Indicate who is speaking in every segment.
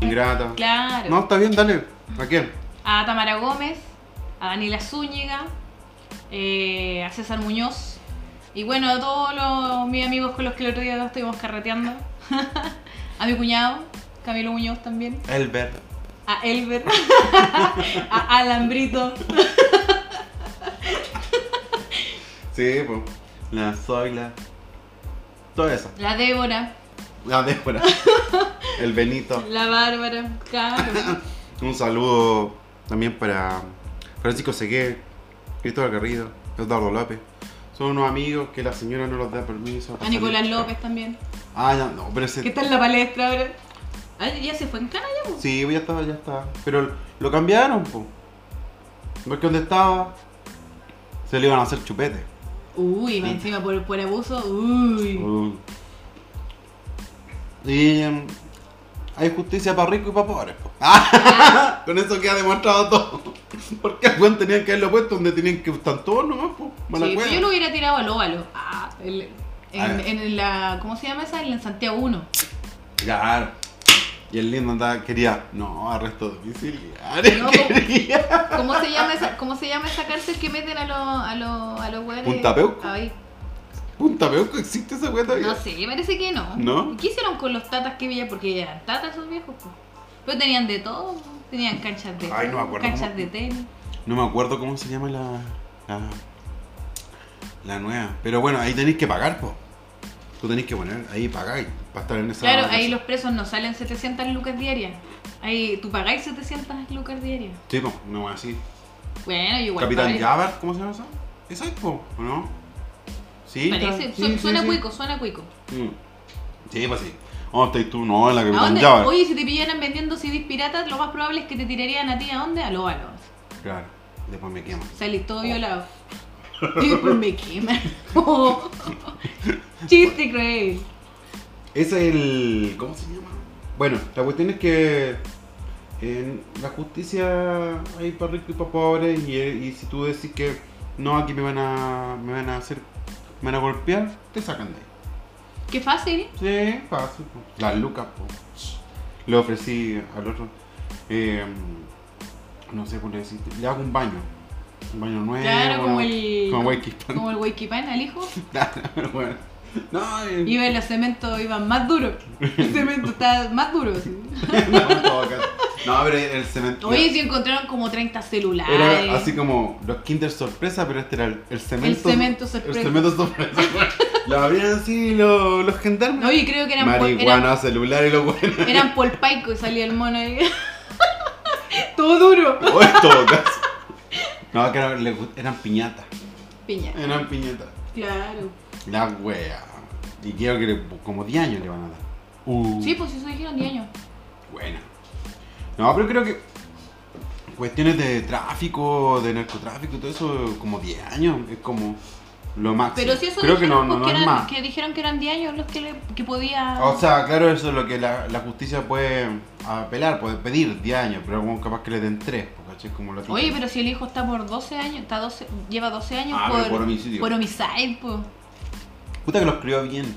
Speaker 1: ingrata.
Speaker 2: Claro.
Speaker 1: No, está bien, dale. ¿A quién?
Speaker 2: A Tamara Gómez, a Daniela Zúñiga, eh, a César Muñoz. Y bueno, a todos los, mis amigos con los que el otro día estuvimos carreteando. a mi cuñado, Camilo Muñoz también.
Speaker 1: Elbert.
Speaker 2: A Elber. a Alambrito.
Speaker 1: Sí, pues. La Zoila. Todo eso.
Speaker 2: La Débora.
Speaker 1: La Débora. El Benito.
Speaker 2: La Bárbara. Claro.
Speaker 1: Un saludo también para Francisco Segué, Cristóbal Garrido, Eduardo López. Son unos amigos que la señora no los da permiso.
Speaker 2: A
Speaker 1: para
Speaker 2: Nicolás
Speaker 1: salir.
Speaker 2: López también.
Speaker 1: Ah, no, no, pero
Speaker 2: Que
Speaker 1: ese.
Speaker 2: está en la palestra ahora. Ay, ya se fue en cana ya. po.
Speaker 1: Sí, pues ya estaba, ya estaba. Pero lo cambiaron, pues. Porque donde estaba, se le iban a hacer chupete.
Speaker 2: Uy, va encima por, por abuso. Uy.
Speaker 1: Uh. Y em, hay justicia para ricos y para pobres. po. Ah, Con eso queda demostrado todo. Porque al buen tenían que haberlo puesto donde tenían que estar todos nomás, po. Mala
Speaker 2: Sí,
Speaker 1: cueva.
Speaker 2: si yo lo hubiera tirado al óvalo. Ah, el- en,
Speaker 1: Ah.
Speaker 2: en la. ¿Cómo se llama esa? En la Santiago 1.
Speaker 1: Claro. Y el lindo andaba, quería, no, arresto domiciliario.
Speaker 2: No, po.
Speaker 1: quería.
Speaker 2: ¿Cómo se llama esa, cómo se llama esa cárcel que meten a los a los a los hueones?
Speaker 1: ¿Punta Peuco?
Speaker 2: Ay,
Speaker 1: Punta Peuco, existe esa weá todavía.
Speaker 2: no sé, me parece que no.
Speaker 1: ¿No?
Speaker 2: ¿Qué hicieron con los tatas que veían? Porque eran tatas esos viejos, pues. Pero tenían de todo, tenían canchas de
Speaker 1: Ay, no me acuerdo
Speaker 2: canchas
Speaker 1: cómo-
Speaker 2: de tenis.
Speaker 1: No me acuerdo cómo se llama la. la, la nueva. Pero bueno, ahí tenéis que pagar, po. Tú tenéis que poner, ahí pagáis para estar en esa.
Speaker 2: Claro, ahí los presos no salen 700 lucas diarias. Ahí tú pagáis 700 lucas diarias.
Speaker 1: Sí, po, no es así.
Speaker 2: Bueno, yo igual.
Speaker 1: Capitán
Speaker 2: pagáis.
Speaker 1: Javar, ¿cómo se llama esa? Esa es, po, ¿o no? Sí.
Speaker 2: Parece,
Speaker 1: está-
Speaker 2: su-
Speaker 1: sí, sí,
Speaker 2: suena
Speaker 1: sí.
Speaker 2: cuico, suena cuico.
Speaker 1: Mm. Sí, pues sí. ¿Dónde estáis tú? No, en la
Speaker 2: ¿A
Speaker 1: Capitán
Speaker 2: dónde?
Speaker 1: Javar.
Speaker 2: Oye, si te pillaran vendiendo CDs piratas, lo más probable es que te tirarían a ti a dónde? A los balos.
Speaker 1: Claro, después me quema.
Speaker 2: Salí todo violado. Y después me quema. Chiste cruel.
Speaker 1: Es el. ¿Cómo se llama? Bueno, la cuestión es que en la justicia hay para ricos y para pobres y, eh, y si tú decís que no, aquí me van a me van a hacer me van a golpear, te sacan de
Speaker 2: Qué fácil.
Speaker 1: ahí. Sí, fácil. pues. po. Las lucas, po. pues. le ofrecí al otro, eh, no sé cómo le decís, le hago un baño, un baño nuevo,
Speaker 2: Claro, como el-
Speaker 1: como Waikispan.
Speaker 2: Como el Wakipan al hijo.
Speaker 1: Claro, bueno. No, eh,
Speaker 2: Iba en los cementos, iban más duro. El cemento está más duro. así.
Speaker 1: no, en todo caso. no, pero el cemento.
Speaker 2: Oye, sí encontraron como 30 celulares.
Speaker 1: Era así como los Kinder sorpresa, pero este era el, el cemento.
Speaker 2: El cemento sorpresa.
Speaker 1: El cemento sorpresa. lo abrían así los, los gendarmes.
Speaker 2: Oye, creo que eran, pol- eran,
Speaker 1: Marihuana, celular y lo bueno.
Speaker 2: eran polpaico y salía el mono ahí. Todo duro.
Speaker 1: O en todo caso. No, que era- le gust- eran piñatas.
Speaker 2: Piña.
Speaker 1: Eran piñatas.
Speaker 2: Claro.
Speaker 1: La wea. Y creo que le- como 10 años le van a dar. Uh,
Speaker 2: Sí, pues eso dijeron 10 años.
Speaker 1: Buena. No, pero creo que cuestiones de tráfico, de narcotráfico y todo eso, como 10 años es como lo máximo.
Speaker 2: Pero si eso
Speaker 1: creo que no,
Speaker 2: dijeron,
Speaker 1: no,
Speaker 2: pues,
Speaker 1: no
Speaker 2: que,
Speaker 1: es
Speaker 2: eran-
Speaker 1: más.
Speaker 2: que dijeron que eran 10 años los que, le, que podía...
Speaker 1: O sea, claro, eso es lo que la, la justicia puede apelar, puede pedir 10 años, pero como capaz que le den 3, ¿cachai? Como lo
Speaker 2: Oye, pero si el hijo está por 12 años, está 12, lleva 12 años
Speaker 1: Ah, pero
Speaker 2: por,
Speaker 1: por homicidio.
Speaker 2: por homicide, po.
Speaker 1: Puta que los crió bien.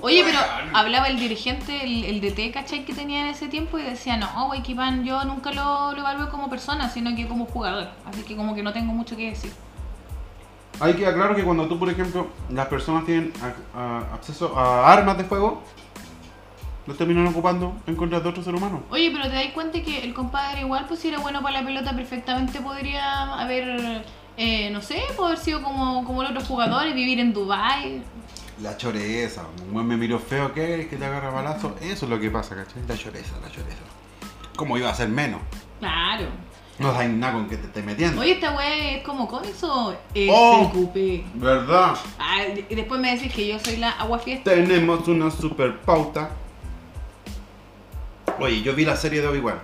Speaker 2: Oye, pero hablaba el dirigente, el, el DT, ¿cachai? Que tenía en ese tiempo y decía, no, Waikipan, yo nunca lo, lo evalué como persona, sino que como jugador. Así que como que no tengo mucho que decir.
Speaker 1: Hay que aclarar que cuando tú, por ejemplo, las personas tienen a- a- acceso a armas de fuego, los terminan ocupando en contra de otro ser humano.
Speaker 2: Oye, pero te das cuenta que el compadre igual, pues si era bueno para la pelota, perfectamente podría haber, eh, no sé, puede haber sido como, como los otros jugadores, vivir en Dubai
Speaker 1: La choreza, un buen me miró feo, ¿qué? Que te agarra balazo. Eso es lo que pasa, ¿cachai? La choreza, la choreza. ¿Cómo iba a ser menos?
Speaker 2: Claro.
Speaker 1: No hay nada con que te estés metiendo.
Speaker 2: Oye, esta wea es como cómics o
Speaker 1: Oh.
Speaker 2: SQP.
Speaker 1: ¿Verdad?
Speaker 2: Ah, y después me decís que yo soy la agua fiesta.
Speaker 1: Tenemos una super pauta. Oye, yo vi la serie de Obi-Wan.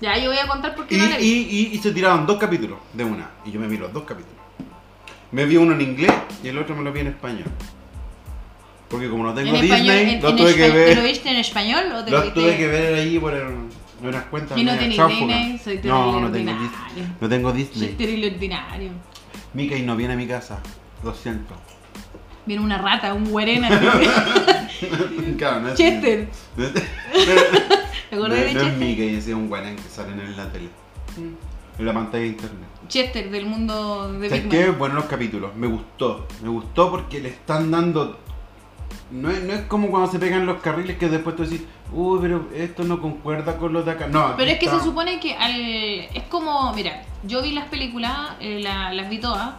Speaker 2: Ya, yo voy a contar por qué
Speaker 1: Y,
Speaker 2: no la vi.
Speaker 1: y- y- y se tiraron dos capítulos de una. Y yo me vi los dos capítulos. Me vi uno en inglés y el otro me lo vi en español. Porque como no tengo
Speaker 2: en español,
Speaker 1: Disney,
Speaker 2: en-
Speaker 1: lo
Speaker 2: en
Speaker 1: tuve que
Speaker 2: español.
Speaker 1: ver.
Speaker 2: ¿Te lo viste en español o te lo
Speaker 1: Los
Speaker 2: viste?
Speaker 1: tuve que ver ahí por el- unas cuentas.
Speaker 2: Yo no
Speaker 1: medias
Speaker 2: tenía
Speaker 1: tráfugas.
Speaker 2: Disney, soy
Speaker 1: No,
Speaker 2: terrible
Speaker 1: no tengo
Speaker 2: ordinaria.
Speaker 1: Disney. No tengo
Speaker 2: Soy
Speaker 1: Disney.
Speaker 2: terrible ordinario.
Speaker 1: Mickey no viene a mi casa. Lo siento.
Speaker 2: Viene una rata, un guarena. ¿no?
Speaker 1: Claro, no es-
Speaker 2: Chester.
Speaker 1: No es,
Speaker 2: ¿Te
Speaker 1: no,
Speaker 2: acordás de
Speaker 1: no es
Speaker 2: Chester? Mm.
Speaker 1: Mickey, ese es un guanán que sale en la tele. En la pantalla de internet.
Speaker 2: Chester del mundo de
Speaker 1: ¿Sabes
Speaker 2: Big
Speaker 1: qué?
Speaker 2: Man.
Speaker 1: Bueno, los capítulos. Me gustó. Me gustó porque le están dando. No es, no es como cuando se pegan los carriles que después tú decís, uy, pero esto no concuerda con los de acá. No, aquí
Speaker 2: Pero es que
Speaker 1: está.
Speaker 2: se supone que al, es como, mira, yo vi las películas, eh, la- las vi todas,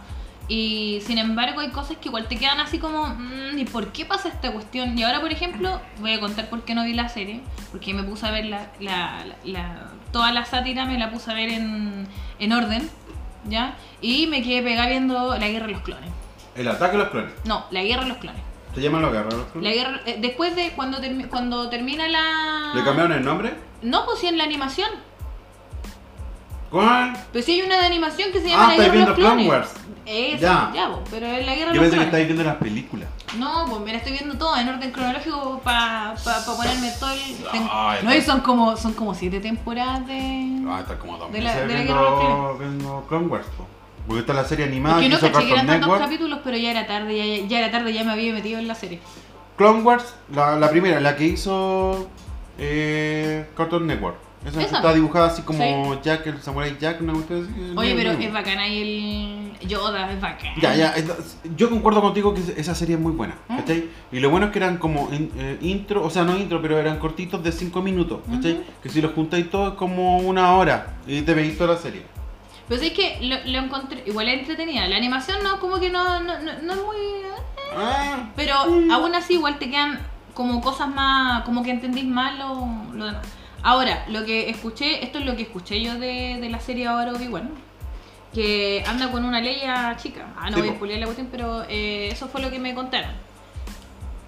Speaker 2: y sin embargo hay cosas que igual te quedan así como, mm, ¿y por qué pasa esta cuestión? Y ahora, por ejemplo, voy a contar por qué no vi la serie, porque me puse a ver la, la, la- la- toda la sátira, me la puse a ver en, en orden, ¿ya? Y me quedé pegada viendo La Guerra de los Clones.
Speaker 1: El ataque a los clones.
Speaker 2: No, La Guerra de los Clones.
Speaker 1: ¿Se llaman los guerreros?
Speaker 2: La guerra, eh, después de cuando, termi- cuando termina la...
Speaker 1: ¿Le cambiaron el nombre?
Speaker 2: No, pues sí, en la animación.
Speaker 1: ¿Cuál?
Speaker 2: Pero Pues sí hay una de animación que se
Speaker 1: Ah,
Speaker 2: llama La
Speaker 1: estáis
Speaker 2: Guerra de
Speaker 1: viendo
Speaker 2: los
Speaker 1: Clone
Speaker 2: Clones.
Speaker 1: Wars.
Speaker 2: Eso,
Speaker 1: Ya.
Speaker 2: ya, vos, pero es la Guerra de
Speaker 1: Yo
Speaker 2: los
Speaker 1: pensé que
Speaker 2: Clones.
Speaker 1: estáis viendo las películas.
Speaker 2: No, pues mira, estoy viendo todo en orden cronológico para ponerme todo el. tengo-
Speaker 1: Ay,
Speaker 2: no, y son como, son como siete temporadas de.
Speaker 1: Ah, está como dos
Speaker 2: De la-
Speaker 1: meses
Speaker 2: de la Guerra de los
Speaker 1: viendo, viendo Clone Wars. po. Porque está la serie animada
Speaker 2: Porque
Speaker 1: que
Speaker 2: no
Speaker 1: hizo
Speaker 2: caché
Speaker 1: Cartoon
Speaker 2: que eran tantos
Speaker 1: Network.
Speaker 2: capítulos, pero ya era tarde, ya, ya era tarde, ya me había metido en la serie.
Speaker 1: Clone Wars, la, la primera, la que hizo eh, Cartoon Network. Esa,
Speaker 2: Esa.
Speaker 1: está dibujada así como Jack, el Samurai Jack, una cuestión así.
Speaker 2: Oye,
Speaker 1: Bien,
Speaker 2: pero
Speaker 1: bien.
Speaker 2: es bacán ahí el. Yoda, es bacán.
Speaker 1: Ya, ya, es- yo concuerdo contigo que esa serie es muy buena,
Speaker 2: Mm.
Speaker 1: ¿cachai? Y lo bueno es que eran como in- eh, intro, o sea, no intro, pero eran cortitos de 5 minutos, ¿cachai?
Speaker 2: Ujú.
Speaker 1: Que si los juntáis todos es como una hora y te veis toda la serie.
Speaker 2: Pero es que lo, lo encontré. Igual es entretenida. La animación no, como que no, no, no, no es muy. ¿eh?
Speaker 1: Ah,
Speaker 2: Pero aún así igual te quedan como cosas más, como que entendís más lo, lo demás. Ahora, lo que escuché, esto es lo que escuché yo de, de la serie ahora Obi-Wan, que anda con una ley a chica. Ah, no
Speaker 1: Sí,
Speaker 2: voy a
Speaker 1: po.
Speaker 2: spoilear la cuestión, pero eh, eso fue lo que me contaron.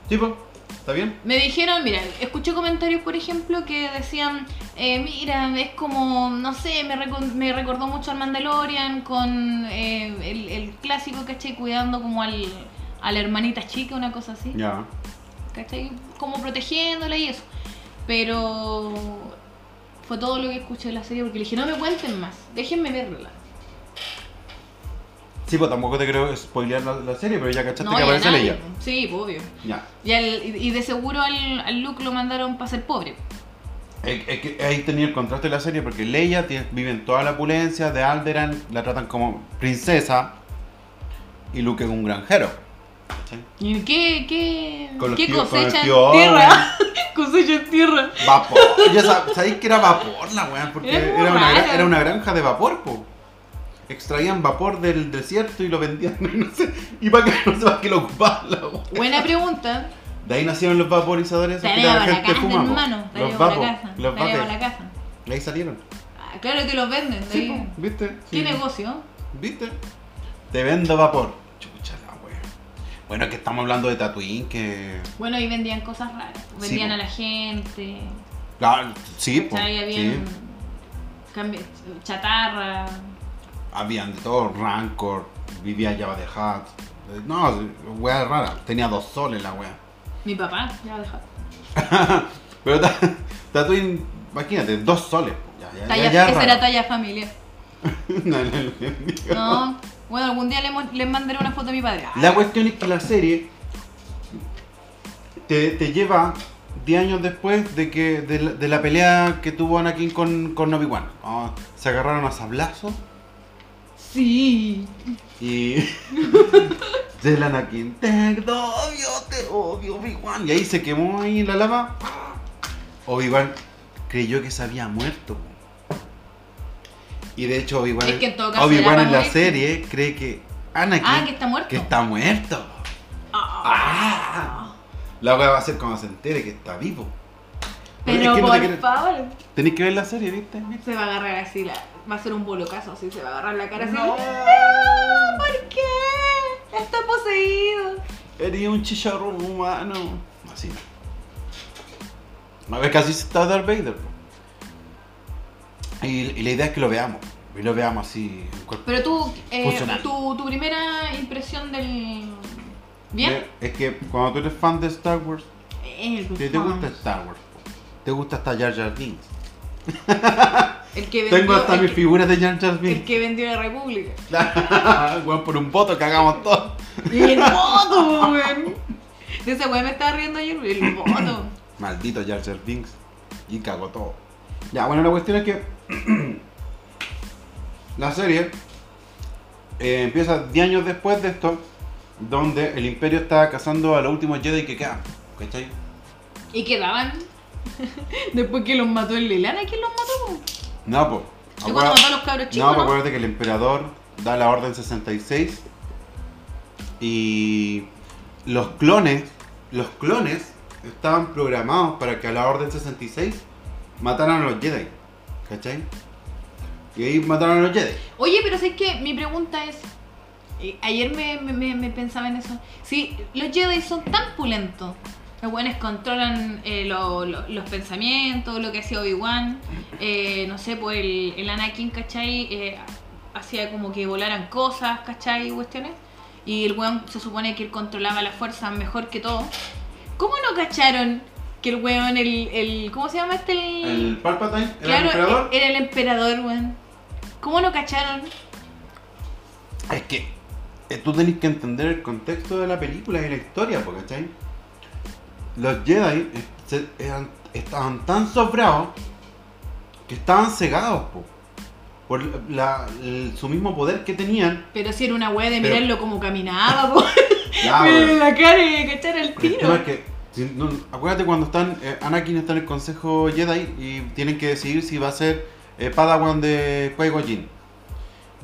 Speaker 1: tipo, ¿está bien?
Speaker 2: Me dijeron, mira, escuché comentarios, por ejemplo, que decían, eh, mira, es como, no sé, me, reco- me recordó mucho al Mandalorian con eh, el, el clásico, ¿cachai? Cuidando como al, a la hermanita chica, una cosa así.
Speaker 1: Ya.
Speaker 2: ¿cachai? Como protegiéndola y eso. Pero fue todo lo que escuché de la serie porque le dije, no me cuenten más, déjenme verla.
Speaker 1: Sí, pues tampoco te creo spoilear la, la serie, pero ya cachaste
Speaker 2: No,
Speaker 1: que
Speaker 2: y a
Speaker 1: aparece
Speaker 2: nadie,
Speaker 1: Leia.
Speaker 2: po. Sí, po, obvio.
Speaker 1: Ya.
Speaker 2: Y, al- y- y de seguro al, al Luke lo mandaron para ser pobre.
Speaker 1: Es, es que ahí tenía el contraste de la serie porque Leia tiene- vive en toda la opulencia de Alderan, la tratan como princesa y Luke es un granjero. ¿cachai?
Speaker 2: ¿Y qué, qué,
Speaker 1: Con los
Speaker 2: qué
Speaker 1: tíos- con el
Speaker 2: cosechan
Speaker 1: tío
Speaker 2: tierra? cosechan tierra.
Speaker 1: Vapor. Ya sab- sabéis que era vapor la weá, porque
Speaker 2: Era
Speaker 1: era,
Speaker 2: como
Speaker 1: una, gra-
Speaker 2: raro.
Speaker 1: era una granja de vapor, po. Extraían vapor del desierto y lo vendían, no sé, y para que no sé para qué lo ocupaban la weá.
Speaker 2: Buena pregunta.
Speaker 1: De ahí nacieron los vaporizadores esos que
Speaker 2: Tarea
Speaker 1: la
Speaker 2: para la
Speaker 1: gente
Speaker 2: casa,
Speaker 1: fuma. po.
Speaker 2: hermano. Tarea
Speaker 1: Los
Speaker 2: para la
Speaker 1: vapos,
Speaker 2: casa.
Speaker 1: los
Speaker 2: Tarea para
Speaker 1: vapes.
Speaker 2: la casa.
Speaker 1: De ahí salieron.
Speaker 2: Ah, claro que los venden.
Speaker 1: Sí,
Speaker 2: ahí.
Speaker 1: po, ¿viste?
Speaker 2: ¿Qué
Speaker 1: Sí.
Speaker 2: negocio?
Speaker 1: ¿Viste? Te vendo vapor. Chucha la wea. Bueno, es que estamos hablando de Tatooine, que.
Speaker 2: Bueno, ahí vendían cosas raras.
Speaker 1: Sí,
Speaker 2: Vendían
Speaker 1: po.
Speaker 2: a la gente.
Speaker 1: Claro, Ah, sí, po,
Speaker 2: ¿Cachai?
Speaker 1: sí.
Speaker 2: Habían cambi- chatarra.
Speaker 1: Habían de todo, Rancor, vivía Java de Hat. No, wea rara. Tenía dos soles la wea.
Speaker 2: Mi papá, ya dejó.
Speaker 1: Pero ta- Tatooine, imagínate, dos soles. po. Ya, ya,
Speaker 2: Talla,
Speaker 1: ya, ya
Speaker 2: esa
Speaker 1: raro.
Speaker 2: era talla familiar.
Speaker 1: No, no, no.
Speaker 2: No. Bueno, algún día le mo- les mandaré una foto a mi padre. Ah,
Speaker 1: La cuestión es que la serie te, te lleva 10 años después de que de la, de la pelea que tuvo Anakin con, con Obi-Wan. Ah, se agarraron a sablazos
Speaker 2: Ah, Sí.
Speaker 1: y... Del Anakin, te odio, te odio, Obi-Wan. Y ahí se quemó ahí en la lava. Obi-Wan creyó que se había muerto. Y de hecho Obi-Wan
Speaker 2: Es que en todo caso
Speaker 1: Obi-Wan
Speaker 2: era
Speaker 1: en la
Speaker 2: para
Speaker 1: serie cree que Anakin
Speaker 2: Ah, que está muerto.
Speaker 1: que está muerto.
Speaker 2: Ah.
Speaker 1: ¡Ah! La weá va a ser cuando se entere que está vivo.
Speaker 2: Pero
Speaker 1: Es que no te
Speaker 2: por
Speaker 1: quiero-
Speaker 2: favor,
Speaker 1: Tenéis que ver la serie, ¿viste? ¿Viste?
Speaker 2: se va a agarrar así la. Va a ser un bolocazo así, se va a agarrar la cara así.
Speaker 1: No.
Speaker 2: ¿Por qué? Está poseído.
Speaker 1: Eres un chicharrón humano. Así. A ver, casi está Darth Vader. po. Y, y la idea es que lo veamos. Y lo veamos así. en cuerpo.
Speaker 2: Pero tú, eh,
Speaker 1: Funcional.
Speaker 2: tu, tu primera impresión del. ¿Bien?
Speaker 1: Es que cuando tú eres fan de Star Wars,
Speaker 2: El,
Speaker 1: te, te gusta Star Wars. po. Te gusta hasta Jar Jar Binks.
Speaker 2: El que vendió,
Speaker 1: Tengo hasta
Speaker 2: el
Speaker 1: mis
Speaker 2: Eh, que-
Speaker 1: figuras de Jar Jar
Speaker 2: el
Speaker 1: Binks.
Speaker 2: que vendió la República.
Speaker 1: Weón, por un voto cagamos todos.
Speaker 2: Y el voto, weón. De ese weón me estaba riendo ayer, el voto.
Speaker 1: Maldito Jar Jar Binks. Y cagó todo. Ya, bueno, la cuestión es que la serie eh, empieza 10 años después de esto, donde el imperio está cazando a los últimos Jedi que quedan. ¿Cachai?
Speaker 2: Y quedaban. Después que los mató el Lelana, ¿quién los mató? po?
Speaker 1: No, pues.
Speaker 2: Yo cuando mató a los cabros
Speaker 1: No,
Speaker 2: chicos,
Speaker 1: pues
Speaker 2: ¿no?
Speaker 1: acuérdate que el emperador da la orden 66 y los clones, los clones estaban programados para que a la orden 66 mataran a los Jedi, ¿cachai? Y ahí mataron a los Jedi.
Speaker 2: Oye, pero sé que mi pregunta es. eh, Ayer me, me- me- me pensaba en eso. Si los Jedi son tan pulentos, los buenos controlan eh, lo- lo- los pensamientos, lo que hacía Obi-Wan, eh, no sé, pues el, el Anakin, ¿cachai? Eh, hacía como que volaran cosas, ¿cachai? Cuestiones. Y el weón se supone que él controlaba la fuerza mejor que todo. ¿Cómo no cacharon que el weón, el. el ¿Cómo se llama este?
Speaker 1: El Palpatine era el
Speaker 2: claro, eh,
Speaker 1: emperador.
Speaker 2: era el emperador, weón. ¿Cómo no cacharon?
Speaker 1: Es que eh, tú tenés que entender el contexto de la película y la historia, po, ¿cachai? Los Jedi eh, se- eran- estaban tan sobrados que estaban cegados, po, por la- el- su mismo poder que tenían.
Speaker 2: Pero si era una weá de
Speaker 1: Pero-
Speaker 2: mirarlo como caminaba, po.
Speaker 1: Ya,
Speaker 2: Pero
Speaker 1: weón.
Speaker 2: la cara de cachar al
Speaker 1: El tema es
Speaker 2: tiro.
Speaker 1: que, si no- acuérdate cuando están, eh, Anakin está en el Consejo Jedi y tienen que decidir si va a ser eh, Padawan de Qui-Gon Jinn.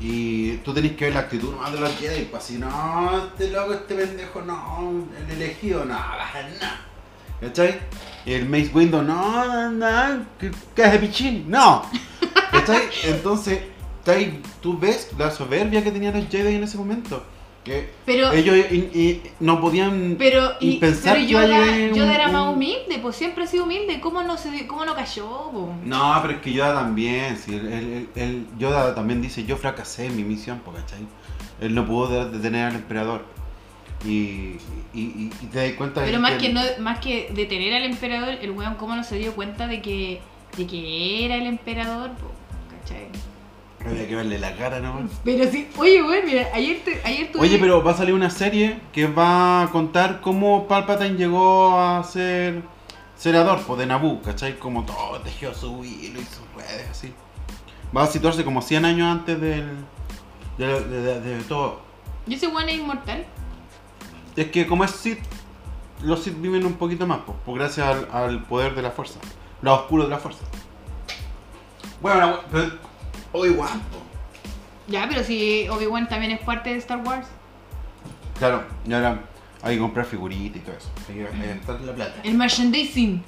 Speaker 1: Y tú tenés que ver la actitud nomás de los Jedi, pues así, no, este loco, este pendejo, no, el elegido, no, no. ¿Cachai? El Mace Window, no, no, que que es de pichín, no. ¿Cachai? Entonces, está ahí, tú ves la soberbia que tenían los Jedi en ese momento. Que
Speaker 2: Pero,
Speaker 1: ellos eh, eh, no podían
Speaker 2: pero,
Speaker 1: y
Speaker 2: y,
Speaker 1: pensar
Speaker 2: pero
Speaker 1: que
Speaker 2: yo,
Speaker 1: haya
Speaker 2: era, yo
Speaker 1: un-
Speaker 2: era más
Speaker 1: un-
Speaker 2: humilde, pues siempre he sido humilde. ¿Cómo no, se, dio- cómo no cayó, po?
Speaker 1: No, pero es que Yoda también, sí, el, el- el- Yoda también dice, yo fracasé en mi misión, po, ¿cachai? Él no pudo de- detener al emperador. Y, y- y- y te das cuenta de
Speaker 2: Pero más que, no, más que detener al emperador, el weón, ¿cómo no se dio cuenta de que, de que era el emperador, po? ¿Cachai?
Speaker 1: Había que verle la cara, ¿no?
Speaker 2: Pero sí, oye, weón, mira, ayer, te- ayer tuve.
Speaker 1: Ah. Oye, pero va a salir una serie que va a contar cómo Palpatine llegó a ser senador po, de Naboo, ¿cachai? Como todo tejió su hilo y sus redes, así. Va a situarse como 100 años antes del, de- de- de- de todo.
Speaker 2: ¿Y ese weón es inmortal?
Speaker 1: Es que como es Sith, los Sith viven un poquito más, pues, pues, gracias al, al poder de la fuerza, lo oscuro de la fuerza. Bueno, la we- pero hoy igual, po.
Speaker 2: Ya, pero si Obi-Wan también es parte de Star Wars.
Speaker 1: Claro, y ahora hay que comprar figuritas y todo eso. Hay que hay que gastar la plata.
Speaker 2: El merchandising.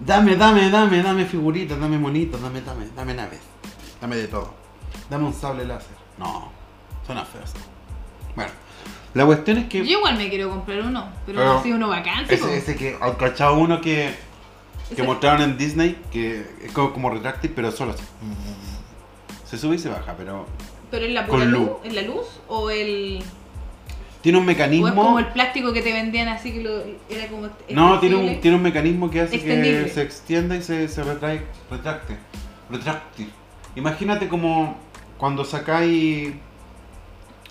Speaker 1: Dame, dame, dame, dame figuritas, dame monitos, dame, dame, dame naves. Dame de todo. Dame un sable láser. No, suena feo. eso. Bueno, la cuestión es que...
Speaker 2: Yo igual me quiero comprar uno, pero
Speaker 1: Pero-
Speaker 2: no ha sido uno vacante. po.
Speaker 1: Ese, ese que, ¿has cachado uno que, que
Speaker 2: Ese-
Speaker 1: mostraron en Disney? Que es como, como retráctil, pero solo así. Se sube y se baja, pero
Speaker 2: ¿Pero es la
Speaker 1: con
Speaker 2: pura luz?
Speaker 1: luz.
Speaker 2: ¿Es la luz? ¿O el.?
Speaker 1: tiene un
Speaker 2: ¿O es como
Speaker 1: mecanismo.
Speaker 2: el plástico que te vendían así que lo, era como.
Speaker 1: No, tiene un,
Speaker 2: extensible?
Speaker 1: tiene un mecanismo que hace que
Speaker 2: Extendible.
Speaker 1: se extienda y se, se retrae, retracte. Retráctil. Imagínate como cuando sacáis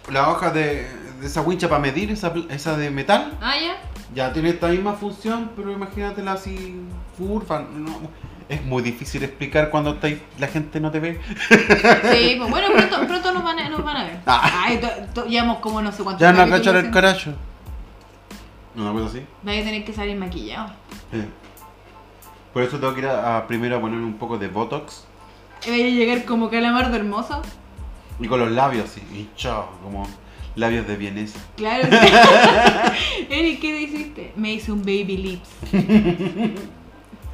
Speaker 1: la hoja de, de esa wincha para medir, esa, pl- esa de metal.
Speaker 2: Ah, ya.
Speaker 1: Ya tiene esta misma función, pero imagínatela así curva. No, es muy difícil explicar cuando estáis, la gente no te ve.
Speaker 2: Sí, pues bueno, pronto, pronto nos, van a, nos van a ver.
Speaker 1: Ah.
Speaker 2: Ay, to- to- llevamos como no sé cuántos.
Speaker 1: Ya no
Speaker 2: capítulos
Speaker 1: agachar el
Speaker 2: sin-
Speaker 1: caracho. Una cosa así.
Speaker 2: Voy a tener que salir maquillado.
Speaker 1: Sí. Por eso tengo que ir a, a primero a ponerme un poco de Botox.
Speaker 2: Voy a llegar como calamardo hermoso.
Speaker 1: Y con los labios así, hinchados, como labios de vienesa.
Speaker 2: Claro. Eric, ¿qué te hiciste? Me hice un baby lips.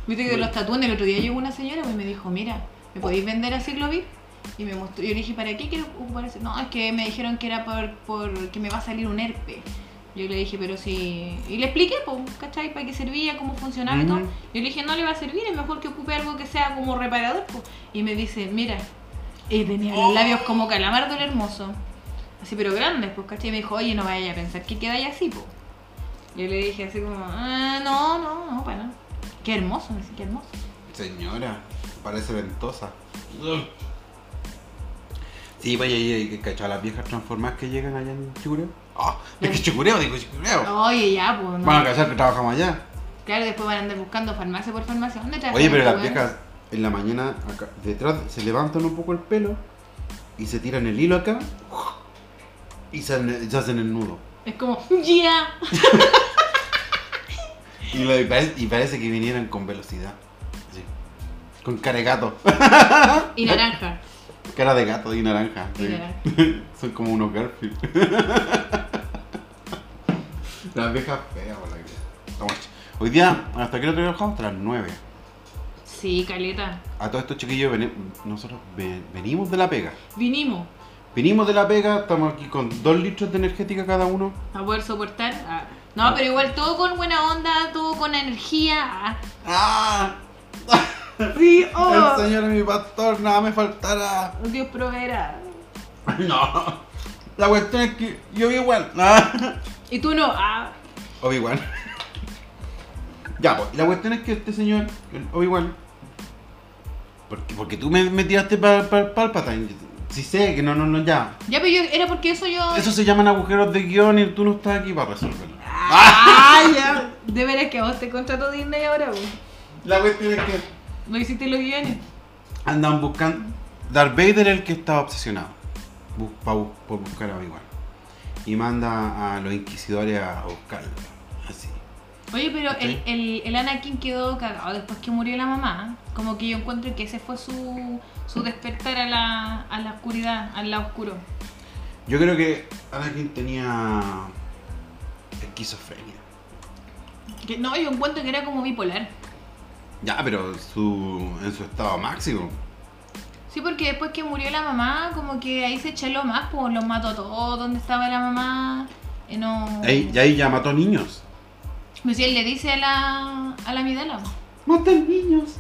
Speaker 2: Viste que de los tatuajes, el otro día llegó una señora pues, y me dijo, mira, ¿me podéis vender a Ciclovir? Y me mostró, yo le dije, ¿para qué quiero ocupar ese? No, es que me dijeron que era por, por que me va a salir un herpe. Yo le dije, pero si... Y le expliqué, pues, ¿cachai? ¿Para qué servía? ¿Cómo funcionaba y todo?
Speaker 1: Ujú.
Speaker 2: Yo le dije, no le va a servir, es mejor que ocupe algo que sea como reparador, pues. Y me dice, mira, y tenía los labios como calamardo el hermoso. Así, pero grandes, pues, ¿cachai? Y me dijo, oye, no vaya a pensar que queda ahí así, pues. Yo le dije así como, ah, no, no, no, para nada. Qué hermoso, me dice, qué hermoso.
Speaker 1: Señora, parece ventosa. Sí, vaya, y, y cachado las viejas transformadas que llegan allá en Chicureo. Ah, es que Chicureo, digo Chicureo.
Speaker 2: Oye, ya, pues. No.
Speaker 1: Van a cachar que trabajamos allá.
Speaker 2: Claro, después van a andar buscando farmacia por farmacia. ¿Dónde trabajas?
Speaker 1: Oye, pero las viejas en la mañana acá, detrás se levantan un poco el pelo y se tiran el hilo acá y se, se hacen el nudo.
Speaker 2: Es como, ¡ya!
Speaker 1: Y, lo- y parece, y parece que vinieran con velocidad. Así. Con cara de gato.
Speaker 2: Y naranja.
Speaker 1: Cara de gato y naranja.
Speaker 2: Y
Speaker 1: sí.
Speaker 2: naranja.
Speaker 1: Son como unos Garfield. Las viejas feas, por la vida. Estamos ch- Hoy día, ¿hasta qué hora trabajamos? Hasta las 9.
Speaker 2: Sí, caleta.
Speaker 1: A todos estos chiquillos, veni- nosotros ve- venimos de la pega.
Speaker 2: Vinimos
Speaker 1: Venimos de la pega, estamos aquí con dos litros de energética cada uno.
Speaker 2: a poder soportar. ah. No, pero igual todo con buena onda, todo con energía. ah.
Speaker 1: ¡Ah!
Speaker 2: Sí, oh.
Speaker 1: El señor es mi pastor, nada me faltará.
Speaker 2: Dios proveerá.
Speaker 1: No. La cuestión es que yo vi igual. Ah.
Speaker 2: Y tú no. ah.
Speaker 1: Obi-Wan. Ya, pues, la cuestión es que este señor, el Obi-Wan, porque, porque tú me, me tiraste para Palpatine. Si sé que no, no, no, ya.
Speaker 2: Ya, pero yo, era porque eso yo.
Speaker 1: Eso se llaman agujeros de guión y tú no estás aquí para resolverlo.
Speaker 2: Ah, ya. De veras que a vos te contrató Disney ahora, vos.
Speaker 1: La cuestión es que
Speaker 2: No hiciste los guiones.
Speaker 1: andan buscando. Darth Vader es el que estaba obsesionado bus- pa bus- por buscar a Obi-Wan. Y manda a los inquisidores a buscarlo. Así.
Speaker 2: Oye, pero el,
Speaker 1: ¿Cachai?
Speaker 2: el, el Anakin quedó cagado después que murió la mamá. Como que yo encuentro que ese fue su, su despertar a la, a la oscuridad, al lado oscuro.
Speaker 1: Yo creo que Anakin tenía esquizofrenia.
Speaker 2: Que- no, yo encuentro que era como bipolar.
Speaker 1: Ya, pero su, en su estado máximo.
Speaker 2: Sí, porque después que murió la mamá, como que ahí se cheló más, pues los mató a todos. ¿Dónde estaba la mamá? Eh, no.
Speaker 1: Ahí, y ahí ya mató niños.
Speaker 2: Pero si él le dice a la, a la Amidala,
Speaker 1: Matan niños.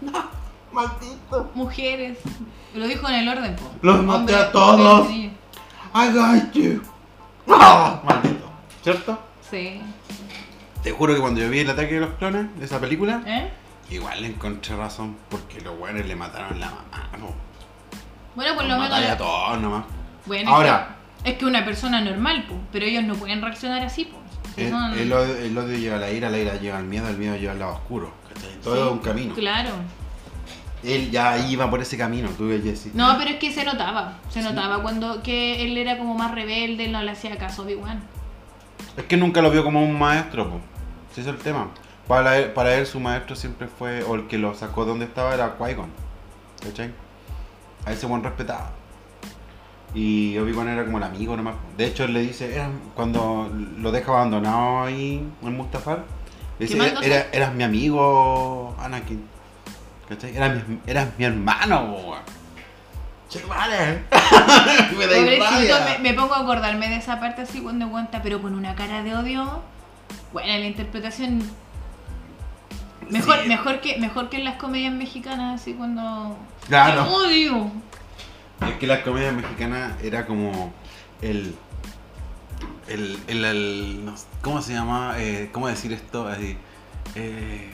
Speaker 1: No, maldito.
Speaker 2: mujeres. Lo dijo en el orden, pues.
Speaker 1: Los maté a todos. I got you. Ah, maldito. ¿Cierto?
Speaker 2: Sí.
Speaker 1: Te juro que cuando yo vi el ataque de los clones, esa película,
Speaker 2: ¿Eh?
Speaker 1: Igual le encontré razón porque los buenos le mataron la mamá. po.
Speaker 2: Bueno, por lo
Speaker 1: Los
Speaker 2: menos.
Speaker 1: matáis a todos nomás.
Speaker 2: Bueno,
Speaker 1: Ahora.
Speaker 2: Es que, es que una persona normal, po, pero ellos no pueden reaccionar así, po.
Speaker 1: El,
Speaker 2: Son-
Speaker 1: Eh, el odio, el odio lleva a la ira, la ira lleva al miedo, el miedo lleva al lado oscuro. ¿cachai? Todo
Speaker 2: sí,
Speaker 1: es un camino.
Speaker 2: Claro.
Speaker 1: Él ya iba por ese camino, tú y Jesse.
Speaker 2: No, pero es que se notaba. Se
Speaker 1: Sí.
Speaker 2: notaba cuando que él era como más rebelde, él no le hacía caso a Obi-Wan.
Speaker 1: Es que nunca lo vio como un maestro, po. Ese es el tema. Para él, para él su maestro siempre fue, o el que lo sacó de donde estaba era Qui-Gon. ¿Cachai? A ese buen respetaba. Y Obi-Wan era como el amigo nomás. po. De hecho, él le dice, "Eras- cuando lo deja abandonado ahí en Mustafar, le dice,
Speaker 2: Quemándose.
Speaker 1: "Era- eras mi amigo Anakin. ¿Cachai? Eras mi, eras mi hermano, po, weón. Che, vale. Me dais
Speaker 2: Pobrecito,
Speaker 1: rabia.
Speaker 2: me, me pongo a acordarme de esa parte así cuando cuenta, pero con una cara de odio. Bueno, la interpretación. Mejor,
Speaker 1: Sí.
Speaker 2: mejor que mejor que en las comedias mexicanas, así cuando.
Speaker 1: Claro.
Speaker 2: ¡Te odio!
Speaker 1: Es que la comedia mexicana era como el. El. el, el- no sé, ¿Cómo se llama? Eh, ¿Cómo decir esto? Así, eh,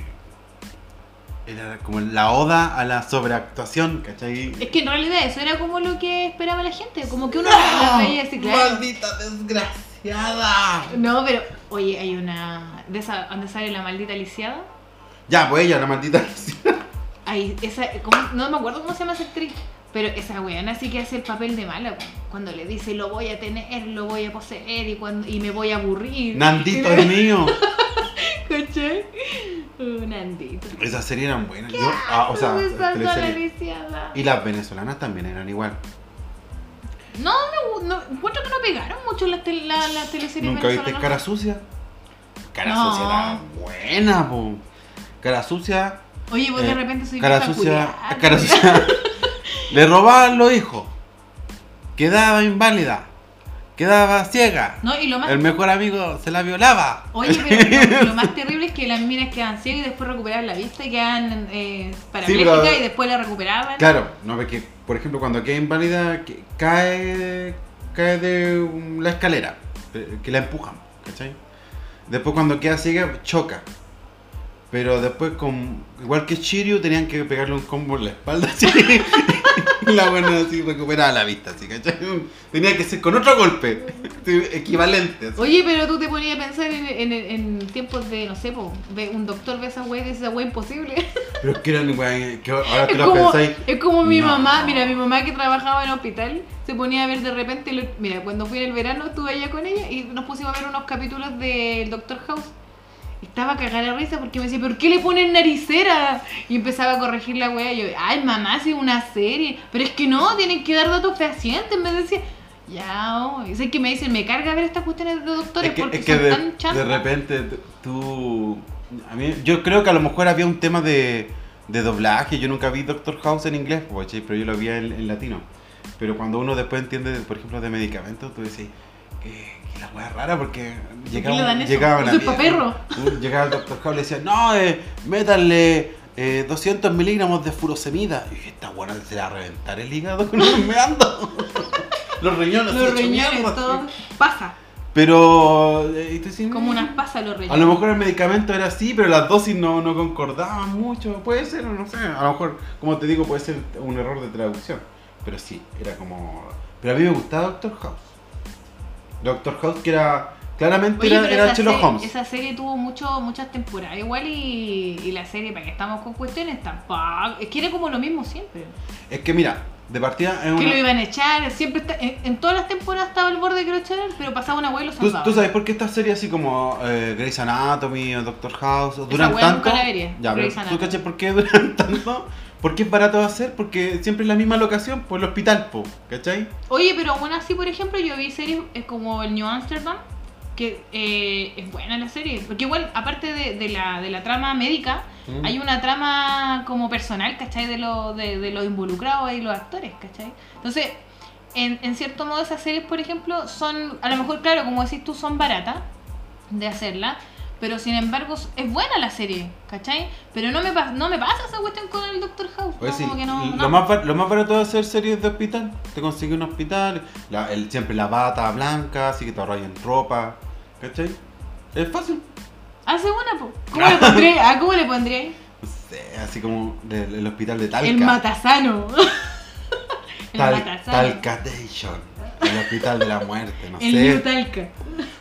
Speaker 1: era como la oda a la sobreactuación, ¿cachai?
Speaker 2: Es que en realidad eso era como lo que esperaba la gente, como que uno la veía así, claro.
Speaker 1: ¡Maldita desgraciada!
Speaker 2: No, pero, oye, hay una. De esa, donde sale la maldita lisiada.
Speaker 1: Ya, pues ella, la maldita.
Speaker 2: Ahí, esa. ¿cómo? No me acuerdo cómo se llama esa actriz. Pero esa weona sí que hace el papel de mala, weón. Cuando le dice lo voy a tener, lo voy a poseer y, cuando, y me voy a aburrir.
Speaker 1: Nandito es mío.
Speaker 2: ¿Cachai? Uh, Nandito.
Speaker 1: Esas series eran buenas. Yo- ah, o sea,
Speaker 2: ¿Dónde está la
Speaker 1: teleseries.
Speaker 2: lisiada?
Speaker 1: Y las venezolanas también eran igual.
Speaker 2: No, no, no, encuentro que no pegaron mucho las, tel- la- las teleseries
Speaker 1: ¿Nunca viste
Speaker 2: venezolanas.
Speaker 1: Cara Sucia? Cara
Speaker 2: No.
Speaker 1: Sucia era buena, po. Cara Sucia.
Speaker 2: Oye, vos de
Speaker 1: eh,
Speaker 2: repente soy
Speaker 1: Cara
Speaker 2: vieja
Speaker 1: Sucia.
Speaker 2: culiada,
Speaker 1: Cara Sucia. Le robaban los hijos. Quedaba inválida. Quedaba ciega.
Speaker 2: No, y lo más
Speaker 1: El mejor amigo se la violaba.
Speaker 2: Oye, pero lo, lo más terrible es que las minas quedan ciegas y después recuperaban la vista y quedan eh, parapléjicas
Speaker 1: pero-
Speaker 2: y después la recuperaban.
Speaker 1: Claro, no ve que, por ejemplo, cuando queda inválida, que- cae, cae de un- la escalera, eh, que la empujan, ¿cachai? Después cuando queda ciega, choca. Pero después, con, igual que Shiryu, tenían que pegarle un combo en la espalda, así, La buena así recuperaba la vista, así, ¿cachai? Tenía que ser con otro golpe. Equivalente. así.
Speaker 2: Oye, pero tú te ponías a pensar en, en- en tiempos de, no sé, po, ve- un doctor ve esa wea y dice esa wea imposible.
Speaker 1: Pero es que eran, weón, que ahora que
Speaker 2: Es
Speaker 1: lo
Speaker 2: como,
Speaker 1: pensáis.
Speaker 2: es como mi
Speaker 1: No.
Speaker 2: mamá, mira, mi mamá que trabajaba en hospital se ponía a ver de repente, lo- mira, cuando fui en el verano estuve allá con ella y nos pusimos a ver unos capítulos del Doctor House. Estaba cagada la risa porque me decía, ¿por qué le ponen naricera? Y empezaba a corregir la wea. Y yo, ay, mamá, si es una serie. Pero es que no, tienen que dar datos fehacientes. Me decía, ya, oh. y sé que me dicen, me carga ver estas cuestiones de doctores
Speaker 1: Es que,
Speaker 2: porque
Speaker 1: es que
Speaker 2: son
Speaker 1: de,
Speaker 2: tan chantas.
Speaker 1: de repente t- tú. A mí, yo creo que a lo mejor había un tema de, de doblaje. Yo nunca vi Doctor House en inglés, po, ¿cachai? pero yo lo vi en, en latino. Pero cuando uno después entiende, por ejemplo, de medicamentos, tú decís. Que, que la hueá es rara porque llegaba,
Speaker 2: le dan eso?
Speaker 1: llegaba
Speaker 2: Eso es pa' perro.
Speaker 1: un- Llegaba el doctor House y le decía, no, eh, métanle eh, 200 miligramos de furosemida. Y dije, esta buena se la va a reventar el hígado con un meando. Los riñones. se
Speaker 2: Los
Speaker 1: han hecho
Speaker 2: riñones,
Speaker 1: mierda.
Speaker 2: todo. Pasa,
Speaker 1: Pero. eh, y tú decís,
Speaker 2: como
Speaker 1: "Mm,
Speaker 2: unas pasas los riñones.
Speaker 1: A lo mejor el medicamento era así, pero las dosis no, no concordaban mucho. Puede ser, no sé. A lo mejor, como te digo, puede ser un error de traducción. Pero sí, era como. Pero a mí me gustaba Doctor House. Doctor House, que era. Claramente
Speaker 2: Oye,
Speaker 1: era,
Speaker 2: pero
Speaker 1: era
Speaker 2: esa,
Speaker 1: Sherlock
Speaker 2: serie,
Speaker 1: Holmes.
Speaker 2: esa serie tuvo mucho, muchas temporadas igual y, y la serie, para que estamos con cuestiones, tampoco. Es que era como lo mismo siempre.
Speaker 1: Es que mira, de partida es
Speaker 2: Que lo
Speaker 1: una.
Speaker 2: iban a echar, siempre está- en, en todas las temporadas estaba al borde de que lo echaran, pero pasaba una wea y lo
Speaker 1: ¿Tú,
Speaker 2: salvaba.
Speaker 1: tú sabes por qué estas series así como eh, Grey's Anatomy o Doctor House o
Speaker 2: Esa
Speaker 1: duran
Speaker 2: weá
Speaker 1: tanto?
Speaker 2: nunca la vería,
Speaker 1: ya, pero
Speaker 2: Grey's
Speaker 1: ¿tú
Speaker 2: Anatomy.
Speaker 1: cachas por qué duran tanto? Porque es barato de hacer, porque siempre es la misma locación, pues el hospital, po, ¿cachai?
Speaker 2: Oye, pero aún así, por ejemplo, yo vi series eh, como el New Amsterdam, que eh, es buena la serie. Porque igual, aparte de, de la, de la trama médica,
Speaker 1: Mm.
Speaker 2: hay una trama como personal, ¿cachai? De los de, de los involucrados y los actores, ¿cachai? Entonces, en, en cierto modo esas series, por ejemplo, son, a lo mejor, claro, como decís tú, son baratas de hacerla. Pero sin embargo, es buena la serie, ¿cachai? Pero no me, pas- no me pasa esa cuestión con el Doctor House.
Speaker 1: Oye,
Speaker 2: ¿no?
Speaker 1: sí,
Speaker 2: Como que no-
Speaker 1: lo,
Speaker 2: no.
Speaker 1: Más, bar- lo más barato de hacer series de hospital, te consigue un hospital, la- el, siempre la bata blanca, así que te ahorras en ropa, ¿cachai? Es fácil.
Speaker 2: Hace una, Ah, po. ¿Cómo le pondré? ¿A cómo le pondré ahí?
Speaker 1: No sé, así como del- el hospital de Talca.
Speaker 2: El matasano. el
Speaker 1: Tal-
Speaker 2: matasano.
Speaker 1: Talcatation. El hospital de la muerte, no
Speaker 2: el
Speaker 1: sé.
Speaker 2: New Talca.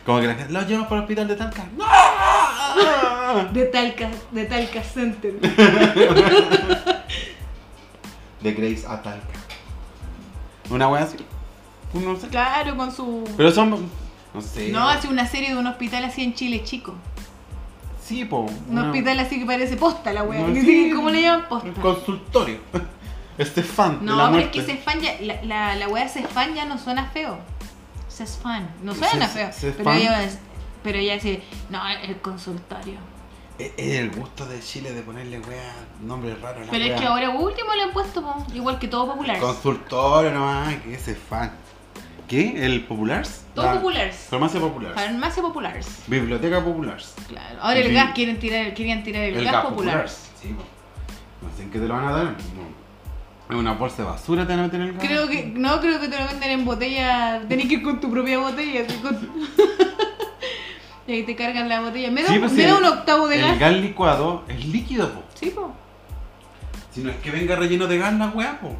Speaker 1: Como que la gente, lo llevamos para el hospital de Talca. ¡No!
Speaker 2: De Talca, de Talca Center.
Speaker 1: De Grace a Talca. Una wea así. No sé.
Speaker 2: claro, con su.
Speaker 1: Pero son. No sé.
Speaker 2: No, hace una serie de un hospital así en Chile, chico.
Speaker 1: Sí, po.
Speaker 2: Un
Speaker 1: una-
Speaker 2: hospital así que parece posta la wea.
Speaker 1: No,
Speaker 2: Ni
Speaker 1: sí.
Speaker 2: siquiera ¿Cómo le llaman
Speaker 1: Un
Speaker 2: posta?
Speaker 1: consultorio. Estefan. de la
Speaker 2: No, pero es
Speaker 1: muerte.
Speaker 2: que Cefán ya. La, la, la wea Cefán ya no suena feo. Cefán. No suena
Speaker 1: Ce-
Speaker 2: feo.
Speaker 1: Cefán.
Speaker 2: Pero ella, pero ella dice, no, el consultorio.
Speaker 1: Es es el gusto de Chile de ponerle wea, nombre raro a la
Speaker 2: Pero
Speaker 1: wea.
Speaker 2: es que ahora último le han puesto, po, igual que todo popular.
Speaker 1: Consultorio nomás, que ese fan. ¿Qué? ¿El Populars?
Speaker 2: Todo
Speaker 1: La
Speaker 2: popular.
Speaker 1: Farmacia Populars.
Speaker 2: Farmacia popular.
Speaker 1: Biblioteca Populars.
Speaker 2: Claro. Ahora el
Speaker 1: Sí.
Speaker 2: gas quieren tirar, querían tirar el, gas, popular.
Speaker 1: Sí, po. No sé en qué te lo van a dar. No. En una bolsa de basura te van a meter el gas.
Speaker 2: Creo que, no, creo que te lo venden en botella. Tenés que ir con tu propia botella. así con- y ahí te cargan la botella. Me da,
Speaker 1: Sí,
Speaker 2: un-
Speaker 1: pues,
Speaker 2: me
Speaker 1: el-
Speaker 2: da un octavo de
Speaker 1: El
Speaker 2: gas.
Speaker 1: gas licuado es líquido, po.
Speaker 2: Sí, po.
Speaker 1: Si no es que venga relleno de gas la wea, po.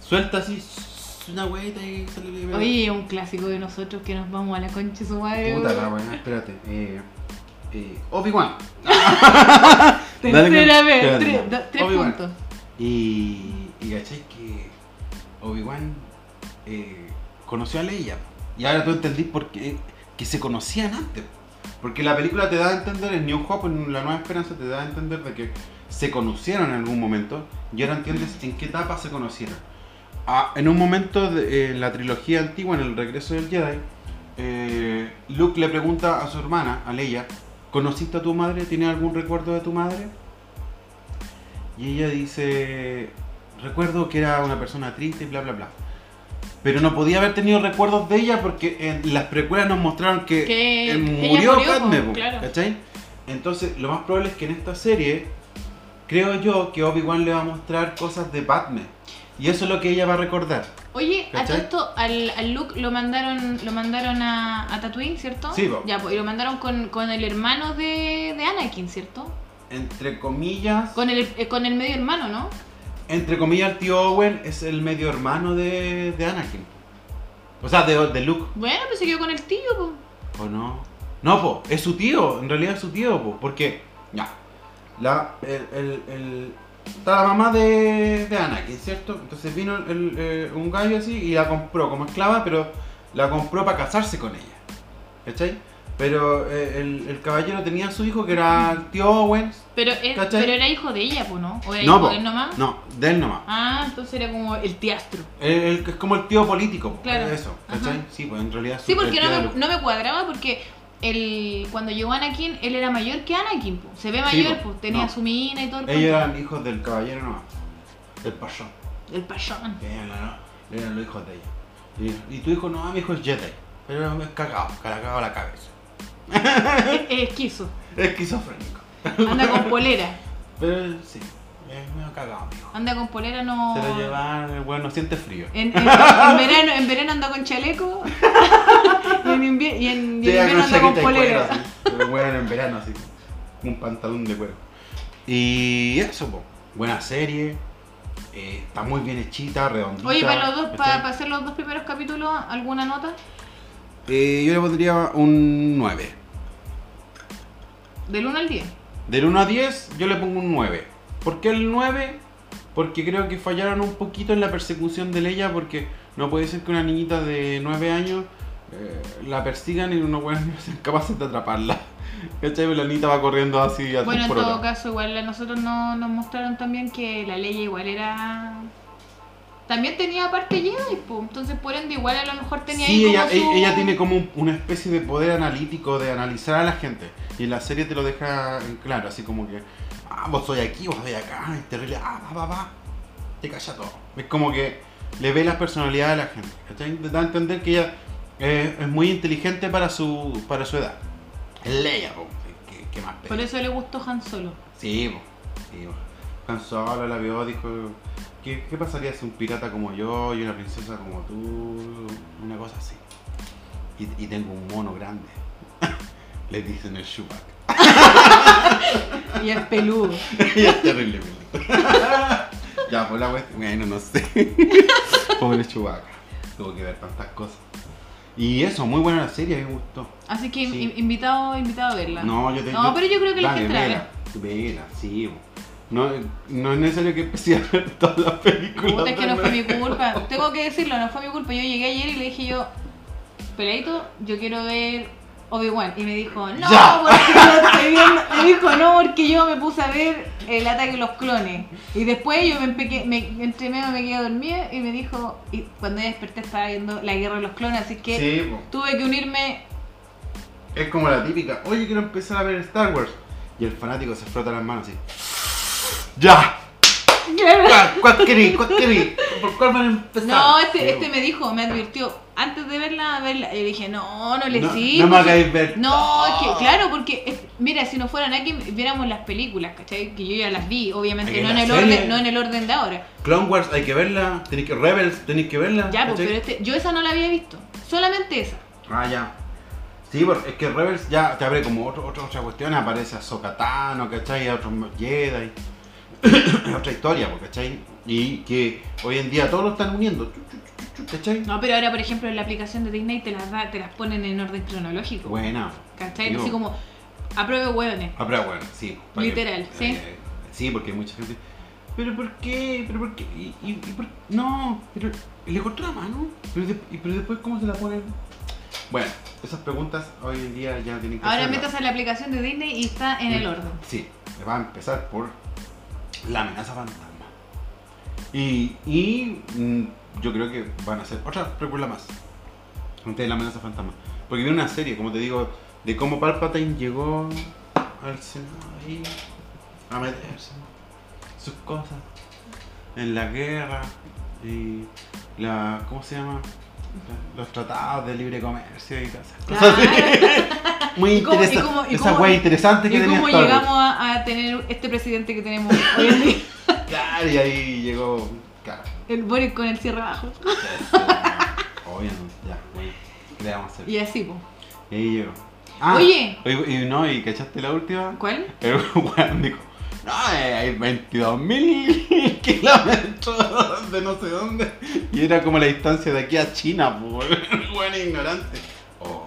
Speaker 1: Suelta así s- una hueita y sale
Speaker 2: Oye, un clásico de nosotros que nos vamos a la concha de su madre.
Speaker 1: Puta
Speaker 2: weón.
Speaker 1: la weá, espérate. Eh, eh, Obi-Wan.
Speaker 2: Tercera
Speaker 1: Dale,
Speaker 2: vez.
Speaker 1: espérate.
Speaker 2: tres- do- tres
Speaker 1: Obi-Wan.
Speaker 2: puntos.
Speaker 1: Y, y cachai que Obi-Wan eh, conoció a Leia. Y ahora tú entendís por qué que se conocían antes. Porque la película te da a entender, en New Hope, en La Nueva Esperanza, te da a entender de que se conocieron en algún momento. Y ahora entiendes en qué etapa se conocieron. Ah, en un momento de- en la trilogía antigua, en el regreso del Jedi, eh, Luke le pregunta a su hermana, a Leia, ¿conociste a tu madre? ¿Tienes algún recuerdo de tu madre? Y ella dice, recuerdo que era una persona triste y bla, bla, bla. Pero no podía haber tenido recuerdos de ella porque en las precuelas nos mostraron que,
Speaker 2: Que
Speaker 1: eh,
Speaker 2: ella
Speaker 1: murió
Speaker 2: murió,
Speaker 1: Padme,
Speaker 2: po,
Speaker 1: po,
Speaker 2: claro.
Speaker 1: ¿cachai? Entonces, lo más probable es que en esta serie, creo yo que Obi-Wan le va a mostrar cosas de Padme. Y eso es lo que ella va a recordar.
Speaker 2: Oye, a todo
Speaker 1: ¿Cachai?
Speaker 2: esto, al, al Luke lo mandaron, lo mandaron a, a Tatooine, ¿cierto?
Speaker 1: Sí, po.
Speaker 2: Ya, pues, y lo mandaron con, con el hermano de, de Anakin, ¿cierto?
Speaker 1: Entre comillas,
Speaker 2: Con el, eh, con el medio hermano, ¿no?
Speaker 1: entre comillas, el tío Owen es el medio hermano de, de Anakin. O sea, de, de Luke,
Speaker 2: Bueno, pues se quedó con el tío, po.
Speaker 1: ¿o no? No, po, es su tío, en realidad es su tío, po, porque, ya, la, el, el- el- está la mamá de, de Anakin, ¿cierto? Entonces vino el- eh, un gallo así y la compró como esclava, pero la compró para casarse con ella, ¿cachai? Pero eh, el, el caballero tenía a su hijo que era el tío Owen,
Speaker 2: Pero, es-
Speaker 1: ¿Cachai?
Speaker 2: pero era hijo de ella, po, ¿no? ¿O era
Speaker 1: No,
Speaker 2: hijo
Speaker 1: po.
Speaker 2: de él nomás?
Speaker 1: no, de él nomás.
Speaker 2: Ah, entonces era como el tiastro.
Speaker 1: El- el- es como el tío político, po,
Speaker 2: Claro.
Speaker 1: eso, ¿cachai?
Speaker 2: Ajá.
Speaker 1: Sí, pues en realidad es
Speaker 2: Sí,
Speaker 1: súper
Speaker 2: porque
Speaker 1: tío
Speaker 2: no
Speaker 1: de
Speaker 2: me,
Speaker 1: Luke.
Speaker 2: no me cuadraba porque el, cuando llegó Anakin, él era mayor que Anakin, po. Se ve
Speaker 1: Sí,
Speaker 2: mayor,
Speaker 1: po.
Speaker 2: pues. Tenía
Speaker 1: No.
Speaker 2: su mina y todo el
Speaker 1: Ellos eran hijos del caballero nomás, del pachón.
Speaker 2: cuento. El pachón.
Speaker 1: Eran, la- eran los hijos de ella. Y, y tu hijo no, mi hijo es Jedi. Pero es cagado, cagado la cabeza.
Speaker 2: Es es esquizo.
Speaker 1: Esquizofrénico.
Speaker 2: Anda con polera.
Speaker 1: Pero sí, es medio cagado, mi hijo.
Speaker 2: Anda con polera, no.
Speaker 1: Se lo llevan, el weón no siente frío.
Speaker 2: En, en- en verano, en verano anda con chaleco. y en, invie- y en- y en
Speaker 1: Llega
Speaker 2: invierno anda
Speaker 1: chaqueta
Speaker 2: con
Speaker 1: de cuero,
Speaker 2: polera.
Speaker 1: así. Pero bueno, en verano así. Un pantalón de cuero. Y eso, po. Buena serie. eh, está muy bien hechita, redondita.
Speaker 2: Oye, para los dos, para,
Speaker 1: ¿cachai?
Speaker 2: hacer los dos primeros capítulos, ¿alguna nota?
Speaker 1: Eh, yo le pondría un 9.
Speaker 2: Del 1 al 10.
Speaker 1: Del 1 a 10 yo le pongo un 9. ¿Por qué el 9? Porque creo que fallaron un poquito en la persecución de Leia porque no puede ser que una niñita de 9 años eh, la persigan y unos buenos no sean capaces de atraparla. ¿Cachai? La niñita va corriendo así a
Speaker 2: Bueno, en
Speaker 1: por
Speaker 2: todo
Speaker 1: hora.
Speaker 2: caso, igual a nosotros no, nos mostraron también que la ley igual era... También tenía parte Jedi, po. entonces por ende igual a lo mejor tenía
Speaker 1: Sí,
Speaker 2: ahí
Speaker 1: ella,
Speaker 2: como su-
Speaker 1: e- ella tiene como un- una especie de poder analítico de analizar a la gente. Y la serie te lo deja en claro, así como que, ah, vos soy aquí, vos soy acá, y terrible, ah, va, va, va, te calla todo. Es como que le ve la personalidad de la gente. ¿cachai? Te Da a entender que ella eh, es muy inteligente para su, para su edad. Es Leia, po, ¿qué, qué más
Speaker 2: Por
Speaker 1: pedir?
Speaker 2: eso le gustó Han Solo.
Speaker 1: Sí, po, sí, po. Han Solo la vio, dijo, ¿qué, ¿qué pasaría si un pirata como yo y una princesa como tú? Una cosa así. Y, y tengo un mono grande. Le dicen el Shupak.
Speaker 2: Y es peludo.
Speaker 1: y es terrible, película. ya, por la cuestión, bueno, no sé. Pobre Chewbacca. Tuvo que ver tantas cosas. Y eso, muy buena la serie, a mí me gustó.
Speaker 2: Así que
Speaker 1: Sí.
Speaker 2: in- invitado, invitado a verla.
Speaker 1: No, yo te
Speaker 2: No, pero yo creo que la gente la ve.
Speaker 1: vela, vela, sí. bo. No, no es necesario que empecé a ver todas las películas.
Speaker 2: Puta, es que
Speaker 1: de
Speaker 2: no fue mi
Speaker 1: nuevo.
Speaker 2: culpa. Tengo que decirlo, no fue mi culpa. Yo llegué ayer y le dije yo, Peleito, yo quiero ver Obi-Wan. Y me dijo, no,
Speaker 1: Ya.
Speaker 2: porque yo lo estoy viendo. Me dijo, no, porque yo me puse a ver el ataque de los clones. Y después yo me, empeque- me- entre medio me quedé dormida y me dijo, y cuando ya desperté estaba viendo la guerra de los clones, así que
Speaker 1: Sí, bo.
Speaker 2: tuve que unirme.
Speaker 1: es como la típica. Oye, quiero empezar a ver Star Wars. Y el fanático se frota las manos así. ¡Ya! ¿Cuál, cuál querí? ¿Cuál querí? ¿Por cuál van a empezar?
Speaker 2: No, este,
Speaker 1: Sí,
Speaker 2: este
Speaker 1: bo.
Speaker 2: me dijo, me advirtió, antes de verla, verla. Y le dije, no, no le
Speaker 1: no,
Speaker 2: sigo.
Speaker 1: No me
Speaker 2: si-
Speaker 1: hagáis ver.
Speaker 2: No, es
Speaker 1: Ah.
Speaker 2: que, claro, porque es- mira, si no fueran aquí viéramos las películas, ¿cachai? Que yo ya las vi, obviamente,
Speaker 1: Aquí
Speaker 2: no en,
Speaker 1: la
Speaker 2: el
Speaker 1: serie.
Speaker 2: orden, no en el orden de ahora.
Speaker 1: Clone Wars hay que verla. Tenéis que Rebels, tenéis que verla.
Speaker 2: Ya, pues,
Speaker 1: ¿cachai?
Speaker 2: pero este, yo esa no la había visto, solamente esa.
Speaker 1: Ah, ya. Sí, porque es que Rebels ya te abre como otro, otro- otra cuestión, aparece a Sokatano, ¿cachai? A otros Jedi. Es otra historia, pues, ¿cachai? Y que hoy en día todos lo están uniendo, chu, chu, chu, chu, ¿cachai?
Speaker 2: No, pero ahora, por ejemplo, en la aplicación de Disney te las da, te las ponen en orden cronológico,
Speaker 1: Buena.
Speaker 2: ¿cachai?
Speaker 1: Sí,
Speaker 2: Así
Speaker 1: po.
Speaker 2: como, apruebe hueones.
Speaker 1: Ah, pero bueno, sí. para que-
Speaker 2: Literal, sí.
Speaker 1: eh, sí, porque hay mucha gente. ¿Pero por qué? ¿Pero por qué? ¿Y, y- y por- No, pero le cortó la mano. ¿Pero, de- y- pero después cómo se la ponen? Bueno, esas preguntas hoy en día ya tienen que
Speaker 2: Ahora
Speaker 1: hacerlas.
Speaker 2: metas a la aplicación de Disney y está en el orden.
Speaker 1: Sí, va a empezar por la amenaza fantasma. Y, y, mm, yo creo que van a hacer otra película más antes de la amenaza fantasma. Porque viene una serie, como te digo, de cómo Palpatine llegó al Senado ahí a meterse sus cosas en la guerra y la. ¿Cómo se llama? La- Los tratados de libre comercio y cosas.
Speaker 2: Claro.
Speaker 1: Muy
Speaker 2: ¿Y cómo- y
Speaker 1: interesante.
Speaker 2: cómo- y
Speaker 1: Esa
Speaker 2: cómo-
Speaker 1: wea interesante que
Speaker 2: ¿Y
Speaker 1: tenía
Speaker 2: cómo
Speaker 1: Star Wars.
Speaker 2: llegamos a, a tener este presidente que tenemos hoy en día?
Speaker 1: Claro, y ahí llegó. Claro.
Speaker 2: El Boris con el cierre abajo.
Speaker 1: Obviamente, ya, bueno. ¿Qué le vamos a hacer? Ah,
Speaker 2: Y así, pues.
Speaker 1: Y ahí llegó.
Speaker 2: Oye.
Speaker 1: Y, y no, ¿y cachaste la última?
Speaker 2: ¿Cuál?
Speaker 1: El weón dijo: No, eh, hay 22.000 kilómetros de no sé dónde. Y era como la distancia de aquí a China, pues. Bueno, ignorante. Oh.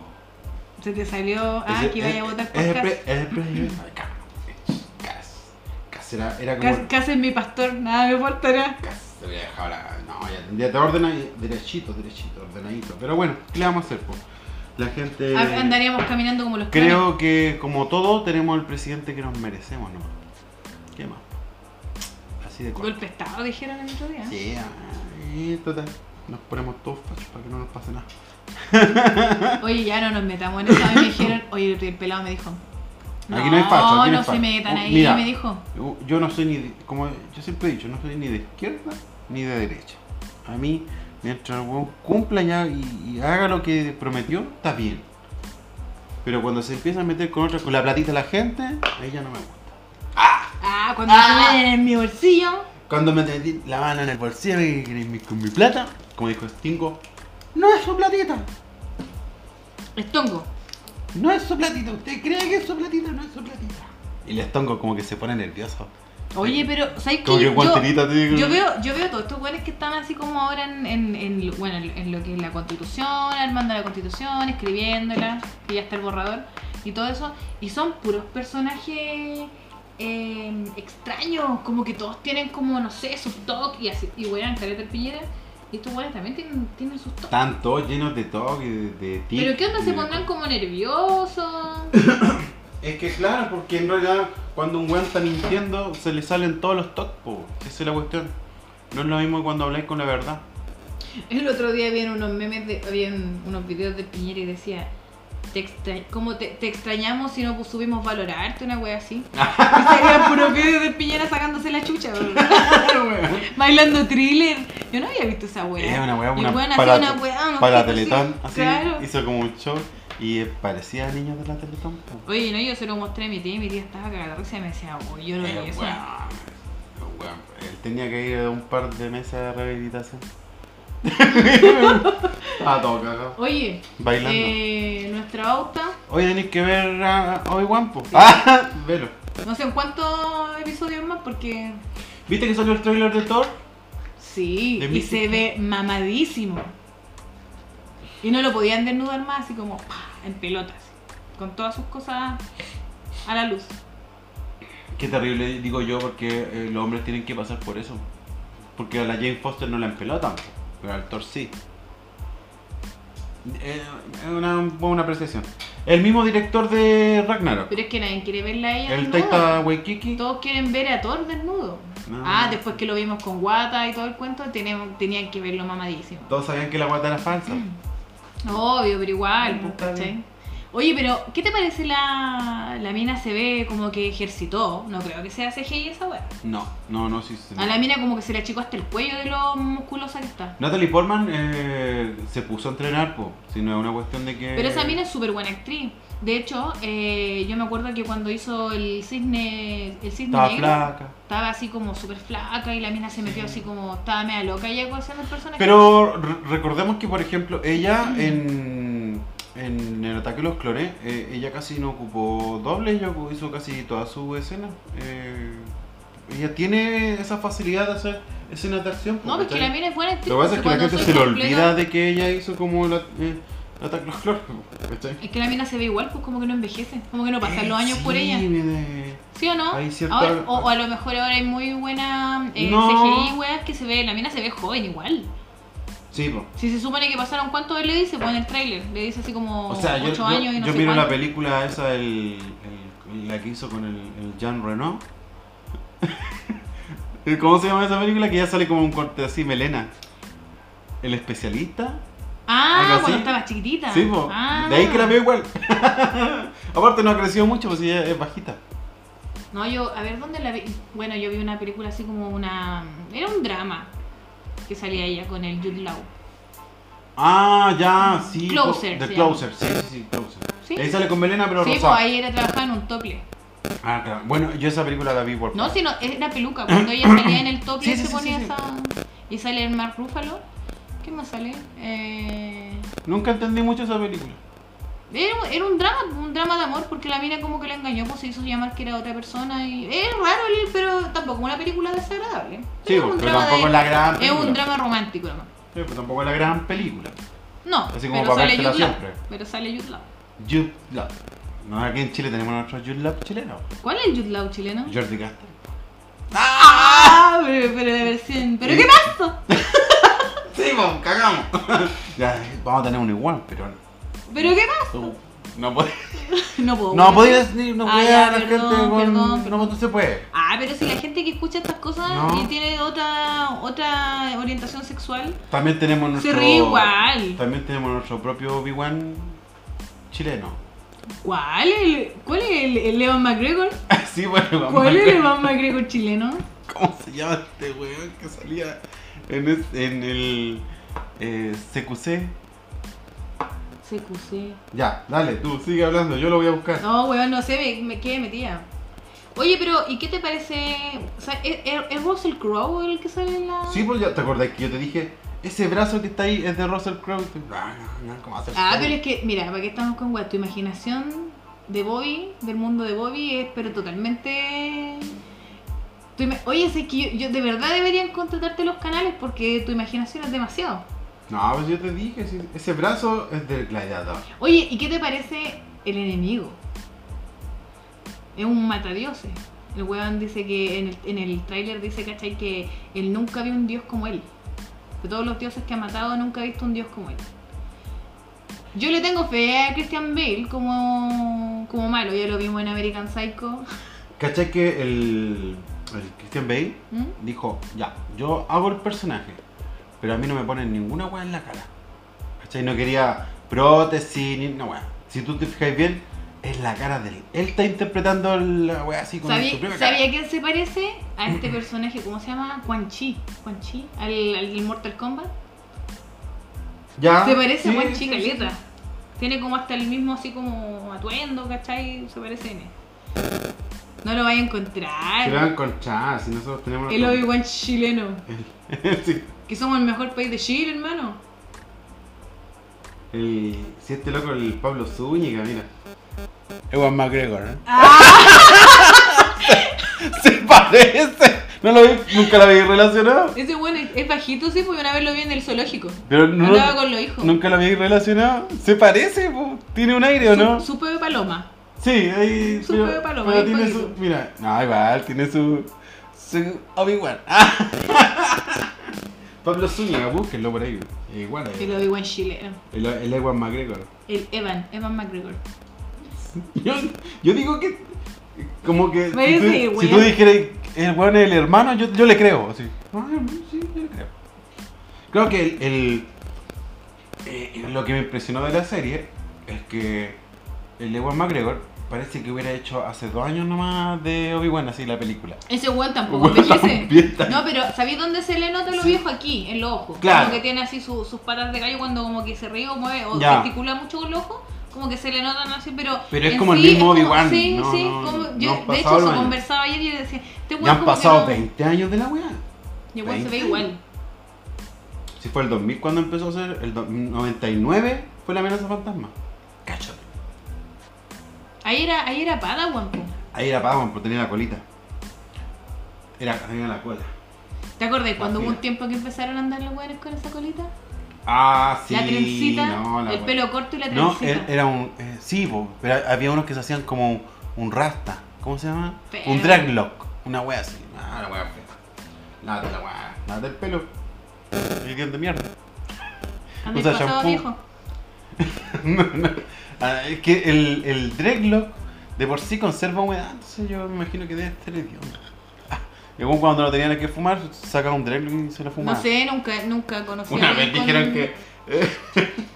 Speaker 2: Se te salió. Ah,
Speaker 1: Ese-
Speaker 2: que vaya a votar por
Speaker 1: Es el pre-
Speaker 2: Cas.
Speaker 1: es el presidente. Ay, cabrón. Cas. Cas era, era como.
Speaker 2: Cas. Cas es mi pastor, nada me importará.
Speaker 1: Cas, te voy a dejar la- No, ya tendría te ordena derechito, derechito, ordenadito. Pero bueno, ¿qué le vamos a hacer, po? La gente.
Speaker 2: Ah, Andaríamos caminando como los cráneos.
Speaker 1: Creo que, como todo, tenemos el presidente que nos merecemos, ¿no? ¿Qué más? Así de corto.
Speaker 2: Golpe ¿eh? de estado, dijeron el otro día.
Speaker 1: Sí, ay, total. Nos ponemos todos fachos para que no nos pase nada.
Speaker 2: Oye, ya no nos metamos en eso. A mí me dijeron, oye, el pelado me dijo.
Speaker 1: Aquí no hay facho, aquí no hay
Speaker 2: no se
Speaker 1: facho".
Speaker 2: metan
Speaker 1: Uh,
Speaker 2: ahí,
Speaker 1: mira.
Speaker 2: me dijo.
Speaker 1: Yo- Yo no soy ni, de- como yo siempre he dicho, no soy ni de izquierda ni de derecha. A mí, mientras el weón cumpla ya y, y haga lo que prometió, está bien. Pero cuando se empieza a meter con otra, con la platita de la gente, ahí ya no me gusta.
Speaker 2: Ah, cuando
Speaker 1: Ah.
Speaker 2: se meten en mi bolsillo.
Speaker 1: Cuando me metí la mano en el bolsillo y queréis mi- con mi plata, como dijo Stingo, no es su platita,
Speaker 2: Estongo.
Speaker 1: no es su platita. Usted cree que es su platita, no es su platita. Y el Stongo como que se pone nervioso.
Speaker 2: Oye, pero, ¿sabes qué?
Speaker 1: Como que
Speaker 2: Yo,
Speaker 1: guanterita, te digo.
Speaker 2: yo veo, yo veo todos estos güeyes que están así como ahora en, en, en- bueno, en lo que es la constitución, armando la constitución, escribiéndola, que ya está el borrador, y todo eso. Y son puros personajes eh, extraños, como que todos tienen como, no sé, sus toques y así, y weón, careta el piñera. Y estos güeyes también tienen, tienen sus toques.
Speaker 1: Están todos llenos de toque, de, de tics
Speaker 2: Pero ¿qué onda?
Speaker 1: y
Speaker 2: ¿Se
Speaker 1: de
Speaker 2: pondrán como nerviosos?
Speaker 1: Es que claro, porque en realidad cuando un weón está mintiendo se le salen todos los tocs, po. Esa es la cuestión. No es lo mismo que cuando habláis con la verdad.
Speaker 2: El otro día vi en unos memes, de, vi en unos videos de Piñera y decía, te extra- como te, te extrañamos si no subimos valorarte, una wea así. y serían puros videos de Piñera sacándose la chucha, weón. bailando thriller. Yo no había visto esa wea.
Speaker 1: Es una weá,
Speaker 2: Y
Speaker 1: una,
Speaker 2: el weón hacía
Speaker 1: para,
Speaker 2: una weá, unos
Speaker 1: para la
Speaker 2: gestos así,
Speaker 1: Teletón, así,
Speaker 2: claro.
Speaker 1: hizo como un show y eh, parecía niño de la Teletón. po.
Speaker 2: Oye, no, yo se lo mostré a mi tía y mi tía estaba cagada de risa y me decía, uy, yo no vi
Speaker 1: Eh,
Speaker 2: eso.
Speaker 1: weón, weón, Él tenía que ir a un par de mesas de rehabilitación. ah, todo cagado.
Speaker 2: Oye,
Speaker 1: Bailando.
Speaker 2: eh, nuestra auta,
Speaker 1: Hoy tenéis que ver a a Obi-Wan, po. Ah, velo.
Speaker 2: no sé en cuántos episodios más porque...
Speaker 1: ¿Viste que salió el trailer de Thor?
Speaker 2: Sí,
Speaker 1: De
Speaker 2: y
Speaker 1: Mystic.
Speaker 2: se ve mamadísimo. Y no lo podían desnudar más, así como ¡pah! en pelotas, con todas sus cosas a la luz.
Speaker 1: Qué terrible, digo yo, porque eh, los hombres tienen que pasar por eso. Porque a la Jane Foster no la empelotan, pero al Thor sí. Eh, Es una buena apreciación. El mismo director de Ragnarok,
Speaker 2: Pero es que nadie quiere verla a ella
Speaker 1: el
Speaker 2: desnuda.
Speaker 1: Taika Waikiki.
Speaker 2: Todos quieren ver a Thor desnudo.
Speaker 1: No.
Speaker 2: Ah, después que lo vimos con Guata y todo el cuento, tenían, tenían que verlo mamadísimo.
Speaker 1: Todos sabían que la guata era falsa.
Speaker 2: Mm. Obvio, pero igual,
Speaker 1: Ah,
Speaker 2: pues,
Speaker 1: está
Speaker 2: ¿cachai?
Speaker 1: bien.
Speaker 2: Oye, pero ¿qué te parece la, la mina se ve como que ejercitó? No creo que sea CGI esa weá.
Speaker 1: No, no, no, sí. sí.
Speaker 2: A la mina como que se le achicó hasta el cuello de lo musculosa que está.
Speaker 1: Natalie Portman eh, se puso a entrenar, po. Si no es una cuestión de que.
Speaker 2: Pero esa mina es súper buena actriz. De hecho, eh, yo me acuerdo que cuando hizo el cisne, el cisne
Speaker 1: estaba
Speaker 2: negro,
Speaker 1: flaca.
Speaker 2: estaba así como súper flaca y la mina se metió así como, estaba media loca y algo haciendo el personaje.
Speaker 1: Pero re- recordemos que, por ejemplo, ella en, en el ataque de los clones, eh, ella casi no ocupó doble, ella ocu- hizo casi toda su escena. Eh, ella tiene esa facilidad de hacer escenas de acción.
Speaker 2: no, pues que la
Speaker 1: ¿cachai?
Speaker 2: mina es buena actriz.
Speaker 1: Lo que pasa es que
Speaker 2: porque
Speaker 1: la gente se
Speaker 2: cuando
Speaker 1: le
Speaker 2: soy completa-
Speaker 1: olvida de que ella hizo como la, eh, el ataque de los clones. ¿cachai?
Speaker 2: Es que la mina se ve igual, pues como que no envejece, como que no pasan los años
Speaker 1: Sí,
Speaker 2: por ella.
Speaker 1: mire.
Speaker 2: ¿Sí o no?
Speaker 1: Hay cierta-
Speaker 2: Ahora- o, o a lo mejor ahora hay muy buena eh,
Speaker 1: No.
Speaker 2: CGI, weas, que se ve, la mina se ve joven igual.
Speaker 1: Sí, po.
Speaker 2: Si se supone que pasaron cuántos él le dice, pues en el trailer, le dice así como
Speaker 1: O sea, yo,
Speaker 2: 8
Speaker 1: yo,
Speaker 2: años y no
Speaker 1: yo
Speaker 2: sé
Speaker 1: miro
Speaker 2: cuánto.
Speaker 1: la película esa, el, el- la que hizo con el, el Jean Reno. Eh, ¿Cómo se llama esa película? Que ya sale como un corte así, melena. ¿El especialista?
Speaker 2: Ah,
Speaker 1: Algo
Speaker 2: cuando
Speaker 1: así.
Speaker 2: estaba chiquitita.
Speaker 1: Sí, po.
Speaker 2: Ah.
Speaker 1: De ahí que la veo igual. Aparte no ha crecido mucho, pues ella es bajita.
Speaker 2: No, yo, a ver, ¿dónde la vi? Bueno, yo vi una película así como una... Era un drama que salía ella con el Jude Law.
Speaker 1: Ah, ya, sí.
Speaker 2: Closer,
Speaker 1: De
Speaker 2: se
Speaker 1: Closer, sí, sí, sí, Closer.
Speaker 2: ¿Sí?
Speaker 1: Ahí sale con melena, pero
Speaker 2: sí, pues
Speaker 1: rosada.
Speaker 2: ahí era trabajaba en un tople.
Speaker 1: Ah, claro. Bueno, yo esa película la vi por...
Speaker 2: No, sino era peluca. Cuando ella salía en el tople
Speaker 1: Sí, sí,
Speaker 2: se
Speaker 1: sí,
Speaker 2: ponía
Speaker 1: sí, sí.
Speaker 2: esa... Y sale el Mark Ruffalo. ¿Qué más sale? Eh...
Speaker 1: Nunca entendí mucho esa película.
Speaker 2: Era, un- era un drama, un drama de amor, porque la mina como que la engañó, pues se hizo llamar que era otra persona y... Es raro, pero tampoco una película desagradable.
Speaker 1: Sí,
Speaker 2: es
Speaker 1: pues,
Speaker 2: un
Speaker 1: pero
Speaker 2: drama
Speaker 1: tampoco
Speaker 2: de-
Speaker 1: es la gran
Speaker 2: Es
Speaker 1: película.
Speaker 2: un drama romántico, nomás.
Speaker 1: Sí, pero Eh, pues tampoco es la gran película.
Speaker 2: No,
Speaker 1: Así como
Speaker 2: pero,
Speaker 1: para
Speaker 2: sale
Speaker 1: vértela
Speaker 2: Jude Law,
Speaker 1: siempre.
Speaker 2: pero sale Jude Law.
Speaker 1: Jude Law. No, aquí en Chile tenemos nuestro Jude Law chileno.
Speaker 2: ¿Cuál es el Jude Law chileno?
Speaker 1: Jordi Castro.
Speaker 2: ¡Ah! Pero, pero la versión... ¿Pero
Speaker 1: Sí.
Speaker 2: qué pasó?
Speaker 1: Sí, pues, cagamos. ya, vamos a tener uno igual, pero
Speaker 2: ¿Pero qué pasó?
Speaker 1: tú no puedes.
Speaker 2: No puedo.
Speaker 1: No
Speaker 2: weón.
Speaker 1: podías ni no
Speaker 2: Ah,
Speaker 1: podías
Speaker 2: ya,
Speaker 1: a la
Speaker 2: perdón,
Speaker 1: gente con.
Speaker 2: perdón,
Speaker 1: No,
Speaker 2: perdón.
Speaker 1: no se puede.
Speaker 2: Ah, pero si la gente que escucha estas cosas
Speaker 1: No.
Speaker 2: y tiene otra otra orientación sexual,
Speaker 1: También tenemos nuestro.
Speaker 2: ríe igual.
Speaker 1: También tenemos nuestro propio B1 chileno.
Speaker 2: ¿cuál es el, cuál es el, el Leon McGregor?
Speaker 1: sí, bueno, vamos a
Speaker 2: ¿Cuál es
Speaker 1: ver.
Speaker 2: el Leon McGregor chileno?
Speaker 1: ¿Cómo se llama este weón que salía en, es- en el eh, CQC?
Speaker 2: CQC.
Speaker 1: Ya, dale, tú sigue hablando, yo lo voy a buscar.
Speaker 2: pues No, weón, no sé, me, me quedé metida. Oye, pero ¿y qué te parece? O sea, ¿es, es- es Russell Crowe el que sale en la...?
Speaker 1: Sí, pues ya, ¿te acordás que yo te dije? Ese brazo que está ahí es de Russell Crowe. Y tú, "Ah, no, no, ¿cómo va a ser
Speaker 2: Ah,
Speaker 1: eso?".
Speaker 2: pero es que, mira, ¿para qué estamos con weón? Tu imaginación de Bobby, del mundo de Bobby, es pero totalmente... tu ima- Oye, sé que yo, yo- de verdad deberían contratarte los canales porque tu imaginación es demasiado.
Speaker 1: No, pues yo te dije, sí, ese brazo es del gladiador.
Speaker 2: Oye, ¿y qué te parece el enemigo? Es un matadioses. El weón dice que en el, en el tráiler dice, ¿cachai? Que él nunca vio un dios como él. De todos los dioses que ha matado, nunca ha visto un dios como él. Yo le tengo fe a Christian Bale como, como malo. Ya lo vimos en American Psycho.
Speaker 1: ¿Cachai que el, el Christian Bale
Speaker 2: ¿Mm?
Speaker 1: dijo, ya, yo hago el personaje, pero a mí no me ponen ninguna weá en la cara. ¿Cachai? No quería prótesis ni una weá. Si tú te fijáis bien, es la cara de él. Él está interpretando la weá así con
Speaker 2: ¿Sabía,
Speaker 1: su propia cara.
Speaker 2: ¿sabía quién se parece a este personaje? ¿Cómo se llama? Quan Chi. Quan Chi. Al, al del Mortal Kombat.
Speaker 1: ¿Ya?
Speaker 2: Se parece a
Speaker 1: Ah, sí,
Speaker 2: Juan
Speaker 1: sí,
Speaker 2: Chicaleta. Tiene como hasta el mismo así como atuendo, ¿cachai? Se parece en él. No lo vaya a
Speaker 1: sí. Se lo van a
Speaker 2: encontrar.
Speaker 1: encontrar, si nosotros tenemos...
Speaker 2: El Obi-Wan chileno.
Speaker 1: Eh. sí.
Speaker 2: Que somos el mejor país de Chile, hermano.
Speaker 1: El, si este loco, el Pablo Zúñiga, mira. Ewan McGregor, ¿eh? Se parece. No lo vi, nunca lo había relacionado.
Speaker 2: Ese bueno es, es bajito, sí, porque una vez lo vi en el zoológico.
Speaker 1: Pero no,
Speaker 2: Andaba con los hijos.
Speaker 1: nunca lo había relacionado. Se parece, po. tiene un aire o no.
Speaker 2: Su- Supe de paloma.
Speaker 1: Sí, ahí.
Speaker 2: Su
Speaker 1: pero-
Speaker 2: pelo de paloma,
Speaker 1: pero
Speaker 2: ahí
Speaker 1: tiene
Speaker 2: poquito.
Speaker 1: su. Mira, no, igual, tiene su. Su Obi-Wan. Ah. Pablo Zúñiga, búsquenlo por ahí. Igual,
Speaker 2: El
Speaker 1: ahí.
Speaker 2: Obi-Wan chileno.
Speaker 1: El, el Ewan McGregor.
Speaker 2: El Evan, Evan McGregor.
Speaker 1: Yo, yo digo que. Como que.
Speaker 2: Me
Speaker 1: Si tú,
Speaker 2: dice,
Speaker 1: si
Speaker 2: weón.
Speaker 1: tú dijeras el weón es el hermano, yo, yo le creo. Así. Ah, sí, yo le creo. Creo que el. el- eh, lo que me impresionó de la serie es que el Ewan McGregor parece que hubiera hecho hace dos años nomás de Obi-Wan, así la película.
Speaker 2: Ese weón tampoco
Speaker 1: Weón,
Speaker 2: envejece.
Speaker 1: también tan-
Speaker 2: No, pero ¿sabéis dónde se le nota lo
Speaker 1: Sí.
Speaker 2: viejo? Aquí, en los ojos.
Speaker 1: Claro.
Speaker 2: Como que tiene así su- sus patas de gallo cuando como que se ríe o mueve o
Speaker 1: Ya.
Speaker 2: gesticula mucho con los ojos. Como que se le notan así, pero.
Speaker 1: Pero es
Speaker 2: en
Speaker 1: como el mismo
Speaker 2: es como-
Speaker 1: Obi-Wan,
Speaker 2: Sí,
Speaker 1: no,
Speaker 2: sí.
Speaker 1: no,
Speaker 2: como-
Speaker 1: no
Speaker 2: yo-
Speaker 1: han
Speaker 2: de
Speaker 1: pasado
Speaker 2: hecho,
Speaker 1: los
Speaker 2: se
Speaker 1: años.
Speaker 2: conversaba ayer y yo decía: Este weón
Speaker 1: Ya han
Speaker 2: como que
Speaker 1: pasado
Speaker 2: no-
Speaker 1: 20 años de la weá.
Speaker 2: Y el weón se ve
Speaker 1: 20.
Speaker 2: igual.
Speaker 1: Si fue el 2000 cuando empezó a ser, el do- 99 fue la amenaza fantasma. Cáchate.
Speaker 2: Ahí era, ahí era Padawan, po.
Speaker 1: Ahí era Padawan, pero tenía la colita. Era, tenía la cola.
Speaker 2: ¿Te acordás cuando hubo
Speaker 1: Imagina.
Speaker 2: un tiempo que empezaron a andar los weones con esa colita?
Speaker 1: Ah, sí.
Speaker 2: la trencita,
Speaker 1: no, la
Speaker 2: el
Speaker 1: wea.
Speaker 2: pelo corto y la
Speaker 1: No,
Speaker 2: trencita.
Speaker 1: er- era un. eh, sí, po, pero había unos que se hacían como un, un rasta. ¿Cómo se llama?
Speaker 2: Pero-
Speaker 1: Un draglock. Una wea así. Ah, la wea fea. Lávate la wea. Lávate el pelo. Idiota de mierda.
Speaker 2: Anda,
Speaker 1: usa
Speaker 2: el pasado
Speaker 1: shampoo.
Speaker 2: viejo.
Speaker 1: No, no. Ah, es que el, el dreadlock de por sí conserva humedad, entonces yo me imagino que debe estar hediondo. Ah, y como cuando no tenían que fumar, sacan un dreadlock y se lo fuman.
Speaker 2: No sé, nunca, nunca conocí a
Speaker 1: Una
Speaker 2: alguien
Speaker 1: vez
Speaker 2: con-
Speaker 1: dijeron que. eh,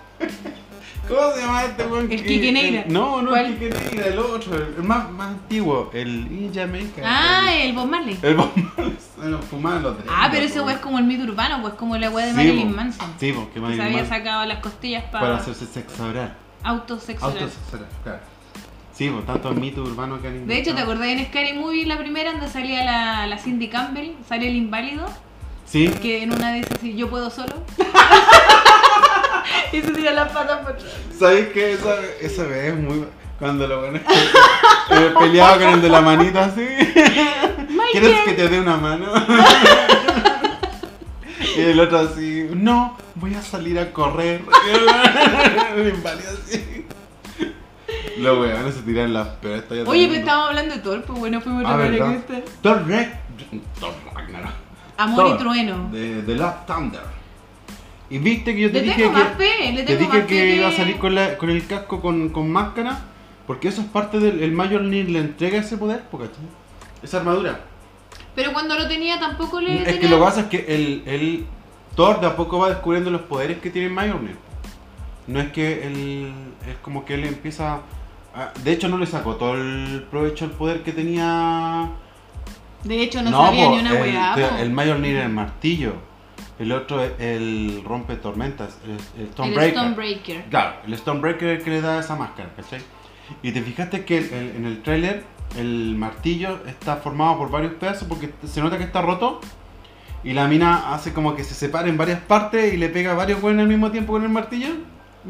Speaker 1: ¿Cómo se llama este weón?
Speaker 2: El
Speaker 1: que-
Speaker 2: Quique Neira.
Speaker 1: el- No, no, el
Speaker 2: ¿Cuál?
Speaker 1: Quique Neira, el otro, el, el más, más antiguo, el Inja Jamaica.
Speaker 2: Ah, el Bob Marley.
Speaker 1: E el Bob Marley, se lo fumaban los
Speaker 2: Ah,
Speaker 1: dreadlocks,
Speaker 2: pero ese weón es como el mito urbano, pues como la weá de
Speaker 1: Sí,
Speaker 2: Marilyn
Speaker 1: po.
Speaker 2: Manson.
Speaker 1: Sí, porque
Speaker 2: que se había
Speaker 1: Marilyn Manson,
Speaker 2: sacado las costillas para,
Speaker 1: para hacerse sexo oral.
Speaker 2: autosexual.
Speaker 1: Autosexual, claro. Sí, por tanto mitos urbanos que han
Speaker 2: De hecho, ¿te
Speaker 1: inventado.
Speaker 2: acordás en Scary Movie la primera donde salía la, la Cindy Campbell? Sale el inválido,
Speaker 1: Sí.
Speaker 2: que en una de esas dice, yo puedo solo. y se tira las patas por
Speaker 1: ¿Sabes qué? Esa, esa vez es muy. Cuando lo bueno es que eh, peleaba con el de la manita así. ¿Quieres que te dé una mano? y el otro así. No, voy a salir a correr. el inválido así. Los weones se tiran las peores tallas.
Speaker 2: Oye,
Speaker 1: del
Speaker 2: pero
Speaker 1: mundo.
Speaker 2: estábamos hablando de Thor, pues bueno, fuimos
Speaker 1: Ah,
Speaker 2: a ver
Speaker 1: ¿verdad?
Speaker 2: este.
Speaker 1: Thor Rag- Thor Ragnarok.
Speaker 2: Amor y
Speaker 1: Thor,
Speaker 2: trueno.
Speaker 1: De The Love Thunder. Y viste que yo te
Speaker 2: Le
Speaker 1: dije
Speaker 2: tengo
Speaker 1: que.
Speaker 2: más fe, le
Speaker 1: Te
Speaker 2: tengo más
Speaker 1: dije
Speaker 2: fe.
Speaker 1: que iba a salir con, la- con el casco con, con máscara, porque eso es parte del el Mjolnir le entrega ese poder, po, ¿cachai? Esa armadura.
Speaker 2: Pero cuando lo tenía tampoco le
Speaker 1: Es
Speaker 2: tenía...
Speaker 1: que lo que pasa es que el, el Thor de a poco va descubriendo los poderes que tiene Mjolnir. No es que él es como que él empieza a- de hecho no le sacó todo el provecho al poder que tenía
Speaker 2: De hecho, no, sabía
Speaker 1: po,
Speaker 2: ni una
Speaker 1: el,
Speaker 2: weá. po.
Speaker 1: El Mjolnir era el martillo. El otro es el rompe tormentas, el, el
Speaker 2: El
Speaker 1: Stormbreaker.
Speaker 2: Stonebreaker.
Speaker 1: Claro, el Stonebreaker que le da esa máscara, ¿cachai? Y te fijaste que el- el- en el tráiler el martillo está formado por varios pedazos porque se nota que está roto y la mina hace como que se separa en varias partes y le pega a varios buenos al mismo tiempo con el martillo.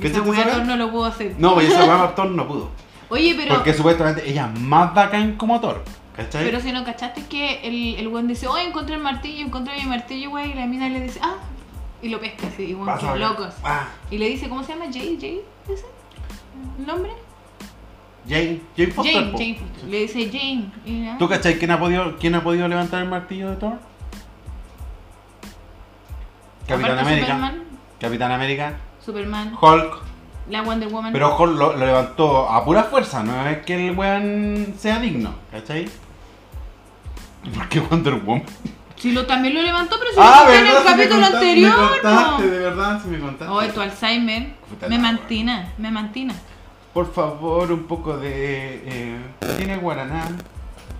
Speaker 1: ¿Qué
Speaker 2: Esa
Speaker 1: se te
Speaker 2: weá
Speaker 1: sabe?
Speaker 2: Thor no lo pudo hacer.
Speaker 1: No, pues esa weá Thor no pudo.
Speaker 2: Oye, pero...
Speaker 1: Porque supuestamente ella es más bacán como Thor, ¿cachai?
Speaker 2: Pero si no cachaste que el, el weón dice, oye, encontré el martillo, encontré mi martillo, güey, y la mina le dice, ah, y lo pesca así, y weón,
Speaker 1: Pasa
Speaker 2: qué
Speaker 1: acá.
Speaker 2: locos.
Speaker 1: Ah,
Speaker 2: Y le dice, ¿cómo se llama? Jay, Jay, ¿ese? ¿El nombre?
Speaker 1: Jane, Jane Foster.
Speaker 2: Jane,
Speaker 1: po.
Speaker 2: Jane. Foster. Le dice Jane. y, ah,
Speaker 1: ¿Tú cachai quién ha podido, quién ha podido levantar el martillo de Thor? Capitán
Speaker 2: aparte
Speaker 1: América.
Speaker 2: Superman,
Speaker 1: Capitán América,
Speaker 2: Superman,
Speaker 1: Hulk,
Speaker 2: la Wonder Woman.
Speaker 1: pero Hulk lo, lo levantó a pura fuerza, no es que el weón sea digno, ¿cachai? ¿Por qué Wonder Woman?
Speaker 2: Si lo también lo levantó, pero si
Speaker 1: Ah,
Speaker 2: lo dijiste en el capítulo anterior. po.
Speaker 1: de verdad, si me contaste.
Speaker 2: Oye, tu Alzheimer
Speaker 1: Puta
Speaker 2: me
Speaker 1: la
Speaker 2: mantina, me mantina.
Speaker 1: Por favor, un poco de... Eh, ¿Tiene guaraná?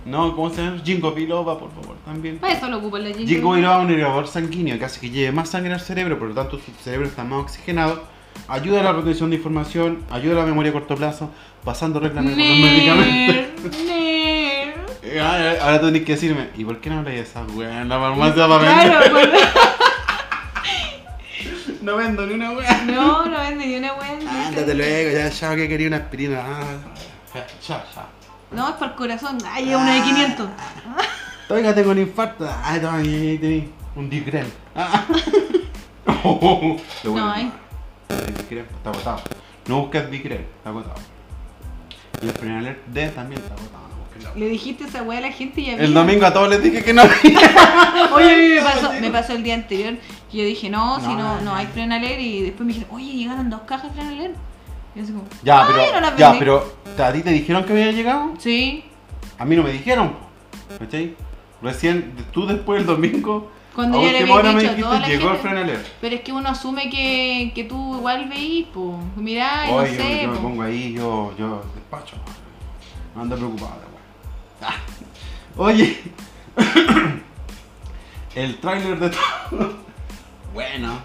Speaker 1: No, ¿cómo se llama? Jingo Biloba, por favor, también.
Speaker 2: Para eso lo ocupa la Jane.
Speaker 1: Jingo Biloba es un irrigador sanguíneo que hace que lleve más sangre al cerebro, por lo tanto su cerebro está más oxigenado. Ayuda a la retención de información, ayuda a la memoria a corto plazo, pasando reglas con los medicamentos.
Speaker 2: Ner, ner.
Speaker 1: Eh, ah, eh, Ahora tú tenés que decirme, ¿y por qué no habláis de esa weá en la farmacia para vender?
Speaker 2: Claro, pues,
Speaker 1: No vendo ni una weá.
Speaker 2: pues, no, no vende ni una buena.
Speaker 1: Ah, Ándate luego, ya, ya, que quería una aspirina. Ah, ya, ya, ya.
Speaker 2: No, es para el corazón. Ay, es una
Speaker 1: Ah,
Speaker 2: de 500.
Speaker 1: Oiga, tengo un infarto. Ah, toma, ahí, ahí tení un Digren. Ah. Lo bueno,
Speaker 2: No, hay.
Speaker 1: El Digren está agotado. No busques Digren, está agotado. Y el Prenalert D también está agotado. no busques la-
Speaker 2: Le dijiste esa weá a la gente y ya
Speaker 1: El
Speaker 2: vino.
Speaker 1: domingo a todos les dije que no había.
Speaker 2: Oye, a mí me pasó, me pasó el día anterior que yo dije, no, si
Speaker 1: No,
Speaker 2: no,
Speaker 1: no,
Speaker 2: no
Speaker 1: no.
Speaker 2: hay frenaler. Y después me dijeron, oye, llegaron dos cajas de frenaler. Y yo así como,
Speaker 1: Ya,
Speaker 2: "Ay, no
Speaker 1: pero,
Speaker 2: las
Speaker 1: ya,
Speaker 2: vendí".
Speaker 1: pero, ¿a ti te dijeron que había llegado?
Speaker 2: Sí,
Speaker 1: A mí no me dijeron, po, ¿cachai? Recién, de- tú después del domingo,
Speaker 2: cuando
Speaker 1: a
Speaker 2: ya le
Speaker 1: última hora
Speaker 2: había
Speaker 1: me
Speaker 2: dicho
Speaker 1: dijiste,
Speaker 2: a toda la
Speaker 1: llegó el
Speaker 2: gente.
Speaker 1: frenaler.
Speaker 2: Pero es que uno asume que, que tú igual veís, pues. Mirá, y no
Speaker 1: Oye, yo-
Speaker 2: sé.
Speaker 1: yo, me
Speaker 2: po.
Speaker 1: pongo ahí, yo, yo despacho. No anda preocupada, weón. Ah. Oye, el tráiler de todo. Bueno.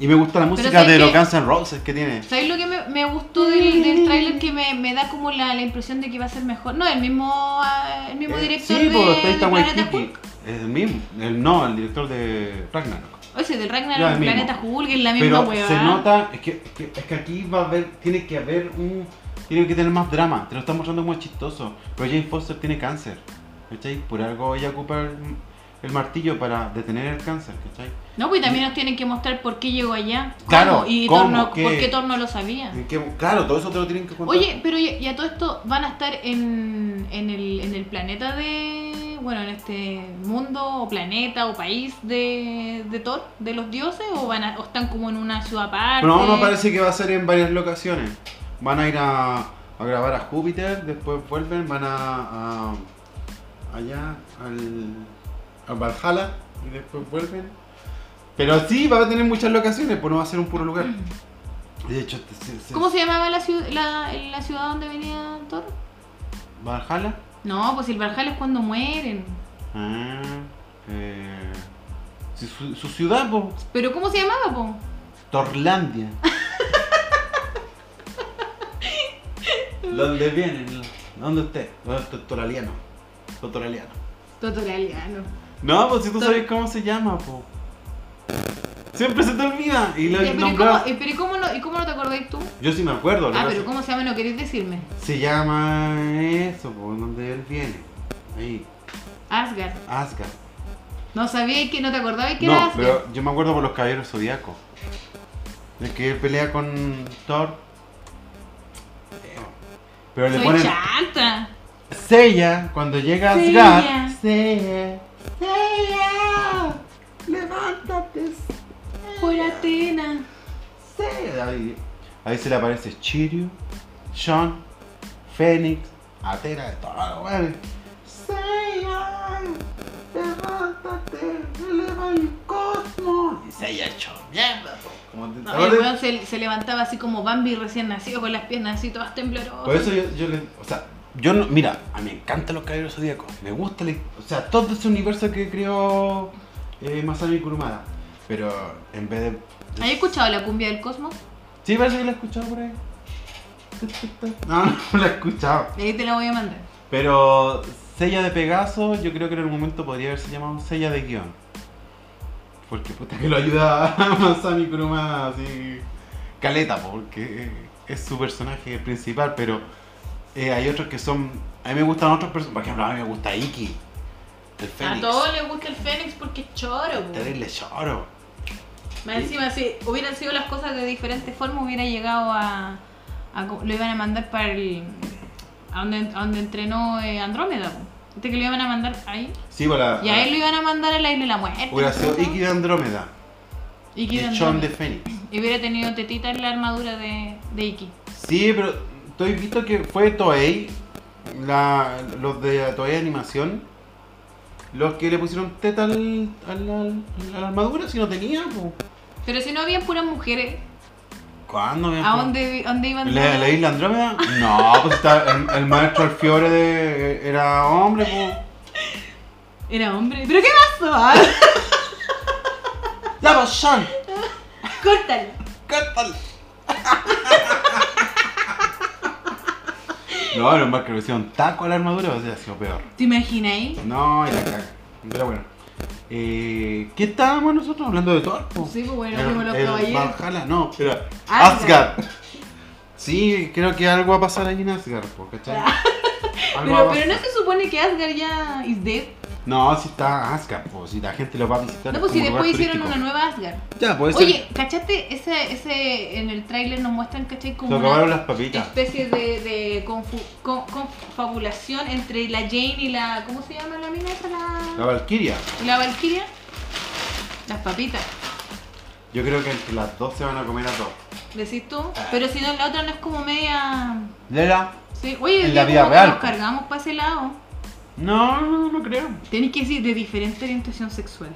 Speaker 1: Y me gusta la música
Speaker 2: ¿sabes
Speaker 1: de los
Speaker 2: qué?
Speaker 1: Guns N' Roses que tiene.
Speaker 2: ¿Sabes lo que me, me gustó del, del tráiler? Que me, me da como la, la impresión de que va a ser mejor. No, el mismo, ah, el mismo
Speaker 1: Eh,
Speaker 2: director
Speaker 1: sí,
Speaker 2: de,
Speaker 1: po, está
Speaker 2: de
Speaker 1: ahí está
Speaker 2: Planeta
Speaker 1: Waikiki.
Speaker 2: Hulk.
Speaker 1: Es el mismo. El, no, el director de Ragnarok.
Speaker 2: O sea, del
Speaker 1: Ya,
Speaker 2: Ragnarok,
Speaker 1: el mismo.
Speaker 2: Planeta Hulk, es la misma
Speaker 1: Pero
Speaker 2: hueá.
Speaker 1: se nota, es que, es que- es que aquí va a haber, tiene que haber un, tiene que tener más drama, te lo están mostrando como chistoso, pero Jane Foster tiene cáncer, ¿cachai? Por algo ella ocupa el, el martillo para detener el cáncer, ¿cachai?
Speaker 2: No, pues y también nos tienen que mostrar por qué llegó allá.
Speaker 1: Claro,
Speaker 2: ¿Cómo? Y
Speaker 1: ¿cómo?
Speaker 2: Torno-
Speaker 1: ¿Qué?
Speaker 2: por qué Torno lo sabía.
Speaker 1: En que- claro, todo eso te lo tienen que contar.
Speaker 2: Oye, pero y, y a todo esto van a estar en, en, el, en el planeta de. Bueno, en este mundo o planeta o país de, de Thor, de los dioses, o van a- o están como en una ciudad aparte.
Speaker 1: no, no parece que va a ser en varias locaciones, van a ir a, a grabar a Júpiter, después vuelven, van a, a- allá al, a Valhalla y después vuelven. Pero sí, va a tener muchas locaciones, pues no va a ser un puro lugar. De hecho, este- se- se-
Speaker 2: Mm. ¿Cómo se llamaba la, ciu- la, la ciudad donde venía Thor?
Speaker 1: Valhalla.
Speaker 2: No, pues el Valhalla es cuando mueren.
Speaker 1: Ah, eh, si su, su ciudad, po,
Speaker 2: ¿Pero cómo se llamaba, po?
Speaker 1: Torlandia. ¿Dónde vienen? ¿Dónde usted? ¿Dónde usted? Toraliano. Toraliano.
Speaker 2: Totoraliano.
Speaker 1: No, pues si tú
Speaker 2: Tor-
Speaker 1: sabes cómo se llama, po. Siempre se te olvida. Y la
Speaker 2: Ya, pero, ¿y cómo,
Speaker 1: nombraba-
Speaker 2: eh, pero ¿y cómo no, ¿y cómo no te acordáis tú?
Speaker 1: Yo sí me acuerdo. lo
Speaker 2: Ah,
Speaker 1: que
Speaker 2: pero
Speaker 1: pasa-
Speaker 2: ¿cómo se llama? ¿No queréis decirme?
Speaker 1: Se llama eso, por donde él viene. Ahí,
Speaker 2: Asgard.
Speaker 1: Asgard.
Speaker 2: No sabía y que no te acordabas que era
Speaker 1: No,
Speaker 2: Asgard.
Speaker 1: pero yo me acuerdo por los caballeros zodiacos. El que pelea con Thor. Pero le
Speaker 2: Soy
Speaker 1: ponen
Speaker 2: chanta.
Speaker 1: Sella cuando llega
Speaker 2: Sella.
Speaker 1: Asgard. Sella. Sella. Levántate.
Speaker 2: Por Atena.
Speaker 1: Sella. Ahí, ahí se le aparece Chirio, Sean, Fénix, Atena, de todos los weones. Sella. Levántate. Eleva el cosmos. Y Sella hecho mierda. po. Como te- ¿te
Speaker 2: No, el
Speaker 1: acuerdas?
Speaker 2: weón se, se levantaba así como Bambi recién nacido, con las piernas así todas temblorosas.
Speaker 1: Por eso yo, yo le. O sea, yo no. Mira, a mí me encantan los caballeros zodíacos. Me gusta. la- o sea, todo ese universo que creó eh, Masami Kurumada. Pero en vez de.
Speaker 2: ¿Has escuchado la cumbia del cosmos?
Speaker 1: Sí, parece que la he escuchado por ahí. No, no la he escuchado.
Speaker 2: De ahí te la voy a mandar.
Speaker 1: Pero. Sella de Pegaso, yo creo que en algún momento podría haberse llamado Sella de Guión. Porque puta que lo ayuda a Masami Kurumada así. Caleta, po, porque es su personaje principal, pero eh, hay otros que son. A mí me gustan otros personajes. Por ejemplo, a mí me gusta Iki. El
Speaker 2: A
Speaker 1: Fénix.
Speaker 2: todos les gusta el Fénix porque es choro. po.
Speaker 1: Terrible lloro.
Speaker 2: Más encima, si hubieran sido las cosas de diferente forma, hubiera llegado a. a co- lo iban a mandar para el. a donde, a donde entrenó eh, Andrómeda. po. Viste que lo iban a mandar ahí.
Speaker 1: Sí, pues para.
Speaker 2: Y a él lo iban a mandar a la isla de la muerte.
Speaker 1: Hubiera sido
Speaker 2: ¿no?
Speaker 1: Iki de Andrómeda.
Speaker 2: Iki
Speaker 1: Y
Speaker 2: de
Speaker 1: Sean
Speaker 2: Andrómeda.
Speaker 1: de Fénix.
Speaker 2: Y hubiera tenido tetita en la armadura de, de Iki.
Speaker 1: Sí, pero estoy visto que fue Toei, la, los de Toei Animación, los que le pusieron teta al, al- al- a la armadura si no tenía. po.
Speaker 2: Pero si no habían puras mujeres,
Speaker 1: ¿Cuándo?
Speaker 2: ¿a dónde, dónde iban?
Speaker 1: ¿La, la isla Andrómeda? No, pues está, el, el maestro Alfiore de- era hombre. po.
Speaker 2: Era hombre. ¿Pero qué pasó? Ah,
Speaker 1: ¡La pasión!
Speaker 2: Córtalo.
Speaker 1: pues, ¡Cántale! No, lo más que le pusieron taco a la armadura, o sea, ha sido peor.
Speaker 2: ¿Te imaginas ahí?
Speaker 1: No, y la caga. Pero bueno. Eh, ¿Qué estábamos nosotros hablando de Thor? po?
Speaker 2: Sí, pues bueno,
Speaker 1: El-
Speaker 2: como los
Speaker 1: el
Speaker 2: caballeros.
Speaker 1: Valhalla, no, pero
Speaker 2: Asgard.
Speaker 1: Asgard. Sí, creo que algo va a pasar ahí en Asgard, po, ¿cachai? Algo va a
Speaker 2: Ah. Pero, pero
Speaker 1: pasar.
Speaker 2: no se supone que Asgard ya is dead.
Speaker 1: no, si está Asgard, po, si la gente lo va a visitar.
Speaker 2: No, pues si
Speaker 1: como
Speaker 2: después
Speaker 1: lugar
Speaker 2: hicieron
Speaker 1: turístico.
Speaker 2: una nueva Asgard.
Speaker 1: Ya, pues eso-
Speaker 2: Oye, ¿cachaste? Ese, ese, en el tráiler nos muestran, ¿cachai?
Speaker 1: se
Speaker 2: Como
Speaker 1: acabaron
Speaker 2: una
Speaker 1: las papitas.
Speaker 2: especie de, de confu- con- confabulación entre la Jane y la... ¿Cómo se llama la mina esa?
Speaker 1: La
Speaker 2: La,
Speaker 1: Valkyria.
Speaker 2: la Valkyria. Las papitas,
Speaker 1: Yo creo que entre las dos se van a comer a todos.
Speaker 2: decís tú. Pero si no, la otra no es como media...
Speaker 1: Lela.
Speaker 2: Sí. Oye,
Speaker 1: En la
Speaker 2: ya
Speaker 1: vida
Speaker 2: como que
Speaker 1: real, pues.
Speaker 2: nos
Speaker 1: po.
Speaker 2: cargamos para ese lado.
Speaker 1: No, no, no creo.
Speaker 2: Tenés que decir de diferente orientación sexual.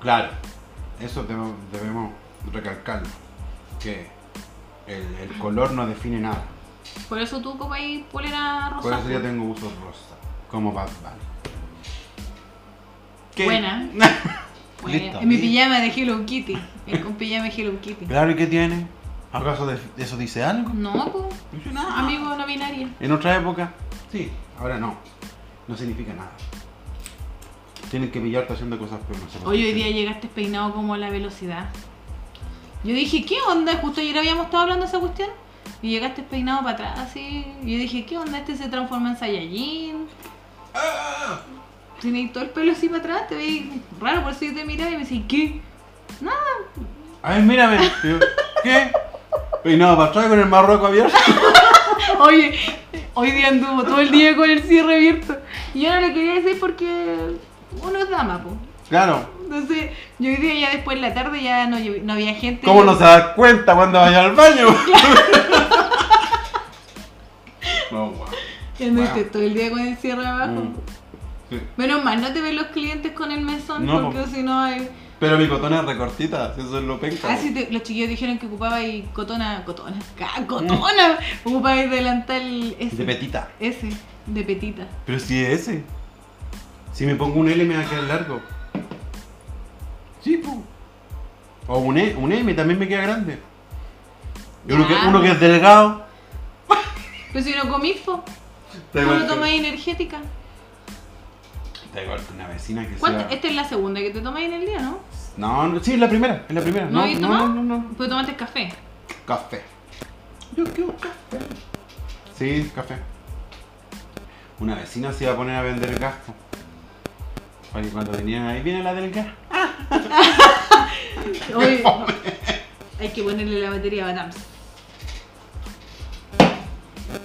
Speaker 1: Claro, eso debemos, debemos recalcarlo, que el, el color no define nada.
Speaker 2: Por eso tú como ahí polera
Speaker 1: Por
Speaker 2: rosada.
Speaker 1: eso yo tengo uso rosa, como Bad Bunny. ¿Qué?
Speaker 2: Buena. Bueno,
Speaker 1: Listo.
Speaker 2: en mi pijama de Hello Kitty. En con pijama de Hello Kitty.
Speaker 1: Claro, ¿y qué tiene? ¿Acaso de- eso dice algo?
Speaker 2: No, po.
Speaker 1: No dice nada.
Speaker 2: Amigo no binario.
Speaker 1: En otra época, sí, ahora no. No significa nada. Tienen que pillarte haciendo cosas pero no se
Speaker 2: Hoy hoy día llegaste peinado como a la velocidad. Yo dije, ¿qué onda? Justo ayer habíamos estado hablando de esa cuestión. Y llegaste peinado para atrás, así. Yo dije, ¿qué onda? Este se transforma en Saiyajin. Tiene todo el pelo así para atrás, te veis raro, por eso yo te miraba y me decís, ¿qué?
Speaker 1: A ver, mírame. Y yo, ¿Qué? Peinado para atrás con el marroco abierto.
Speaker 2: Oye, hoy día anduvo todo el día con el cierre abierto. Y yo no le quería decir porque uno es dama, po.
Speaker 1: Claro,
Speaker 2: Entonces, yo hoy día ya después en la tarde ya no, lle- no había gente.
Speaker 1: ¿Cómo no se va a dar cuenta cuando vaya al baño? No, guau.
Speaker 2: Ya anduviste
Speaker 1: Wow.
Speaker 2: todo el día con el cierre abajo.
Speaker 1: Mm. Sí.
Speaker 2: Menos mal, no te ven los clientes con el mesón
Speaker 1: No,
Speaker 2: porque
Speaker 1: po.
Speaker 2: si no hay...
Speaker 1: Pero mi cotona es recortita, si eso es lo penca.
Speaker 2: Ah, sí, te- los chiquillos dijeron que ocupaba y cotona, cotona, ca- cotona, ocupaba el delantal ese.
Speaker 1: Mm. De petita.
Speaker 2: Ese, de petita.
Speaker 1: Pero si es ese. Si me pongo un L me va a quedar largo. Sí, po. O un, e, un M también me queda grande. Y uno, que,
Speaker 2: Ya.
Speaker 1: uno que es delgado.
Speaker 2: Pero si no comís, po,
Speaker 1: Está
Speaker 2: ¿cómo
Speaker 1: igual
Speaker 2: no
Speaker 1: que-
Speaker 2: tomáis energética?
Speaker 1: está igual que una vecina que
Speaker 2: ¿Cuánto?
Speaker 1: sea...
Speaker 2: Esta es la segunda que te tomáis en el día, ¿no?
Speaker 1: No, no, sí, es la primera, es la primera.
Speaker 2: ¿No
Speaker 1: No,
Speaker 2: habéis
Speaker 1: no,
Speaker 2: tomado?
Speaker 1: no, no, no.
Speaker 2: Pero tomaste café.
Speaker 1: Café. Yo quiero café. Sí, café. Una vecina se iba a poner a vender gas. po. Porque cuando venía, ahí viene la del gas.
Speaker 2: Oye, hay que ponerle la batería a Batams.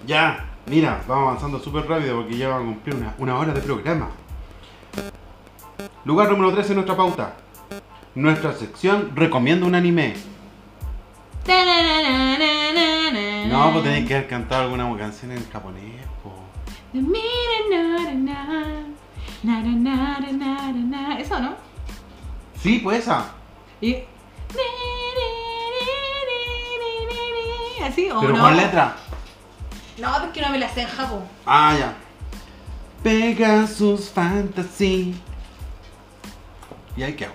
Speaker 1: Ya, mira, vamos avanzando súper rápido porque ya vamos a cumplir una, una hora de programa. Lugar número 13 en nuestra pauta. Nuestra sección recomienda un anime. No, pues tenéis que haber cantado alguna canción en japonés. po.
Speaker 2: Eso, ¿no?
Speaker 1: Sí, pues esa.
Speaker 2: Y... ¿Así o
Speaker 1: Pero
Speaker 2: no?
Speaker 1: con letra.
Speaker 2: No, porque no me la sé en Japón.
Speaker 1: Ah, ya. Pegasus Fantasy. Y ahí quedó.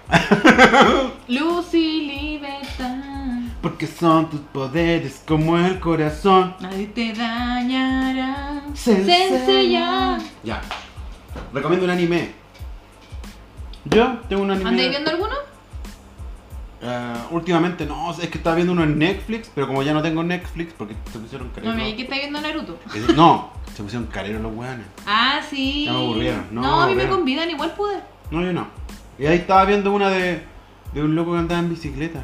Speaker 2: Luz y libertad.
Speaker 1: Porque son tus poderes como el corazón.
Speaker 2: Nadie te dañará.
Speaker 1: Sensei.
Speaker 2: Senseiya.
Speaker 1: Ya. Recomiendo un anime. Yo tengo un anime.
Speaker 2: ¿Andáis viendo alguno?
Speaker 1: Eh, últimamente no, es que estaba viendo uno en Netflix, pero como ya no tengo Netflix, porque se pusieron
Speaker 2: No,
Speaker 1: careros.
Speaker 2: me di que estáis viendo Naruto.
Speaker 1: Es- no, se pusieron careros los weones.
Speaker 2: Ah, sí.
Speaker 1: Ya me aburrieron. No,
Speaker 2: a mí me
Speaker 1: vean.
Speaker 2: convidan, igual pude.
Speaker 1: No, yo no. Y ahí estaba viendo una de, de un loco que andaba en bicicleta.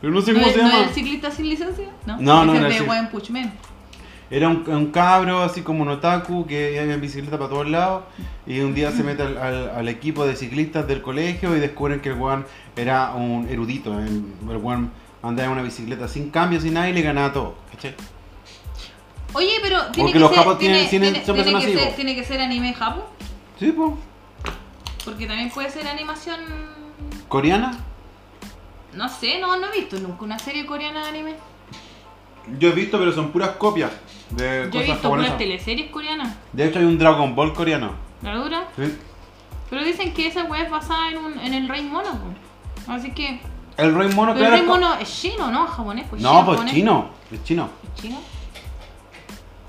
Speaker 1: Pero no sé
Speaker 2: ¿No,
Speaker 1: cómo
Speaker 2: es-
Speaker 1: se
Speaker 2: no
Speaker 1: llama.
Speaker 2: era el ciclista sin licencia? No,
Speaker 1: No, no
Speaker 2: Ese
Speaker 1: era
Speaker 2: es
Speaker 1: el
Speaker 2: de
Speaker 1: cicl-
Speaker 2: Juan Puchman.
Speaker 1: Era un, un cabro así como un otaku que iba en bicicleta para todos lados y un día se mete al, al- al equipo de ciclistas del colegio y descubren que el weón era un erudito. El, el weón andaba en una bicicleta sin cambio, sin nada y le ganaba todo. ¿Cachai?
Speaker 2: Oye, pero tiene
Speaker 1: Porque
Speaker 2: que
Speaker 1: los
Speaker 2: ser,
Speaker 1: japos tienen-
Speaker 2: tiene-
Speaker 1: tienen- son
Speaker 2: tiene- tiene
Speaker 1: personas
Speaker 2: que
Speaker 1: así,
Speaker 2: ser,
Speaker 1: po.
Speaker 2: tiene que ser anime japo,
Speaker 1: Sí, pues.
Speaker 2: porque también puede ser animación,
Speaker 1: ¿Coreana?
Speaker 2: no sé, no, no he visto nunca una serie coreana de anime.
Speaker 1: Yo he visto, pero son puras copias de
Speaker 2: Yo he
Speaker 1: cosas
Speaker 2: visto
Speaker 1: japonesas.
Speaker 2: unas teleseries coreanas,
Speaker 1: De hecho, hay un Dragon Ball coreano.
Speaker 2: la dura,
Speaker 1: ¿sí?
Speaker 2: pero dicen que esa weá es basada en, un, en el Rey Mono, po. así que,
Speaker 1: El Rey Mono,
Speaker 2: pero el
Speaker 1: claro.
Speaker 2: Rey
Speaker 1: es co-
Speaker 2: Mono es chino, ¿no? Japonés, pues
Speaker 1: No, pues
Speaker 2: japonés.
Speaker 1: chino. Es chino.
Speaker 2: ¿Es chino?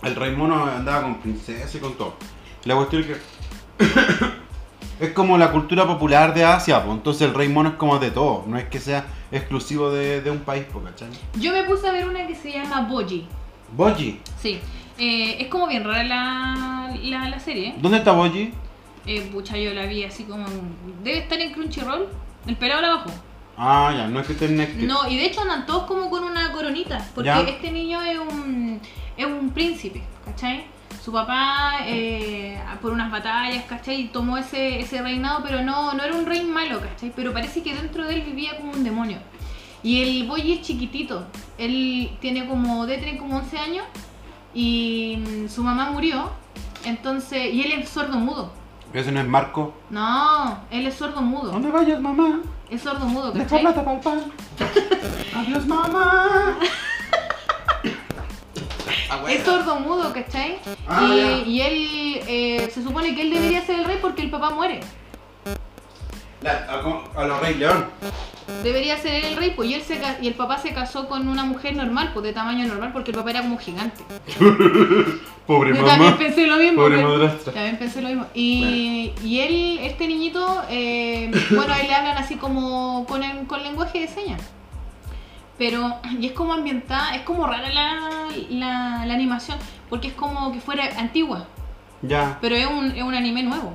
Speaker 1: El rey mono andaba con princesa y con todo. La cuestión es que. es como la cultura popular de Asia, pues entonces el rey mono es como de todo, no es que sea exclusivo de, de un país, pues, ¿cachai?
Speaker 2: Yo me puse a ver una que se llama Boji,
Speaker 1: Boji,
Speaker 2: sí, Eh, es como bien rara la, la, la serie,
Speaker 1: ¿dónde está Boji?
Speaker 2: eh, pucha, yo la vi así como, en- debe estar en Crunchyroll, el pelado la bajó.
Speaker 1: Ah, ya, no es que esté en Netflix.
Speaker 2: No, y de hecho andan todos como con una coronita, porque
Speaker 1: Ya.
Speaker 2: este niño es un, es un príncipe, ¿cachai? Su papá, eh, por unas batallas, ¿cachai? Tomó ese, ese reinado, pero no, no era un rey malo, ¿cachai? Pero parece que dentro de él vivía como un demonio. Y el boy es chiquitito, él tiene como, de tener como 11 años, y mm, su mamá murió, entonces, y él es sordo mudo.
Speaker 1: Ese no es Marco.
Speaker 2: No, él es sordo mudo,
Speaker 1: ¿Dónde vayas, mamá?
Speaker 2: es sordo mudo,
Speaker 1: Deja
Speaker 2: ¿cachai?
Speaker 1: plata para el pan. Adiós, mamá. Ah,
Speaker 2: Es sordo mudo, ¿cachai?
Speaker 1: Ah,
Speaker 2: y,
Speaker 1: ya.
Speaker 2: y él eh, se supone que él debería ser el rey porque el papá muere.
Speaker 1: La- a, como- a los rey león.
Speaker 2: Debería ser él el rey, pues y, él se, ca- y el papá se casó con una mujer normal, pues de tamaño normal, porque el papá era como gigante.
Speaker 1: Pobre
Speaker 2: Yo
Speaker 1: mamá.
Speaker 2: también pensé lo mismo.
Speaker 1: Pobre
Speaker 2: pero-
Speaker 1: madrastra.
Speaker 2: También pensé lo mismo. Y, y él, este niñito, eh, bueno, a él le hablan así como con, el- con lenguaje de señas. Pero, y es como ambientada, es como rara la, la, la animación, porque es como que fuera antigua.
Speaker 1: Ya.
Speaker 2: pero es un, es un anime nuevo.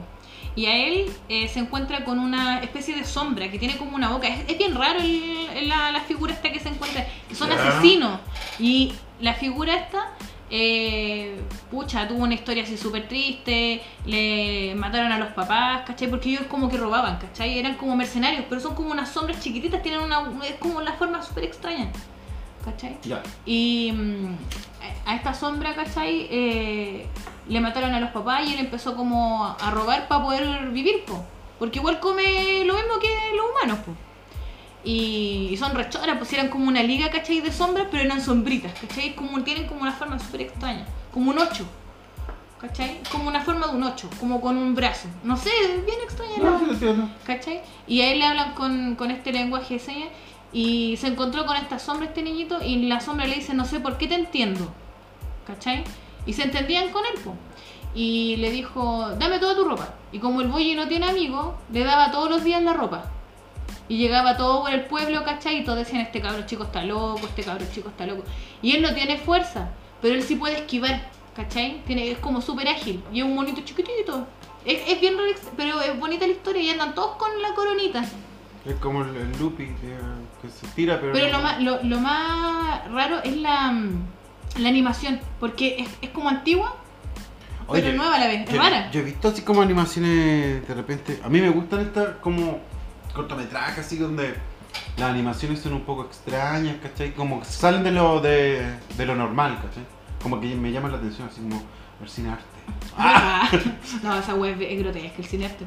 Speaker 2: Y a él eh, se encuentra con una especie de sombra que tiene como una boca. Es, es bien raro el- el- la, la figura esta que se encuentra, que son
Speaker 1: Ya.
Speaker 2: asesinos. Y la figura esta, eh, pucha, tuvo una historia así súper triste, le mataron a los papás, ¿cachai? Porque ellos como que robaban, ¿cachai? Eran como mercenarios, pero son como unas sombras chiquititas, tienen una, es como la forma súper extraña, ¿cachai?
Speaker 1: Ya.
Speaker 2: Y mm, a a esta sombra, ¿cachai? Eh, le mataron a los papás y él empezó como a robar para poder vivir, po. Porque igual come lo mismo que los humanos, po. Y, y son rechoras, pues eran como una liga, ¿cachai? De sombras, pero eran sombritas, ¿cachai? Como, tienen como una forma súper extraña, como un 8, ¿cachai? Como una forma de un 8, como con un brazo. No sé, bien extraña la-
Speaker 1: No, sí, sí, no.
Speaker 2: ¿cachai? Y a él le hablan con, con este lenguaje de señas y se encontró con esta sombra este niñito y la sombra le dice, no sé por qué te entiendo, ¿cachai? Y se entendían con él, po. Y le dijo, dame toda tu ropa. Y como el boy no tiene amigos, le daba todos los días la ropa. Y llegaba todo por el pueblo, ¿cachai? Y todos decían, este cabro chico está loco, este cabro chico está loco. Y él no tiene fuerza, pero él sí puede esquivar, ¿cachai? Tiene, es como súper ágil. Y es un monito chiquitito. Es, es bien relax, pero es bonita la historia y andan todos con la coronita.
Speaker 1: Es como el, el Lupi que, que se tira, pero.
Speaker 2: Pero
Speaker 1: no-
Speaker 2: lo más, lo, lo más raro es la, mm, la animación, porque es, es como antigua,
Speaker 1: Oye,
Speaker 2: pero nueva a la vez. Es
Speaker 1: yo,
Speaker 2: rara.
Speaker 1: yo he visto así como animaciones de repente. A mí me gustan estas como cortometrajes así donde las animaciones son un poco extrañas, ¿cachai? Como que salen de lo, de, de lo normal, ¿cachai? Como que me llaman la atención, así como ver sin arte. ¡Ah!
Speaker 2: No, esa web es grotesca, el cine arte.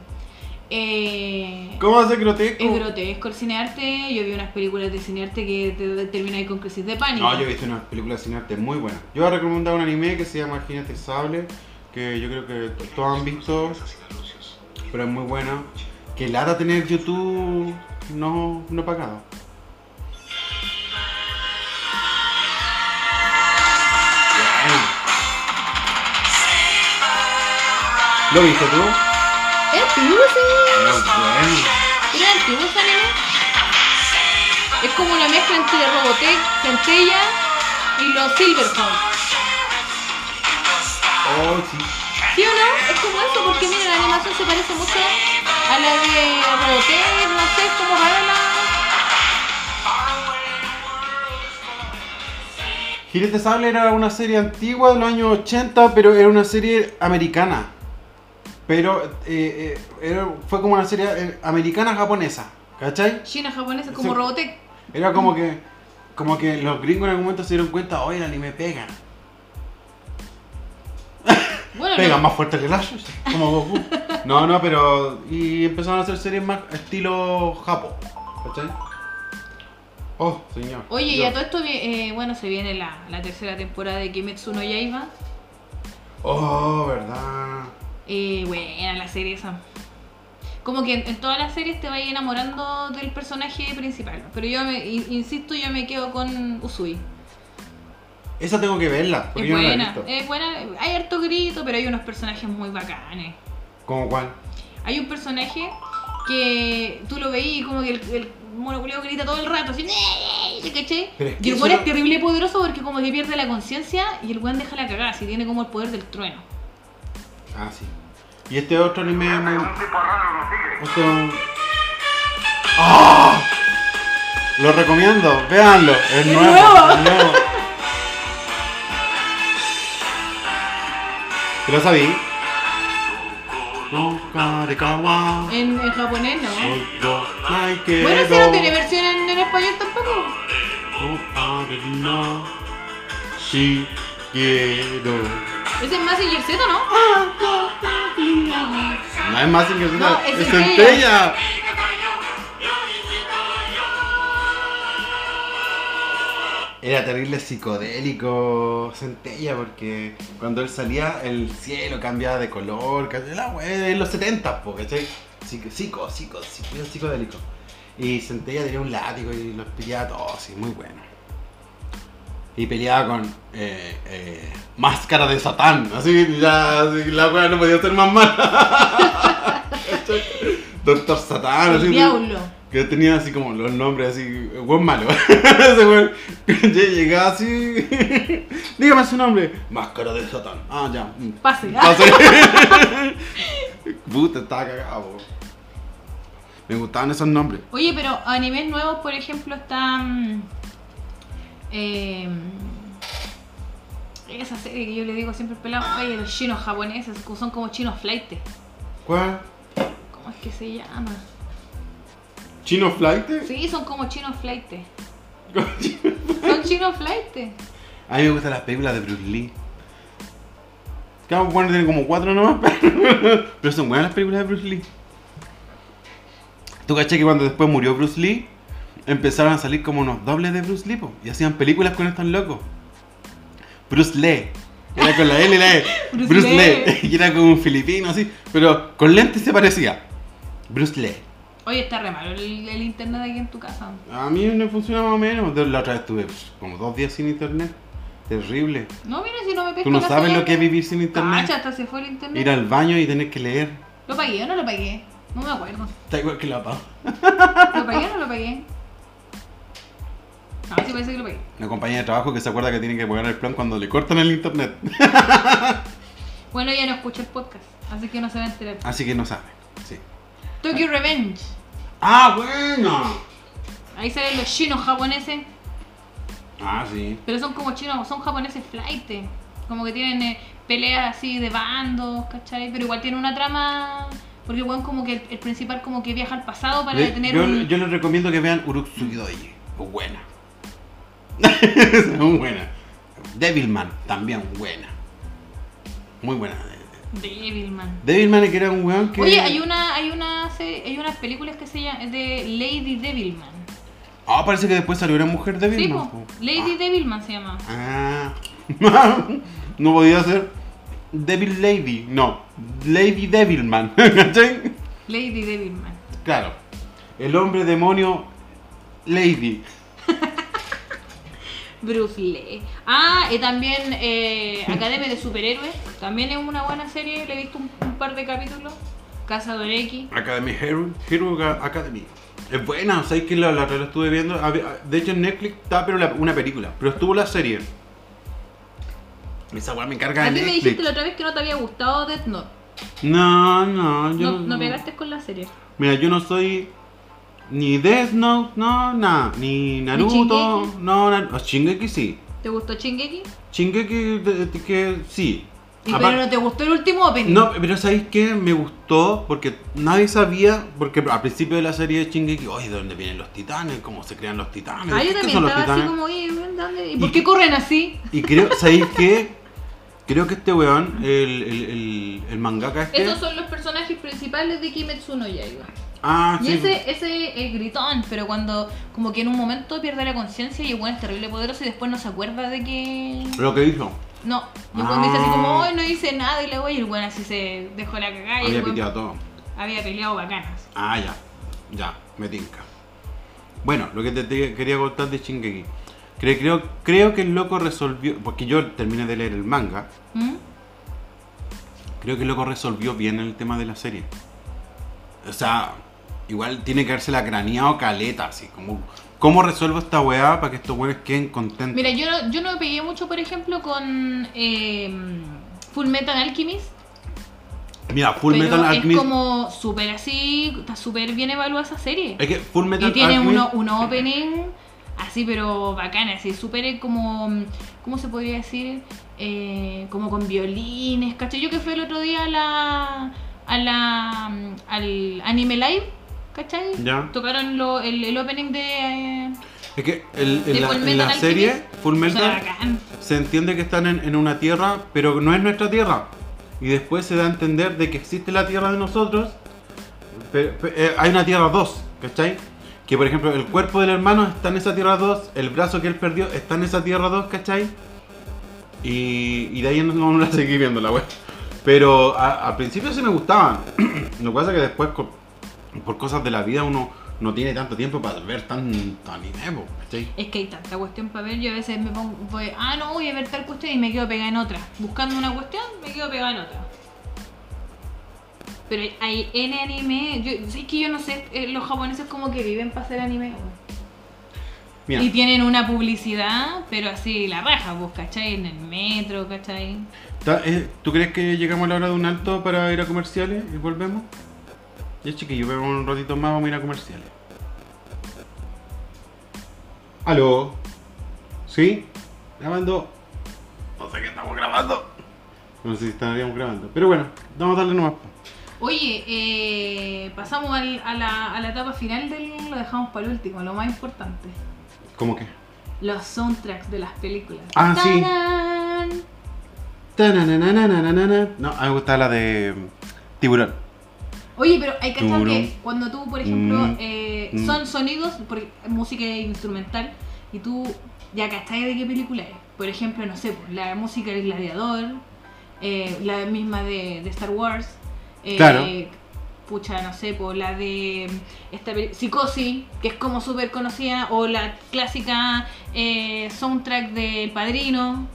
Speaker 2: Eh,
Speaker 1: ¿Cómo hace grotesco?
Speaker 2: es grotesco el cine arte. Yo vi unas películas de cine arte que te, te terminan con crisis de pánico.
Speaker 1: No, yo he visto unas películas sin arte muy buenas. Yo voy a recomendar un anime que se llama El Jinete Sable, que yo creo que to- todos han visto, pero es muy buena. Que lata tener YouTube no, no pagado. Bien. ¿Lo viste tú?
Speaker 2: ¡Es Pilusi!
Speaker 1: Muy bien.
Speaker 2: ¿Era antiguo ese anime? Es como una mezcla entre Robotech, Centella y los Silverhawks.
Speaker 1: Oh, sí.
Speaker 2: ¿Sí o no? Es como eso, porque mira, la animación se parece mucho a la de Robotech, no sé, es como rara la...
Speaker 1: Jinete Sable era una serie antigua de los años 80, pero era una serie americana. Pero eh, eh, era- fue como una serie eh, americana-japonesa, ¿cachai?
Speaker 2: China japonesa, como
Speaker 1: Sí.
Speaker 2: Robotech.
Speaker 1: Era como que, como que los gringos en algún momento se dieron cuenta, oye, el anime pega.
Speaker 2: Bueno,
Speaker 1: Pega
Speaker 2: no,
Speaker 1: más fuerte que el Ash, como Goku. No, no, pero... Y empezaron a hacer series más estilo japo, ¿cachai? Oh, señor.
Speaker 2: Oye, y
Speaker 1: Yo-
Speaker 2: a todo esto, vi- eh, bueno, se viene la, la tercera temporada de Kimetsu no Yaiba.
Speaker 1: Oh, verdad.
Speaker 2: Eh, buena la serie esa. Como que en, en todas las series te vas enamorando del personaje principal. Pero yo, me, in- insisto, yo me quedo con Usui.
Speaker 1: Esa tengo que verla, porque
Speaker 2: Es
Speaker 1: yo no la he
Speaker 2: buena,
Speaker 1: visto.
Speaker 2: es buena. Hay harto grito, pero hay unos personajes muy bacanes.
Speaker 1: ¿Cómo cuál?
Speaker 2: Hay un personaje que tú lo veís y como que el, el mono culiao grita todo el rato, así, "Nee", ¿cachai?
Speaker 1: Pero es que
Speaker 2: y el
Speaker 1: eso
Speaker 2: weón
Speaker 1: no-
Speaker 2: es terrible y poderoso porque como que pierde la conciencia y el weón deja la cagada, así tiene como el poder del trueno.
Speaker 1: Ah, sí. Y este otro anime muy... Este... ¡Ah! Lo recomiendo, véanlo. Es
Speaker 2: ¡Es
Speaker 1: nuevo.
Speaker 2: nuevo!
Speaker 1: es nuevo. ¿Te lo sabí? No, karekawa.
Speaker 2: En, en japonés, ¿no?
Speaker 1: Ogo, naikedo,
Speaker 2: Bueno, si no tiene versión en, en español tampoco.
Speaker 1: oarina, shigeru.
Speaker 2: Ese es más el Z, ¿no?
Speaker 1: No es más inglés,
Speaker 2: No, es
Speaker 1: es
Speaker 2: centella.
Speaker 1: centella. Era terrible psicodélico Centella porque cuando él salía el cielo cambiaba de color, ¿cachai? La wea en los 70, po, ¿cachai? Psico, psico, psico, psico- era psicodélico. Y Centella tenía un látigo y los pillaba todos, sí, muy bueno. Y peleaba con eh, eh, máscara de Satán, así ya así, la wea no podía ser más mala. ¿Cachai? Doctor Satán, así.
Speaker 2: el diablo.
Speaker 1: Que tenía así como los nombres así, buen malo. Ese weón ya llegaba así. Dígame su nombre. Máscara de Satán. Ah, ya. mm.
Speaker 2: Pase.
Speaker 1: Entonces. Puta, estaba cagado. po. Me gustaban esos nombres.
Speaker 2: Oye, pero animes nuevos, por ejemplo, mm, están. eh, esa serie que yo le digo siempre al pelado, oye, los chinos japoneses que son como chinos flight.
Speaker 1: ¿Cuál?
Speaker 2: ¿Cómo es que se llama?
Speaker 1: ¿Chino Flight?
Speaker 2: Sí, son como chinos flight. Son chinos flight.
Speaker 1: A mí me gustan las películas de Bruce Lee. Cada uno tiene como cuatro nomás, pero, pero son buenas las películas de Bruce Lee. ¿Tú caché que cuando después murió Bruce Lee, empezaron a salir como unos dobles de Bruce Lee po, y hacían películas con estos locos? Bruce Lee. Era con la L y la E.
Speaker 2: Bruce
Speaker 1: Bruce
Speaker 2: Lee.
Speaker 1: Lee. Y era como un filipino así, pero con lentes se parecía. Bruce Lee.
Speaker 2: Oye, está re malo el, el internet aquí en tu casa.
Speaker 1: A mí me funciona más o menos. De- La otra vez estuve pf, como dos días sin internet. Terrible.
Speaker 2: No, mira, si no me pesca
Speaker 1: Tú no
Speaker 2: la
Speaker 1: sabes
Speaker 2: señal.
Speaker 1: lo que es vivir sin internet.
Speaker 2: Cacha, hasta se fue el internet.
Speaker 1: Ir al baño y tener que leer.
Speaker 2: ¿Lo pagué o no lo pagué? No me acuerdo.
Speaker 1: Está igual que la pava.
Speaker 2: ¿Lo pagué o no lo pagué? No, sí parece que lo pagué.
Speaker 1: La compañía de trabajo que se acuerda que tiene que pagar el plan cuando le cortan el internet.
Speaker 2: Bueno, ya no escuché el podcast, así que no se va a enterar.
Speaker 1: Así que no saben. Sí.
Speaker 2: Tokyo Revenge.
Speaker 1: ¡Ah, bueno!
Speaker 2: Ahí salen los chinos japoneses,
Speaker 1: Ah, sí.
Speaker 2: pero son como chinos, son japoneses flight. Como que tienen eh, peleas así de bandos, ¿cachai? Pero igual tiene una trama. Porque, bueno, como que el, el principal como que viaja al pasado para
Speaker 1: Le-
Speaker 2: detener
Speaker 1: Eh, yo,
Speaker 2: un...
Speaker 1: yo les recomiendo que vean Uruksugidoye. Es buena. es muy buena. Devilman, también buena. Muy buena.
Speaker 2: Devilman.
Speaker 1: Devilman es que era un weón que.
Speaker 2: Oye, hay una, hay una, se- hay unas películas que se llaman de Lady Devilman.
Speaker 1: Ah, parece que después salió una mujer
Speaker 2: Sí,
Speaker 1: Devilman.
Speaker 2: po.
Speaker 1: po.
Speaker 2: Lady Devilman se llama.
Speaker 1: Ah. Ah. no podía ser Devil Lady. No. Lady Devilman. ¿Cachai?
Speaker 2: Lady Devilman.
Speaker 1: Claro. El hombre demonio Lady.
Speaker 2: Bruce Lee. Ah, y también eh, Academia de Superhéroes. También es una buena serie. Le he visto un, un par de capítulos. Cazador X.
Speaker 1: Academy Hero, Hero Ga- Academy. Es buena, sabéis que la, la otra la estuve viendo. Hab- De hecho, en Netflix está pero la- una película, pero estuvo la serie. Esa weá me encarga de
Speaker 2: A ti me dijiste
Speaker 1: Netflix.
Speaker 2: la otra vez que no te había gustado Death Note.
Speaker 1: No, no, yo
Speaker 2: No, no pegaste con la serie.
Speaker 1: Mira, yo no soy ni Death Note, no, nada, ni Naruto,
Speaker 2: Shingeki?
Speaker 1: no, na- oh, Shingeki sí.
Speaker 2: ¿Te gustó Chingeki?
Speaker 1: Shingeki de- de- que sí.
Speaker 2: Y
Speaker 1: Apar-
Speaker 2: pero no te gustó el último opening.
Speaker 1: No, pero ¿sabéis qué? Me gustó porque nadie sabía, porque al principio de la serie de Shingeki, oye, ¿de dónde vienen los titanes? ¿Cómo se crean los titanes?
Speaker 2: Ah,
Speaker 1: ¿Qué
Speaker 2: yo también
Speaker 1: son los
Speaker 2: estaba así
Speaker 1: titanes?
Speaker 2: como, "Oye, ¿dónde- ¿y
Speaker 1: Y
Speaker 2: por qué
Speaker 1: que-
Speaker 2: corren así?
Speaker 1: Y creo, ¿sabéis qué? Creo que este weón, el, el, el, el mangaka este...
Speaker 2: Esos son los personajes principales de Kimetsu no Yaiba.
Speaker 1: Ah,
Speaker 2: Y
Speaker 1: sí.
Speaker 2: ese, ese es gritón, pero cuando como que en un momento pierde la conciencia y bueno, es terrible poderoso y después no se acuerda de que...
Speaker 1: Lo que hizo.
Speaker 2: No, y
Speaker 1: Ah.
Speaker 2: cuando dice así como, hoy no hice nada y la wey, y el weón así se dejó la cagada y el
Speaker 1: Había
Speaker 2: weón
Speaker 1: piteado todo.
Speaker 2: había peleado bacanas.
Speaker 1: Ah, ya. Ya, me tinca. Bueno, lo que te, te quería contar de Shingeki. Creo, creo, creo que el loco resolvió... Porque yo terminé de leer el manga.
Speaker 2: ¿Mm?
Speaker 1: Creo que el loco resolvió bien el tema de la serie. O sea, igual tiene que haberse la craneado caleta, así como. ¿Cómo resuelvo esta weá para que estos weones queden contentos?
Speaker 2: Mira, yo no, yo no me pegué mucho, por ejemplo, con eh, Full Metal Alchemist.
Speaker 1: Mira, Full
Speaker 2: pero
Speaker 1: Metal Alchemist.
Speaker 2: Es como súper así, está súper bien evaluada esa serie.
Speaker 1: Es que Full Metal
Speaker 2: Y tiene
Speaker 1: Alchemist.
Speaker 2: uno, uno opening así, pero bacana, así, súper eh, como, ¿cómo se podría decir? Eh, como con violines, ¿cachai? Yo que fui el otro día a la, a la, mm, al Anime Live, ¿cachai?
Speaker 1: Ya.
Speaker 2: Tocaron lo- el, el opening de... eh,
Speaker 1: Es que el-
Speaker 2: de
Speaker 1: en la,
Speaker 2: Full
Speaker 1: en
Speaker 2: Metal
Speaker 1: la serie,
Speaker 2: Alchemist.
Speaker 1: Full
Speaker 2: suena
Speaker 1: Metal,
Speaker 2: bacán.
Speaker 1: se entiende que están en, en una tierra, pero no es nuestra tierra. Y después se da a entender de que existe la tierra de nosotros, pero, pero, eh, hay una tierra 2, ¿cachai? Que por ejemplo el cuerpo del hermano está en esa tierra 2, el brazo que él perdió está en esa tierra 2, ¿cachai? Y, y de ahí no, no la seguí viendo la web. Pero a- al principio sí me gustaban. Lo que pasa es que después, co- por cosas de la vida, uno no tiene tanto tiempo para ver tanto anime, po, ¿cachai?
Speaker 2: Es que hay tanta cuestión para ver, yo a veces me pongo, voy, ah, no, voy a ver tal cuestión y me quedo pegada en otra. Buscando una cuestión, me quedo pegada en otra. Pero hay- hay N anime, yo, es que yo no sé, eh, los japoneses como que viven para hacer anime. weón.
Speaker 1: Mira.
Speaker 2: Y tienen una publicidad, pero así la raja, vos, ¿cachai? En el metro, ¿cachai?
Speaker 1: Ta- eh, ¿Tú crees que llegamos a la hora de un alto para ir a comerciales y volvemos? Ya chiquillo, pero un ratito más vamos a ir a comerciales. ¿Aló? ¿Sí? ¿Grabando? No sé qué estamos grabando. No sé si estaríamos grabando. Pero bueno, vamos a darle nomás. po.
Speaker 2: Oye, eh, pasamos al- a, la, a la etapa final del, lo dejamos para el último, lo más importante.
Speaker 1: ¿Cómo que?
Speaker 2: Los soundtracks de las películas.
Speaker 1: Ah, sí.
Speaker 2: ¡Tarán!
Speaker 1: Tananananananana. No, a mí me gusta la de mm, Tiburón.
Speaker 2: Oye, pero hay que
Speaker 1: Turum.
Speaker 2: que cuando tú, por ejemplo,
Speaker 1: Mm.
Speaker 2: eh,
Speaker 1: Mm.
Speaker 2: son sonidos, porque música es instrumental, y tú ya cachai de qué película es. Por ejemplo, no sé, pues, la música del gladiador, eh, la misma de, de Star Wars. eh,
Speaker 1: Claro.
Speaker 2: Pucha, no sé, pues, la de esta peli- Psicosis, que es como súper conocida, o la clásica eh, soundtrack del Padrino.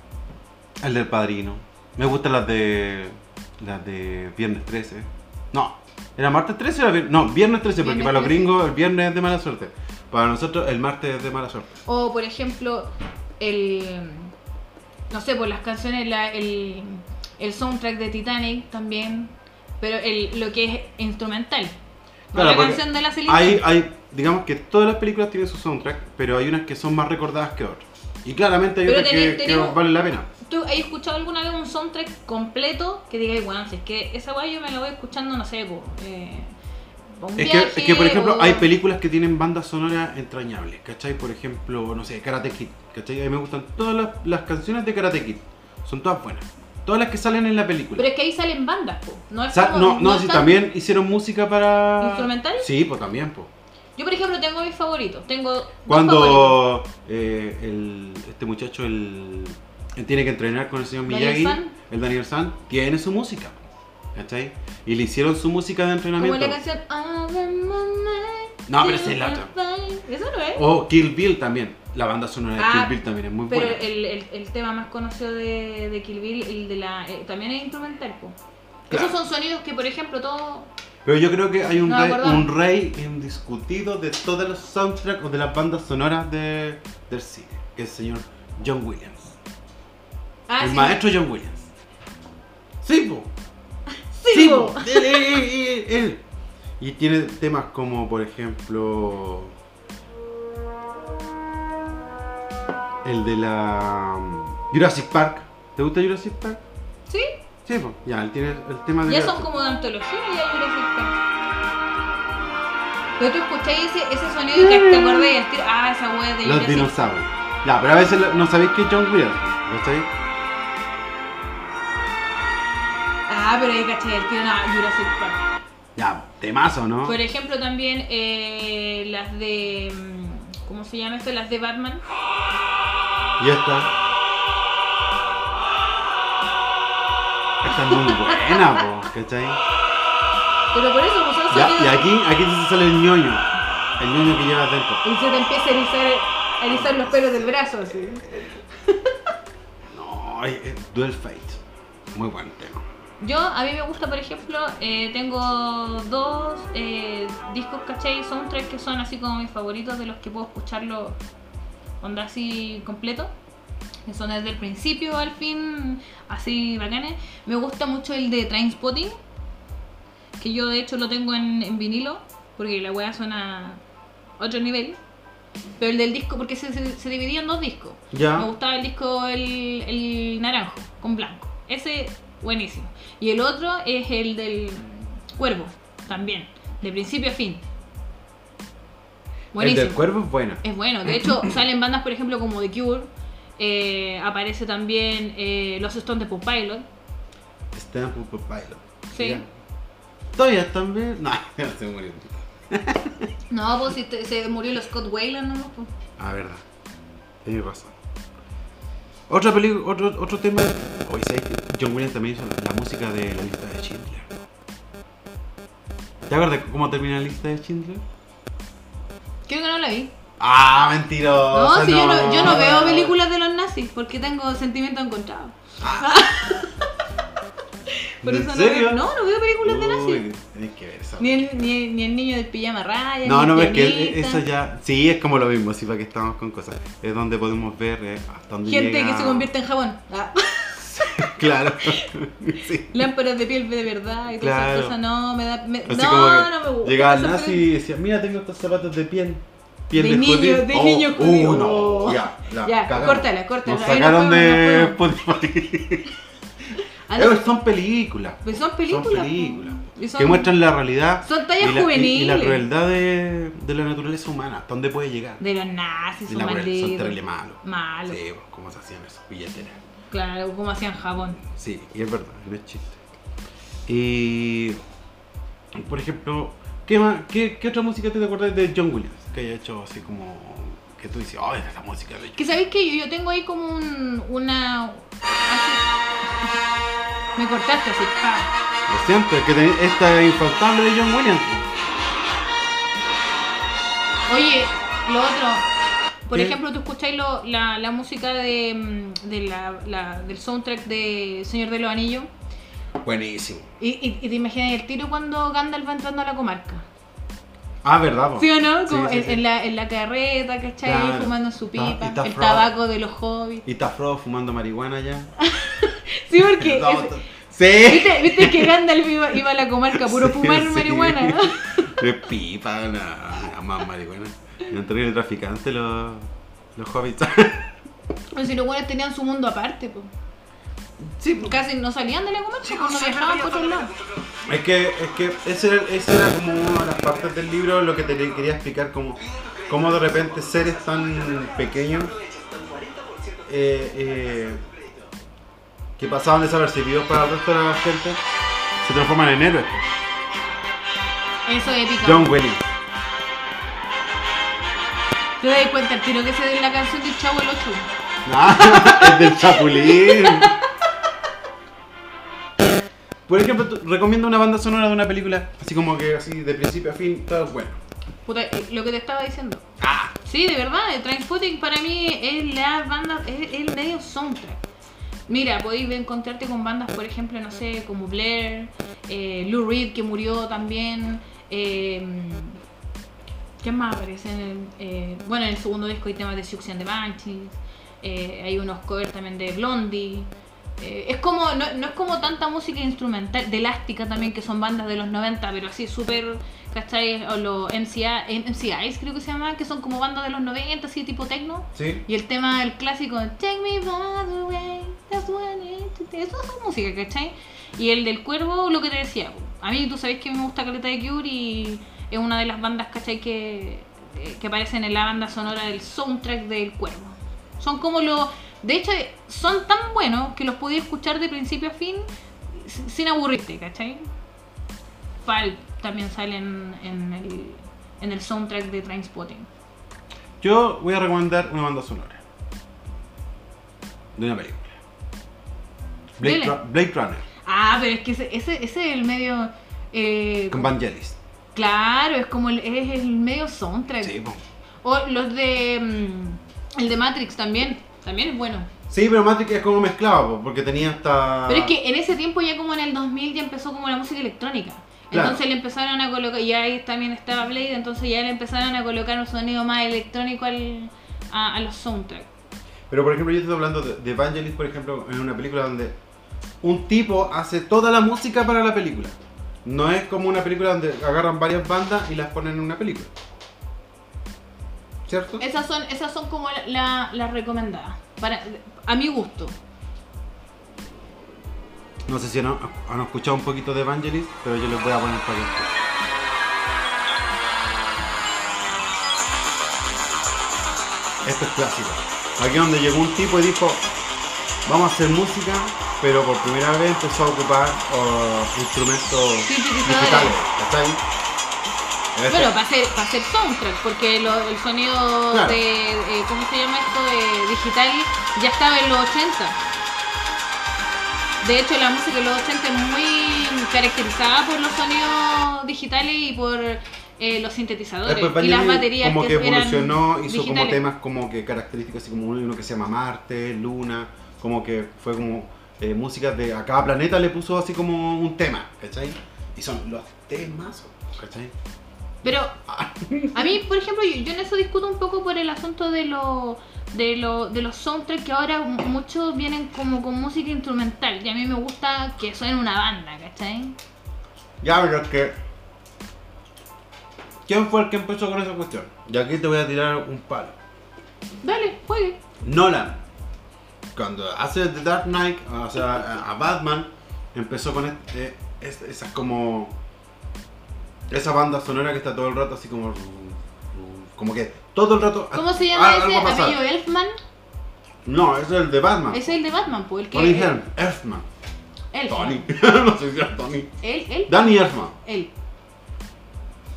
Speaker 1: El del padrino. Me gustan las de. Las de Viernes 13. No, ¿Era martes 13 o era viernes? No, viernes 13, porque
Speaker 2: Viernes
Speaker 1: para los
Speaker 2: 13.
Speaker 1: gringos el viernes es de mala suerte. Para nosotros el martes es de mala suerte.
Speaker 2: O por ejemplo, el. No sé, por las canciones, la- el, el soundtrack de Titanic también. Pero el, lo que es instrumental. No
Speaker 1: Claro,
Speaker 2: la
Speaker 1: porque
Speaker 2: canción de la Celine
Speaker 1: Hay,
Speaker 2: Dion.
Speaker 1: hay, digamos que todas las películas tienen su soundtrack, pero hay unas que son más recordadas que otras. Y claramente hay
Speaker 2: Pero
Speaker 1: otras
Speaker 2: teni-
Speaker 1: que, que
Speaker 2: tenemos-
Speaker 1: valen la pena.
Speaker 2: ¿Tú has escuchado alguna vez un soundtrack completo que diga, bueno, si es que esa guay yo me la voy escuchando, no sé, po, eh, pa' un
Speaker 1: Es que, es
Speaker 2: viaje,
Speaker 1: que, por ejemplo,
Speaker 2: o-
Speaker 1: hay películas que tienen bandas sonoras entrañables, ¿cachai? Por ejemplo, no sé, Karate Kid, ¿cachai? A mí me gustan todas las, las canciones de Karate Kid, son todas buenas. Todas las que salen en la película.
Speaker 2: Pero es que ahí salen bandas, po. No, es
Speaker 1: O sea,
Speaker 2: como-
Speaker 1: no, no, si
Speaker 2: tan-
Speaker 1: también hicieron música para...
Speaker 2: ¿Instrumental?
Speaker 1: Sí, pues también, pues.
Speaker 2: Yo, por ejemplo, tengo mis favoritos. Tengo dos favoritos.
Speaker 1: Cuando eh, el, este muchacho el, él tiene que entrenar con el señor
Speaker 2: Daniel
Speaker 1: Miyagi,
Speaker 2: San.
Speaker 1: el Daniel San, tiene su música. ¿Cachai? Y le hicieron su música de
Speaker 2: Como
Speaker 1: entrenamiento.
Speaker 2: la canción Ave Maria,
Speaker 1: No, pero esa es la otra. Oh,
Speaker 2: Eso no es.
Speaker 1: O Kill Bill también. La banda sonora de
Speaker 2: Ah,
Speaker 1: Kill Bill también es muy
Speaker 2: pero eh,
Speaker 1: buena.
Speaker 2: el, el, el tema más conocido de, de Kill Bill, el de la, eh, también es instrumental, po.
Speaker 1: Claro.
Speaker 2: Esos son sonidos que, por ejemplo, todo...
Speaker 1: Pero yo creo que hay un,
Speaker 2: No,
Speaker 1: rey,
Speaker 2: perdón.
Speaker 1: un rey indiscutido de todos los soundtracks o de las bandas sonoras de, del cine. que es El señor John Williams.
Speaker 2: Ah,
Speaker 1: el
Speaker 2: sí.
Speaker 1: maestro John Williams. Sí, po.
Speaker 2: Sí, po.
Speaker 1: po. Eh, Él, él, él, él, eh, él. Y tiene temas como, por ejemplo, el de la um, Jurassic Park. ¿Te gusta Jurassic Park?
Speaker 2: Sí.
Speaker 1: Sí, po. ya, él tiene el tema de.
Speaker 2: Ya son
Speaker 1: Jurassic.
Speaker 2: como de antología y hay Jurassic Park. Pero tú escucháis ese, ese sonido que te acordás y el tiro... Ah, esa wea de
Speaker 1: Los
Speaker 2: Jurassic
Speaker 1: dinosaurios. Ya, pero a veces lo- no sabéis que es John Williams. ¿Cachai?
Speaker 2: Ah, pero ahí caché el tiro no, Jurassic
Speaker 1: Ah.
Speaker 2: Park.
Speaker 1: Ya, temazo, ¿no?
Speaker 2: Por ejemplo, también eh, las de. mm, ¿Cómo se llama esto? Las de Batman.
Speaker 1: Y esta. Esta es muy buena, po, ¿cachai?
Speaker 2: Pero por eso, pues son
Speaker 1: Ya,
Speaker 2: sonidos-
Speaker 1: y aquí, aquí sí se sale el ñoño. El ñoño que llevas dentro.
Speaker 2: Y se te empieza a erizar, a erizar los pelos del brazo, así.
Speaker 1: No, es, es Duel Fate. Muy buen tema.
Speaker 2: Yo, a mí me gusta, por ejemplo, eh, tengo dos eh, discos, ¿cachai? Soundtrack que son así como mis favoritos, de los que puedo escucharlo onda así completo. Que son desde el principio al fin, así bacanes. Me gusta mucho el de Trainspotting, que yo de hecho lo tengo en, en vinilo, porque la weá suena a otro nivel. Pero el del disco, porque se, se, se dividía en dos discos.
Speaker 1: Ya.
Speaker 2: Me gustaba el disco el, el naranjo con blanco. Ese buenísimo. Y el otro es el del cuervo, también, de principio a fin. Buenísimo.
Speaker 1: El del cuervo es bueno.
Speaker 2: Es bueno, de hecho salen bandas, por ejemplo, como The Cure, eh, aparece también eh, Los Stones de Pop Pilot.
Speaker 1: Stanford por Pilot.
Speaker 2: Sí.
Speaker 1: Ya. Todavía están bien. No, se murió.
Speaker 2: No, pues si te- se murió el Scott Wayland, ¿no? Pues.
Speaker 1: Ah, verdad. Tiene razón. Otra película, otro, otro tema. Hoy sabes que John Williams también hizo la, la música de la lista de Schindler. ¿Te acuerdas cómo termina la lista de Schindler?
Speaker 2: Creo que no la vi.
Speaker 1: Ah, mentiroso.
Speaker 2: No, si Yo, no, yo no veo películas de los nazis porque tengo sentimientos encontrados. Por
Speaker 1: ¿En
Speaker 2: eso
Speaker 1: serio?
Speaker 2: No, veo, no, no veo películas de nazis.
Speaker 1: Uy, tenés que ver esa.
Speaker 2: Ni el, ni, el- ni el niño del pijama raya.
Speaker 1: No,
Speaker 2: ni
Speaker 1: no,
Speaker 2: el
Speaker 1: es que eso
Speaker 2: pianista.
Speaker 1: ya. Sí, es como lo mismo, así para que estamos con cosas. Es donde podemos ver eh, hasta dónde
Speaker 2: Gente
Speaker 1: llega-
Speaker 2: que se convierte en jabón. Ah.
Speaker 1: Claro. sí.
Speaker 2: Lámparas de piel de verdad y todas
Speaker 1: Claro.
Speaker 2: esas cosas. No, me da. me-
Speaker 1: Así
Speaker 2: no,
Speaker 1: como que
Speaker 2: no me gusta.
Speaker 1: Llegaba el
Speaker 2: Esas
Speaker 1: nazi
Speaker 2: películas-
Speaker 1: y decía: Mira, tengo estos zapatos de piel. Piel
Speaker 2: De
Speaker 1: de,
Speaker 2: niño-
Speaker 1: judío".
Speaker 2: de niño judío.
Speaker 1: uh, no, ya, la
Speaker 2: Ya,
Speaker 1: cagamos.
Speaker 2: córtala, córtala,
Speaker 1: Nos
Speaker 2: ahí no
Speaker 1: sacaron de
Speaker 2: podemos,
Speaker 1: Spotify.
Speaker 2: Ah, no,
Speaker 1: Eh, son películas.
Speaker 2: pues son películas.
Speaker 1: Son
Speaker 2: po.
Speaker 1: películas.
Speaker 2: Y son-
Speaker 1: Que muestran la realidad.
Speaker 2: Son tallas
Speaker 1: y la, y-
Speaker 2: juveniles.
Speaker 1: Y, la crueldad de, de la naturaleza humana. Hasta dónde puede llegar.
Speaker 2: De los nazis,
Speaker 1: Y
Speaker 2: son
Speaker 1: la cruel- son terrible
Speaker 2: malditos.
Speaker 1: malos.
Speaker 2: Malos.
Speaker 1: Sí, pues, cómo se hacían esas billeteras.
Speaker 2: Claro, como hacían jabón.
Speaker 1: Sí, y es verdad, no es chiste. Y. Por ejemplo, ¿qué, más, qué, qué otra música te acordás de John Williams? Que haya hecho así como. Que tú dices, ¡ay, esa música de
Speaker 2: Que
Speaker 1: John
Speaker 2: sabéis que yo, yo tengo ahí como un. Una. así- Me cortaste así. pa.
Speaker 1: Lo siento, es que teni- esta es infaltable de John Williams.
Speaker 2: Oye, lo otro. Por
Speaker 1: ¿Qué?
Speaker 2: ejemplo, tú escucháis lo- la, la música de, mm, de la- la- del soundtrack de Señor de los Anillos.
Speaker 3: Buenísimo.
Speaker 2: Y, y- y te imaginas el tiro cuando Gandalf va entrando a la comarca.
Speaker 1: Ah, ¿verdad? po?
Speaker 2: ¿Sí o no? Como
Speaker 1: Sí, sí,
Speaker 2: en,
Speaker 1: sí.
Speaker 2: en la, en la carreta, ¿cachai?
Speaker 1: Claro.
Speaker 2: Fumando su
Speaker 1: Ta- y
Speaker 2: pipa,
Speaker 1: está
Speaker 2: el
Speaker 1: frodo.
Speaker 2: tabaco de los hobbits.
Speaker 1: Y está Frodo fumando marihuana ya.
Speaker 2: Sí, porque.
Speaker 1: Estamos
Speaker 2: Ah, ese-
Speaker 1: to- Sí.
Speaker 2: ¿viste, viste que Gandalf iba, iba a la comarca puro
Speaker 1: Sí,
Speaker 2: fumar
Speaker 1: sí.
Speaker 2: marihuana, ¿no?
Speaker 1: Es pipa, no, más marihuana. Eran terrible traficantes los, los hobbits.
Speaker 2: Pero si los buenos tenían su mundo aparte, pues.
Speaker 1: Sí, po.
Speaker 2: Casi no salían de la comarca, pues, no viajaban por otro lado.
Speaker 1: Es que, es que ese era, ese era como una de las partes del libro, lo que te le- quería explicar, como cómo de repente seres tan pequeños eh, eh, que pasaban desapercibidos para el resto de la gente se transforman en héroes.
Speaker 2: Eso es épico.
Speaker 1: John Williams.
Speaker 2: ¿Te das cuenta el tiro que se dio en la canción de Chavo el 8?
Speaker 1: Ah, es del Chapulín. Por ejemplo, tú- recomiendo una banda sonora de una película, así como que así de principio a fin, todo bueno.
Speaker 2: Puta, eh, lo que te estaba diciendo.
Speaker 1: Ah,
Speaker 2: Sí, de verdad, el Trainspotting para mí es la banda, es es el medio soundtrack. Mira, podéis encontrarte con bandas, por ejemplo, no sé, como Blair, eh, Lou Reed que murió también. Eh, ¿Qué más aparece? En el, eh, bueno, en el segundo disco hay temas de Siouxsie and the Banshees. eh, hay unos covers también de Blondie. Eh, es como, no, no es como tanta música instrumental, de elástica también, que son bandas de los 90, pero así súper, ¿cachai? O los MCI, MCIs creo que se llaman, que son como bandas de los 90, así tipo techno.
Speaker 1: sí.
Speaker 2: Y el tema, el clásico, Take me by the way, that's what it is. Eso es música, ¿cachai? Y el del cuervo, lo que te decía, po. a mí tú sabés que me gusta Caleta de Cure y es una de las bandas, ¿cachai? Que, eh, que aparecen en la banda sonora del soundtrack del cuervo. Son como los. De hecho, son tan buenos que los podía escuchar de principio a fin sin sin aburrirte, ¿cachai? Pal también salen en el, en el soundtrack de Trainspotting.
Speaker 1: Yo voy a recomendar una banda sonora. De una película. Blade,
Speaker 2: Dele.
Speaker 1: Ru- Blade Runner,
Speaker 2: Ah, pero es que ese, ese, ese es el medio. eh,
Speaker 1: con Vangelis.
Speaker 2: claro, es como el, es el medio soundtrack.
Speaker 1: Sí, po.
Speaker 2: O los de. mm, el de Matrix también. También es bueno.
Speaker 1: Sí, pero Matrix es como mezclado, po, porque tenía hasta...
Speaker 2: Pero es que en ese tiempo, ya como en el 2000, ya empezó como la música electrónica.
Speaker 1: Claro.
Speaker 2: Entonces le empezaron a colocar. Y ahí también estaba Blade, entonces ya le empezaron a colocar un sonido más electrónico al, a, a los soundtracks.
Speaker 1: Pero por ejemplo, yo estoy hablando de, de Vangelis, por ejemplo, en una película donde un tipo hace toda la música para la película. No es como una película donde agarran varias bandas y las ponen en una película. ¿Cierto?
Speaker 2: Esas son, esas son como la- la- las recomendadas. Para, a mi gusto.
Speaker 1: No sé si han, han escuchado un poquito de Vangelis, pero yo les voy a poner para que escuchen. Esto es clásico. Aquí donde llegó un tipo y dijo, vamos a hacer música, pero por primera vez empezó a ocupar oh, instrumentos
Speaker 2: Sintetizadores.
Speaker 1: digitales. ¿Cachai? Este-
Speaker 2: Pero para hacer, para hacer soundtrack, porque lo- el sonido
Speaker 1: Claro.
Speaker 2: de, eh, ¿cómo se llama esto? De digital ya estaba en los 80. De hecho, la música de los 80 es muy caracterizada por los sonidos digitales y por eh, los sintetizadores
Speaker 1: Después
Speaker 2: y las
Speaker 1: Vangelis
Speaker 2: baterías
Speaker 1: como que,
Speaker 2: que, eran
Speaker 1: evolucionó, hizo como
Speaker 2: digitales.
Speaker 1: temas como que características, así como uno que se llama Marte, Luna, como que fue como eh, música de a cada planeta le puso así como un tema, ¿cachai? Y son los temas, ¿cachai?
Speaker 2: Pero a mí, por ejemplo, yo, yo en eso discuto un poco por el asunto de lo, de, lo, de los soundtracks que ahora mu- muchos vienen como con música instrumental y a mí me gusta que suene una banda, ¿cachai?
Speaker 1: Ya, pero es que... ¿Quién fue el que empezó con esa cuestión? Y aquí te voy a tirar un palo.
Speaker 2: Dale, juegue.
Speaker 1: Nolan, cuando hace The Dark Knight, o sea, a- a Batman, empezó con este, es- esas como. Esa banda sonora que está todo el rato así como. Como que todo el rato.
Speaker 2: ¿Cómo se
Speaker 1: ah,
Speaker 2: llama
Speaker 1: algo
Speaker 2: ese?
Speaker 1: va a pasar.
Speaker 2: Amigo Elfman.
Speaker 1: No, ese es el de Batman.
Speaker 2: Ese es el de Batman, pues. El que.
Speaker 1: Tony Helm, Elfman.
Speaker 2: Elfman.
Speaker 1: Tony. no sé si era Tony.
Speaker 2: Él, él,
Speaker 1: Danny Elfman.
Speaker 2: él.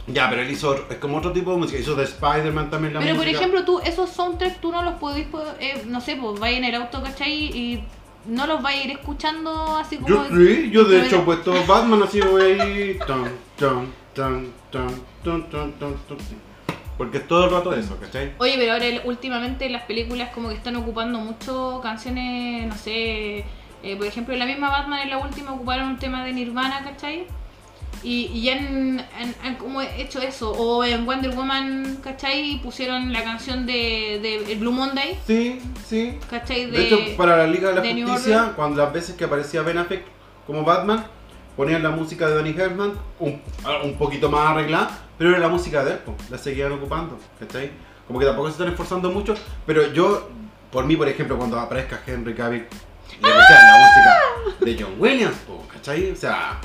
Speaker 1: Ya, pero él hizo. Es como otro tipo de música. Hizo de Spider-Man también la
Speaker 2: Pero por
Speaker 1: música.
Speaker 2: ejemplo, tú, esos soundtracks tú no los podés, po- eh, no sé, pues vais en el auto, ¿cachai? Y no los vais a ir escuchando así como.
Speaker 1: Yo sí, yo de hecho he puesto Batman así, güey. Tan, tan, tan, tan, tan, tan, tan, tan. Porque es todo el rato eso, ¿cachai?
Speaker 2: Oye, pero ahora el- últimamente las películas como que están ocupando mucho canciones, no sé, Eh, por ejemplo, en la misma Batman en la última ocuparon un tema de Nirvana, ¿cachai? Y, y ya han, han- han como hecho eso. O en Wonder Woman, ¿cachai? Pusieron la canción de, de el Blue Monday,
Speaker 1: Sí, sí.
Speaker 2: ¿cachai?
Speaker 1: De hecho, para la Liga de la
Speaker 2: de New
Speaker 1: Justicia,
Speaker 2: Order.
Speaker 1: cuando las veces que aparecía Ben Affleck como Batman, ponían la música de Danny Herman, un, a- un poquito más arreglada, pero era la música de él, po, la seguían ocupando, ¿cachai? Como que tampoco se están esforzando mucho, pero yo, por mí, por ejemplo, cuando aparezca Henry Cavill, le pusieran la música de John Williams, po, ¿cachai? O sea,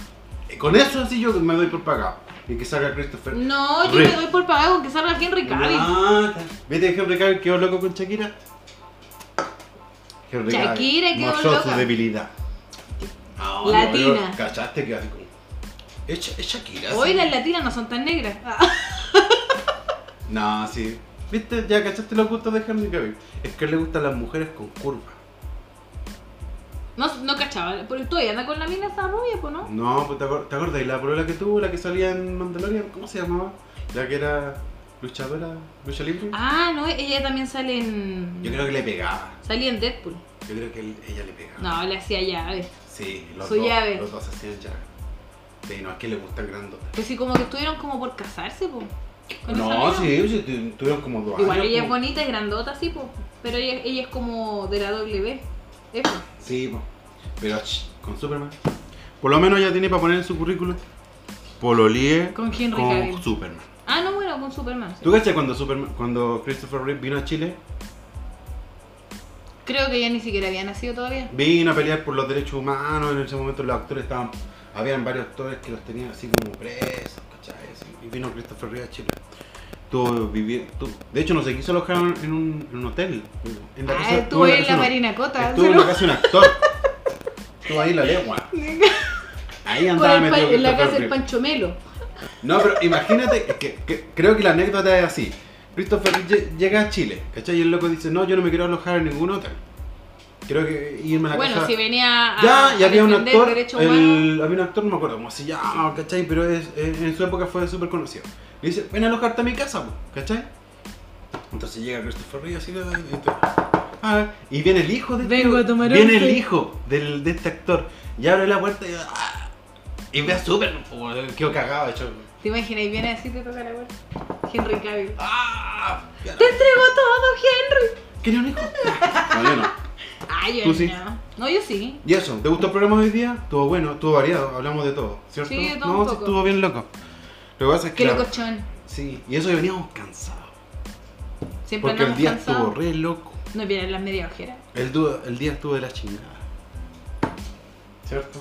Speaker 1: con eso sí yo me doy por pagado, y que salga Christopher.
Speaker 2: No, yo
Speaker 1: Re.
Speaker 2: me doy por pagado con que salga Henry Cavill.
Speaker 1: Ah, ¿Viste Henry Cavill quedó loco con Shakira? Henry Cavill
Speaker 2: Shakira quedó
Speaker 1: mostró
Speaker 2: loca.
Speaker 1: su debilidad. Ah,
Speaker 2: Latina.
Speaker 1: yo- ¿Cachaste que así como... ¿Es, Sha- es Shakira?
Speaker 2: Hoy
Speaker 1: sí?
Speaker 2: las latinas no son tan negras. Ah.
Speaker 1: No, sí. ¿Viste? Ya cachaste los gustos de Henry Cavill. Es que a él le gustan las mujeres con curva.
Speaker 2: No, no cachaba. Pero tú ahí anda con la mina esa rubia, pues, ¿no?
Speaker 1: No, pues te, acor- te acordás, la prueba que tuvo, la que salía en Mandalorian, ¿cómo se llamaba? La que era luchadora, lucha libre.
Speaker 2: Ah, no, ella también sale en.
Speaker 1: Mm. Yo creo que le pegaba.
Speaker 2: Salía en Deadpool.
Speaker 1: Yo creo que él- ella le pegaba.
Speaker 2: No, le hacía llaves.
Speaker 1: Sí, los
Speaker 2: Su
Speaker 1: dos.
Speaker 2: llave.
Speaker 1: Los dos hacían llave. Sí, no, es que le gustan grandotas.
Speaker 2: Pues sí, como que estuvieron como por casarse, pues.
Speaker 1: No, sí, sí, tu- tuvieron como dos
Speaker 2: Igual
Speaker 1: años.
Speaker 2: ella es
Speaker 1: como-
Speaker 2: bonita, es grandota, sí, pues. Pero ella, ella es como de la W. Eso.
Speaker 1: Sí, po. pero ch, con Superman. Por lo menos ya tiene para poner en su currículum. Pololie
Speaker 2: Con Henry Cavill.
Speaker 1: Superman.
Speaker 2: Ah, no, bueno, con Superman. sí.
Speaker 1: ¿Tú cachas cuando, Superman, cuando Christopher Reeve vino a Chile?
Speaker 2: Creo que ella ni siquiera había nacido todavía.
Speaker 1: Vino a pelear por los derechos humanos. En ese momento los actores estaban. Habían varios actores que los tenían así como presos, ¿cachai? Así, Y vino Christopher Reeve a Chile. Estuvo vivi- estuvo- de hecho, no se quiso alojar en un, en un hotel. En la
Speaker 2: ah,
Speaker 1: casa-
Speaker 2: estuvo en
Speaker 1: casa
Speaker 2: la
Speaker 1: uno.
Speaker 2: Marina Cota.
Speaker 1: Estuvo en la casa de un actor. Estuvo ahí en la legua. Ahí
Speaker 2: Con
Speaker 1: andaba
Speaker 2: el pan-
Speaker 1: metido
Speaker 2: en la
Speaker 1: Christopher
Speaker 2: casa del
Speaker 1: Reeve.
Speaker 2: Pancho Melo.
Speaker 1: No, pero imagínate, es que, que- creo que la anécdota es así. Christopher lle- llega a Chile, ¿cachai? Y el loco dice, no, yo no me quiero alojar en ningún hotel. Quiero que irme a la
Speaker 2: Bueno,
Speaker 1: casa...
Speaker 2: si venía a,
Speaker 1: ya, y
Speaker 2: a
Speaker 1: había un
Speaker 2: defender
Speaker 1: actor,
Speaker 2: derechos humanos.
Speaker 1: el- había un actor, no me acuerdo cómo se llama, ¿cachai? Pero es, es- en su época fue súper conocido. Le dice, ven a alojarte a mi casa, po", ¿cachai? Entonces llega Christopher Reeve así, ah, y todo. Ah, y viene el hijo de este
Speaker 2: Vengo a tomar
Speaker 1: Viene
Speaker 2: once.
Speaker 1: el hijo del, de este actor, y abre la puerta y, ah, y ve a Superman, po, quedó cagado, hecho.
Speaker 2: ¿Te imaginas? Y viene así, te toca la puerta. Henry Cavill.
Speaker 1: ¡Ah!
Speaker 2: ¡Te entrego todo, Henry!
Speaker 1: ¿Quería un hijo? No, yo no.
Speaker 2: Ay, yo
Speaker 1: ¿Tú sí?
Speaker 2: no. No, yo sí.
Speaker 1: Y eso, ¿te gustó el programa de hoy día? Estuvo bueno, estuvo variado, hablamos de todo, ¿cierto?
Speaker 2: Sí, de todo
Speaker 1: No,
Speaker 2: un
Speaker 1: sí,
Speaker 2: poco.
Speaker 1: estuvo bien loco. Lo que pasa es que.
Speaker 2: Qué
Speaker 1: la-
Speaker 2: locochón.
Speaker 1: Sí, y eso que veníamos cansados.
Speaker 2: Siempre
Speaker 1: Porque el
Speaker 2: andamos
Speaker 1: día
Speaker 2: cansados.
Speaker 1: estuvo re loco.
Speaker 2: No vieron las medias ojeras.
Speaker 1: El, du- el día estuvo de la chingada. ¿Cierto?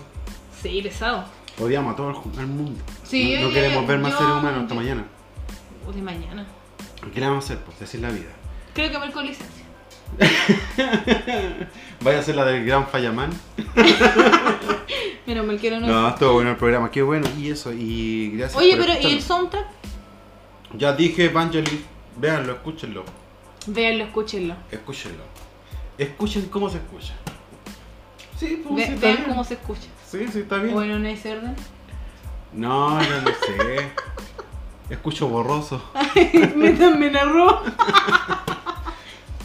Speaker 2: Sí, pesado.
Speaker 1: Odiamos a todo el, ju- al mundo.
Speaker 2: Sí,
Speaker 1: no no
Speaker 2: yo-
Speaker 1: queremos
Speaker 2: yo-
Speaker 1: ver más
Speaker 2: yo-
Speaker 1: seres humanos hasta
Speaker 2: yo-
Speaker 1: mañana.
Speaker 2: O de mañana.
Speaker 1: ¿Qué le vamos a hacer? Pues decir la vida.
Speaker 2: Creo que voy con licencia.
Speaker 1: ¿Vaya a ser la del gran Fallamán?
Speaker 2: Menos mal que no nos-
Speaker 1: No, estuvo bueno el programa, qué bueno. Y eso, y gracias
Speaker 2: Oye,
Speaker 1: por
Speaker 2: pero ¿y el
Speaker 1: escucharnos.
Speaker 2: soundtrack?
Speaker 1: Ya dije, Evangelis, véanlo, escúchenlo.
Speaker 2: Véanlo, escúchenlo.
Speaker 1: Escúchenlo. Escuchen cómo se escucha. Sí, pues
Speaker 2: Ve-
Speaker 1: sí, está
Speaker 2: vean
Speaker 1: bien.
Speaker 2: cómo se escucha.
Speaker 1: Sí, sí, está bien.
Speaker 2: Bueno, en ese orden.
Speaker 1: No, yo no sé. Escucho borroso.
Speaker 2: Métanme en arroz.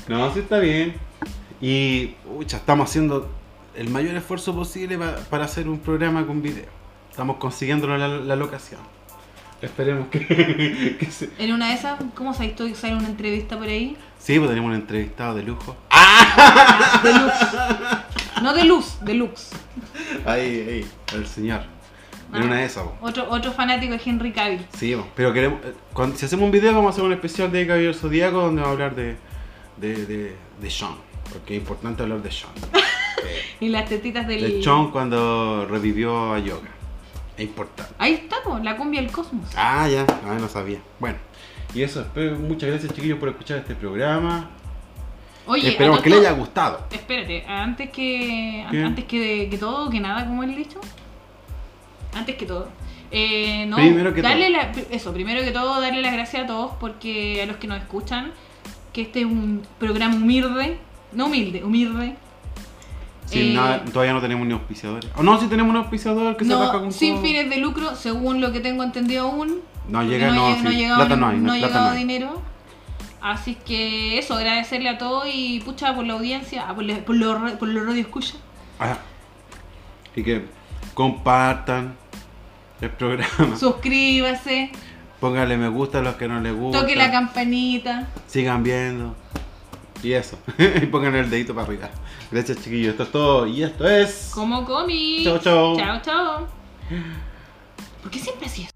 Speaker 1: No, sí está bien. Y pucha, estamos haciendo el mayor esfuerzo posible pa- para hacer un programa con video. Estamos consiguiendo la, la locación. Esperemos que, que se...
Speaker 2: En una de esas, ¿cómo sabes tú que sale una entrevista por ahí?
Speaker 1: Sí, pues tenemos un entrevistado de lujo.
Speaker 2: Ah, de lux. No de luz, de lux.
Speaker 1: Ahí, ahí, el señor.
Speaker 2: Ah.
Speaker 1: En una de esas, po.
Speaker 2: Otro, otro fanático de Henry Cavill.
Speaker 1: Sí, po. pero queremos. eh, cuando- si hacemos un video, vamos a hacer un especial de Gabriel Zodíaco donde va a hablar de. de. de, de Sean. Porque es importante hablar de Sean.
Speaker 2: Y las tetitas del.
Speaker 1: De Sean cuando revivió a Yoga. Es importante.
Speaker 2: Ahí está, po, la cumbia del cosmos.
Speaker 1: Ah, ya, ah, no sabía. Bueno, y eso, espero, muchas gracias chiquillos por escuchar este programa.
Speaker 2: Oye,
Speaker 1: Esperemos
Speaker 2: a
Speaker 1: que les
Speaker 2: todo-
Speaker 1: haya gustado.
Speaker 2: Espérate, antes que. an-
Speaker 1: ¿Qué?
Speaker 2: Antes que, que todo, que nada, como el dicho. Antes que todo. Eh, no,
Speaker 1: Primero que
Speaker 2: darle
Speaker 1: todo.
Speaker 2: la- pri- eso, primero que todo, darle las gracias a todos porque a los que nos escuchan, que este es un programa humilde, no humilde, humilde.
Speaker 1: Sin
Speaker 2: Eh,
Speaker 1: nada, todavía no tenemos ni auspiciadores. O no, si tenemos un auspiciador que se
Speaker 2: no,
Speaker 1: baja con
Speaker 2: sin
Speaker 1: co-
Speaker 2: fines de lucro, según lo que tengo entendido aún.
Speaker 1: No llega,
Speaker 2: ha
Speaker 1: no,
Speaker 2: lleg-
Speaker 1: sí,
Speaker 2: no ha llegado,
Speaker 1: plata
Speaker 2: ni-
Speaker 1: no hay,
Speaker 2: no ha
Speaker 1: plata
Speaker 2: llegado
Speaker 1: no hay.
Speaker 2: dinero. Así que eso, agradecerle a todos y pucha por la audiencia, ah, por, la- por los radio escucha.
Speaker 1: Ajá. Así que compartan el programa.
Speaker 2: Suscríbase,
Speaker 1: Pónganle me gusta a los que no les gusta.
Speaker 2: toque la campanita.
Speaker 1: Sigan viendo. Y eso. y pónganle el dedito para arriba. Gracias, chiquillos. Esto es todo. Y esto es.
Speaker 2: Como comi.
Speaker 1: Chau, chau.
Speaker 2: Chao, chao. ¿Por qué siempre así es?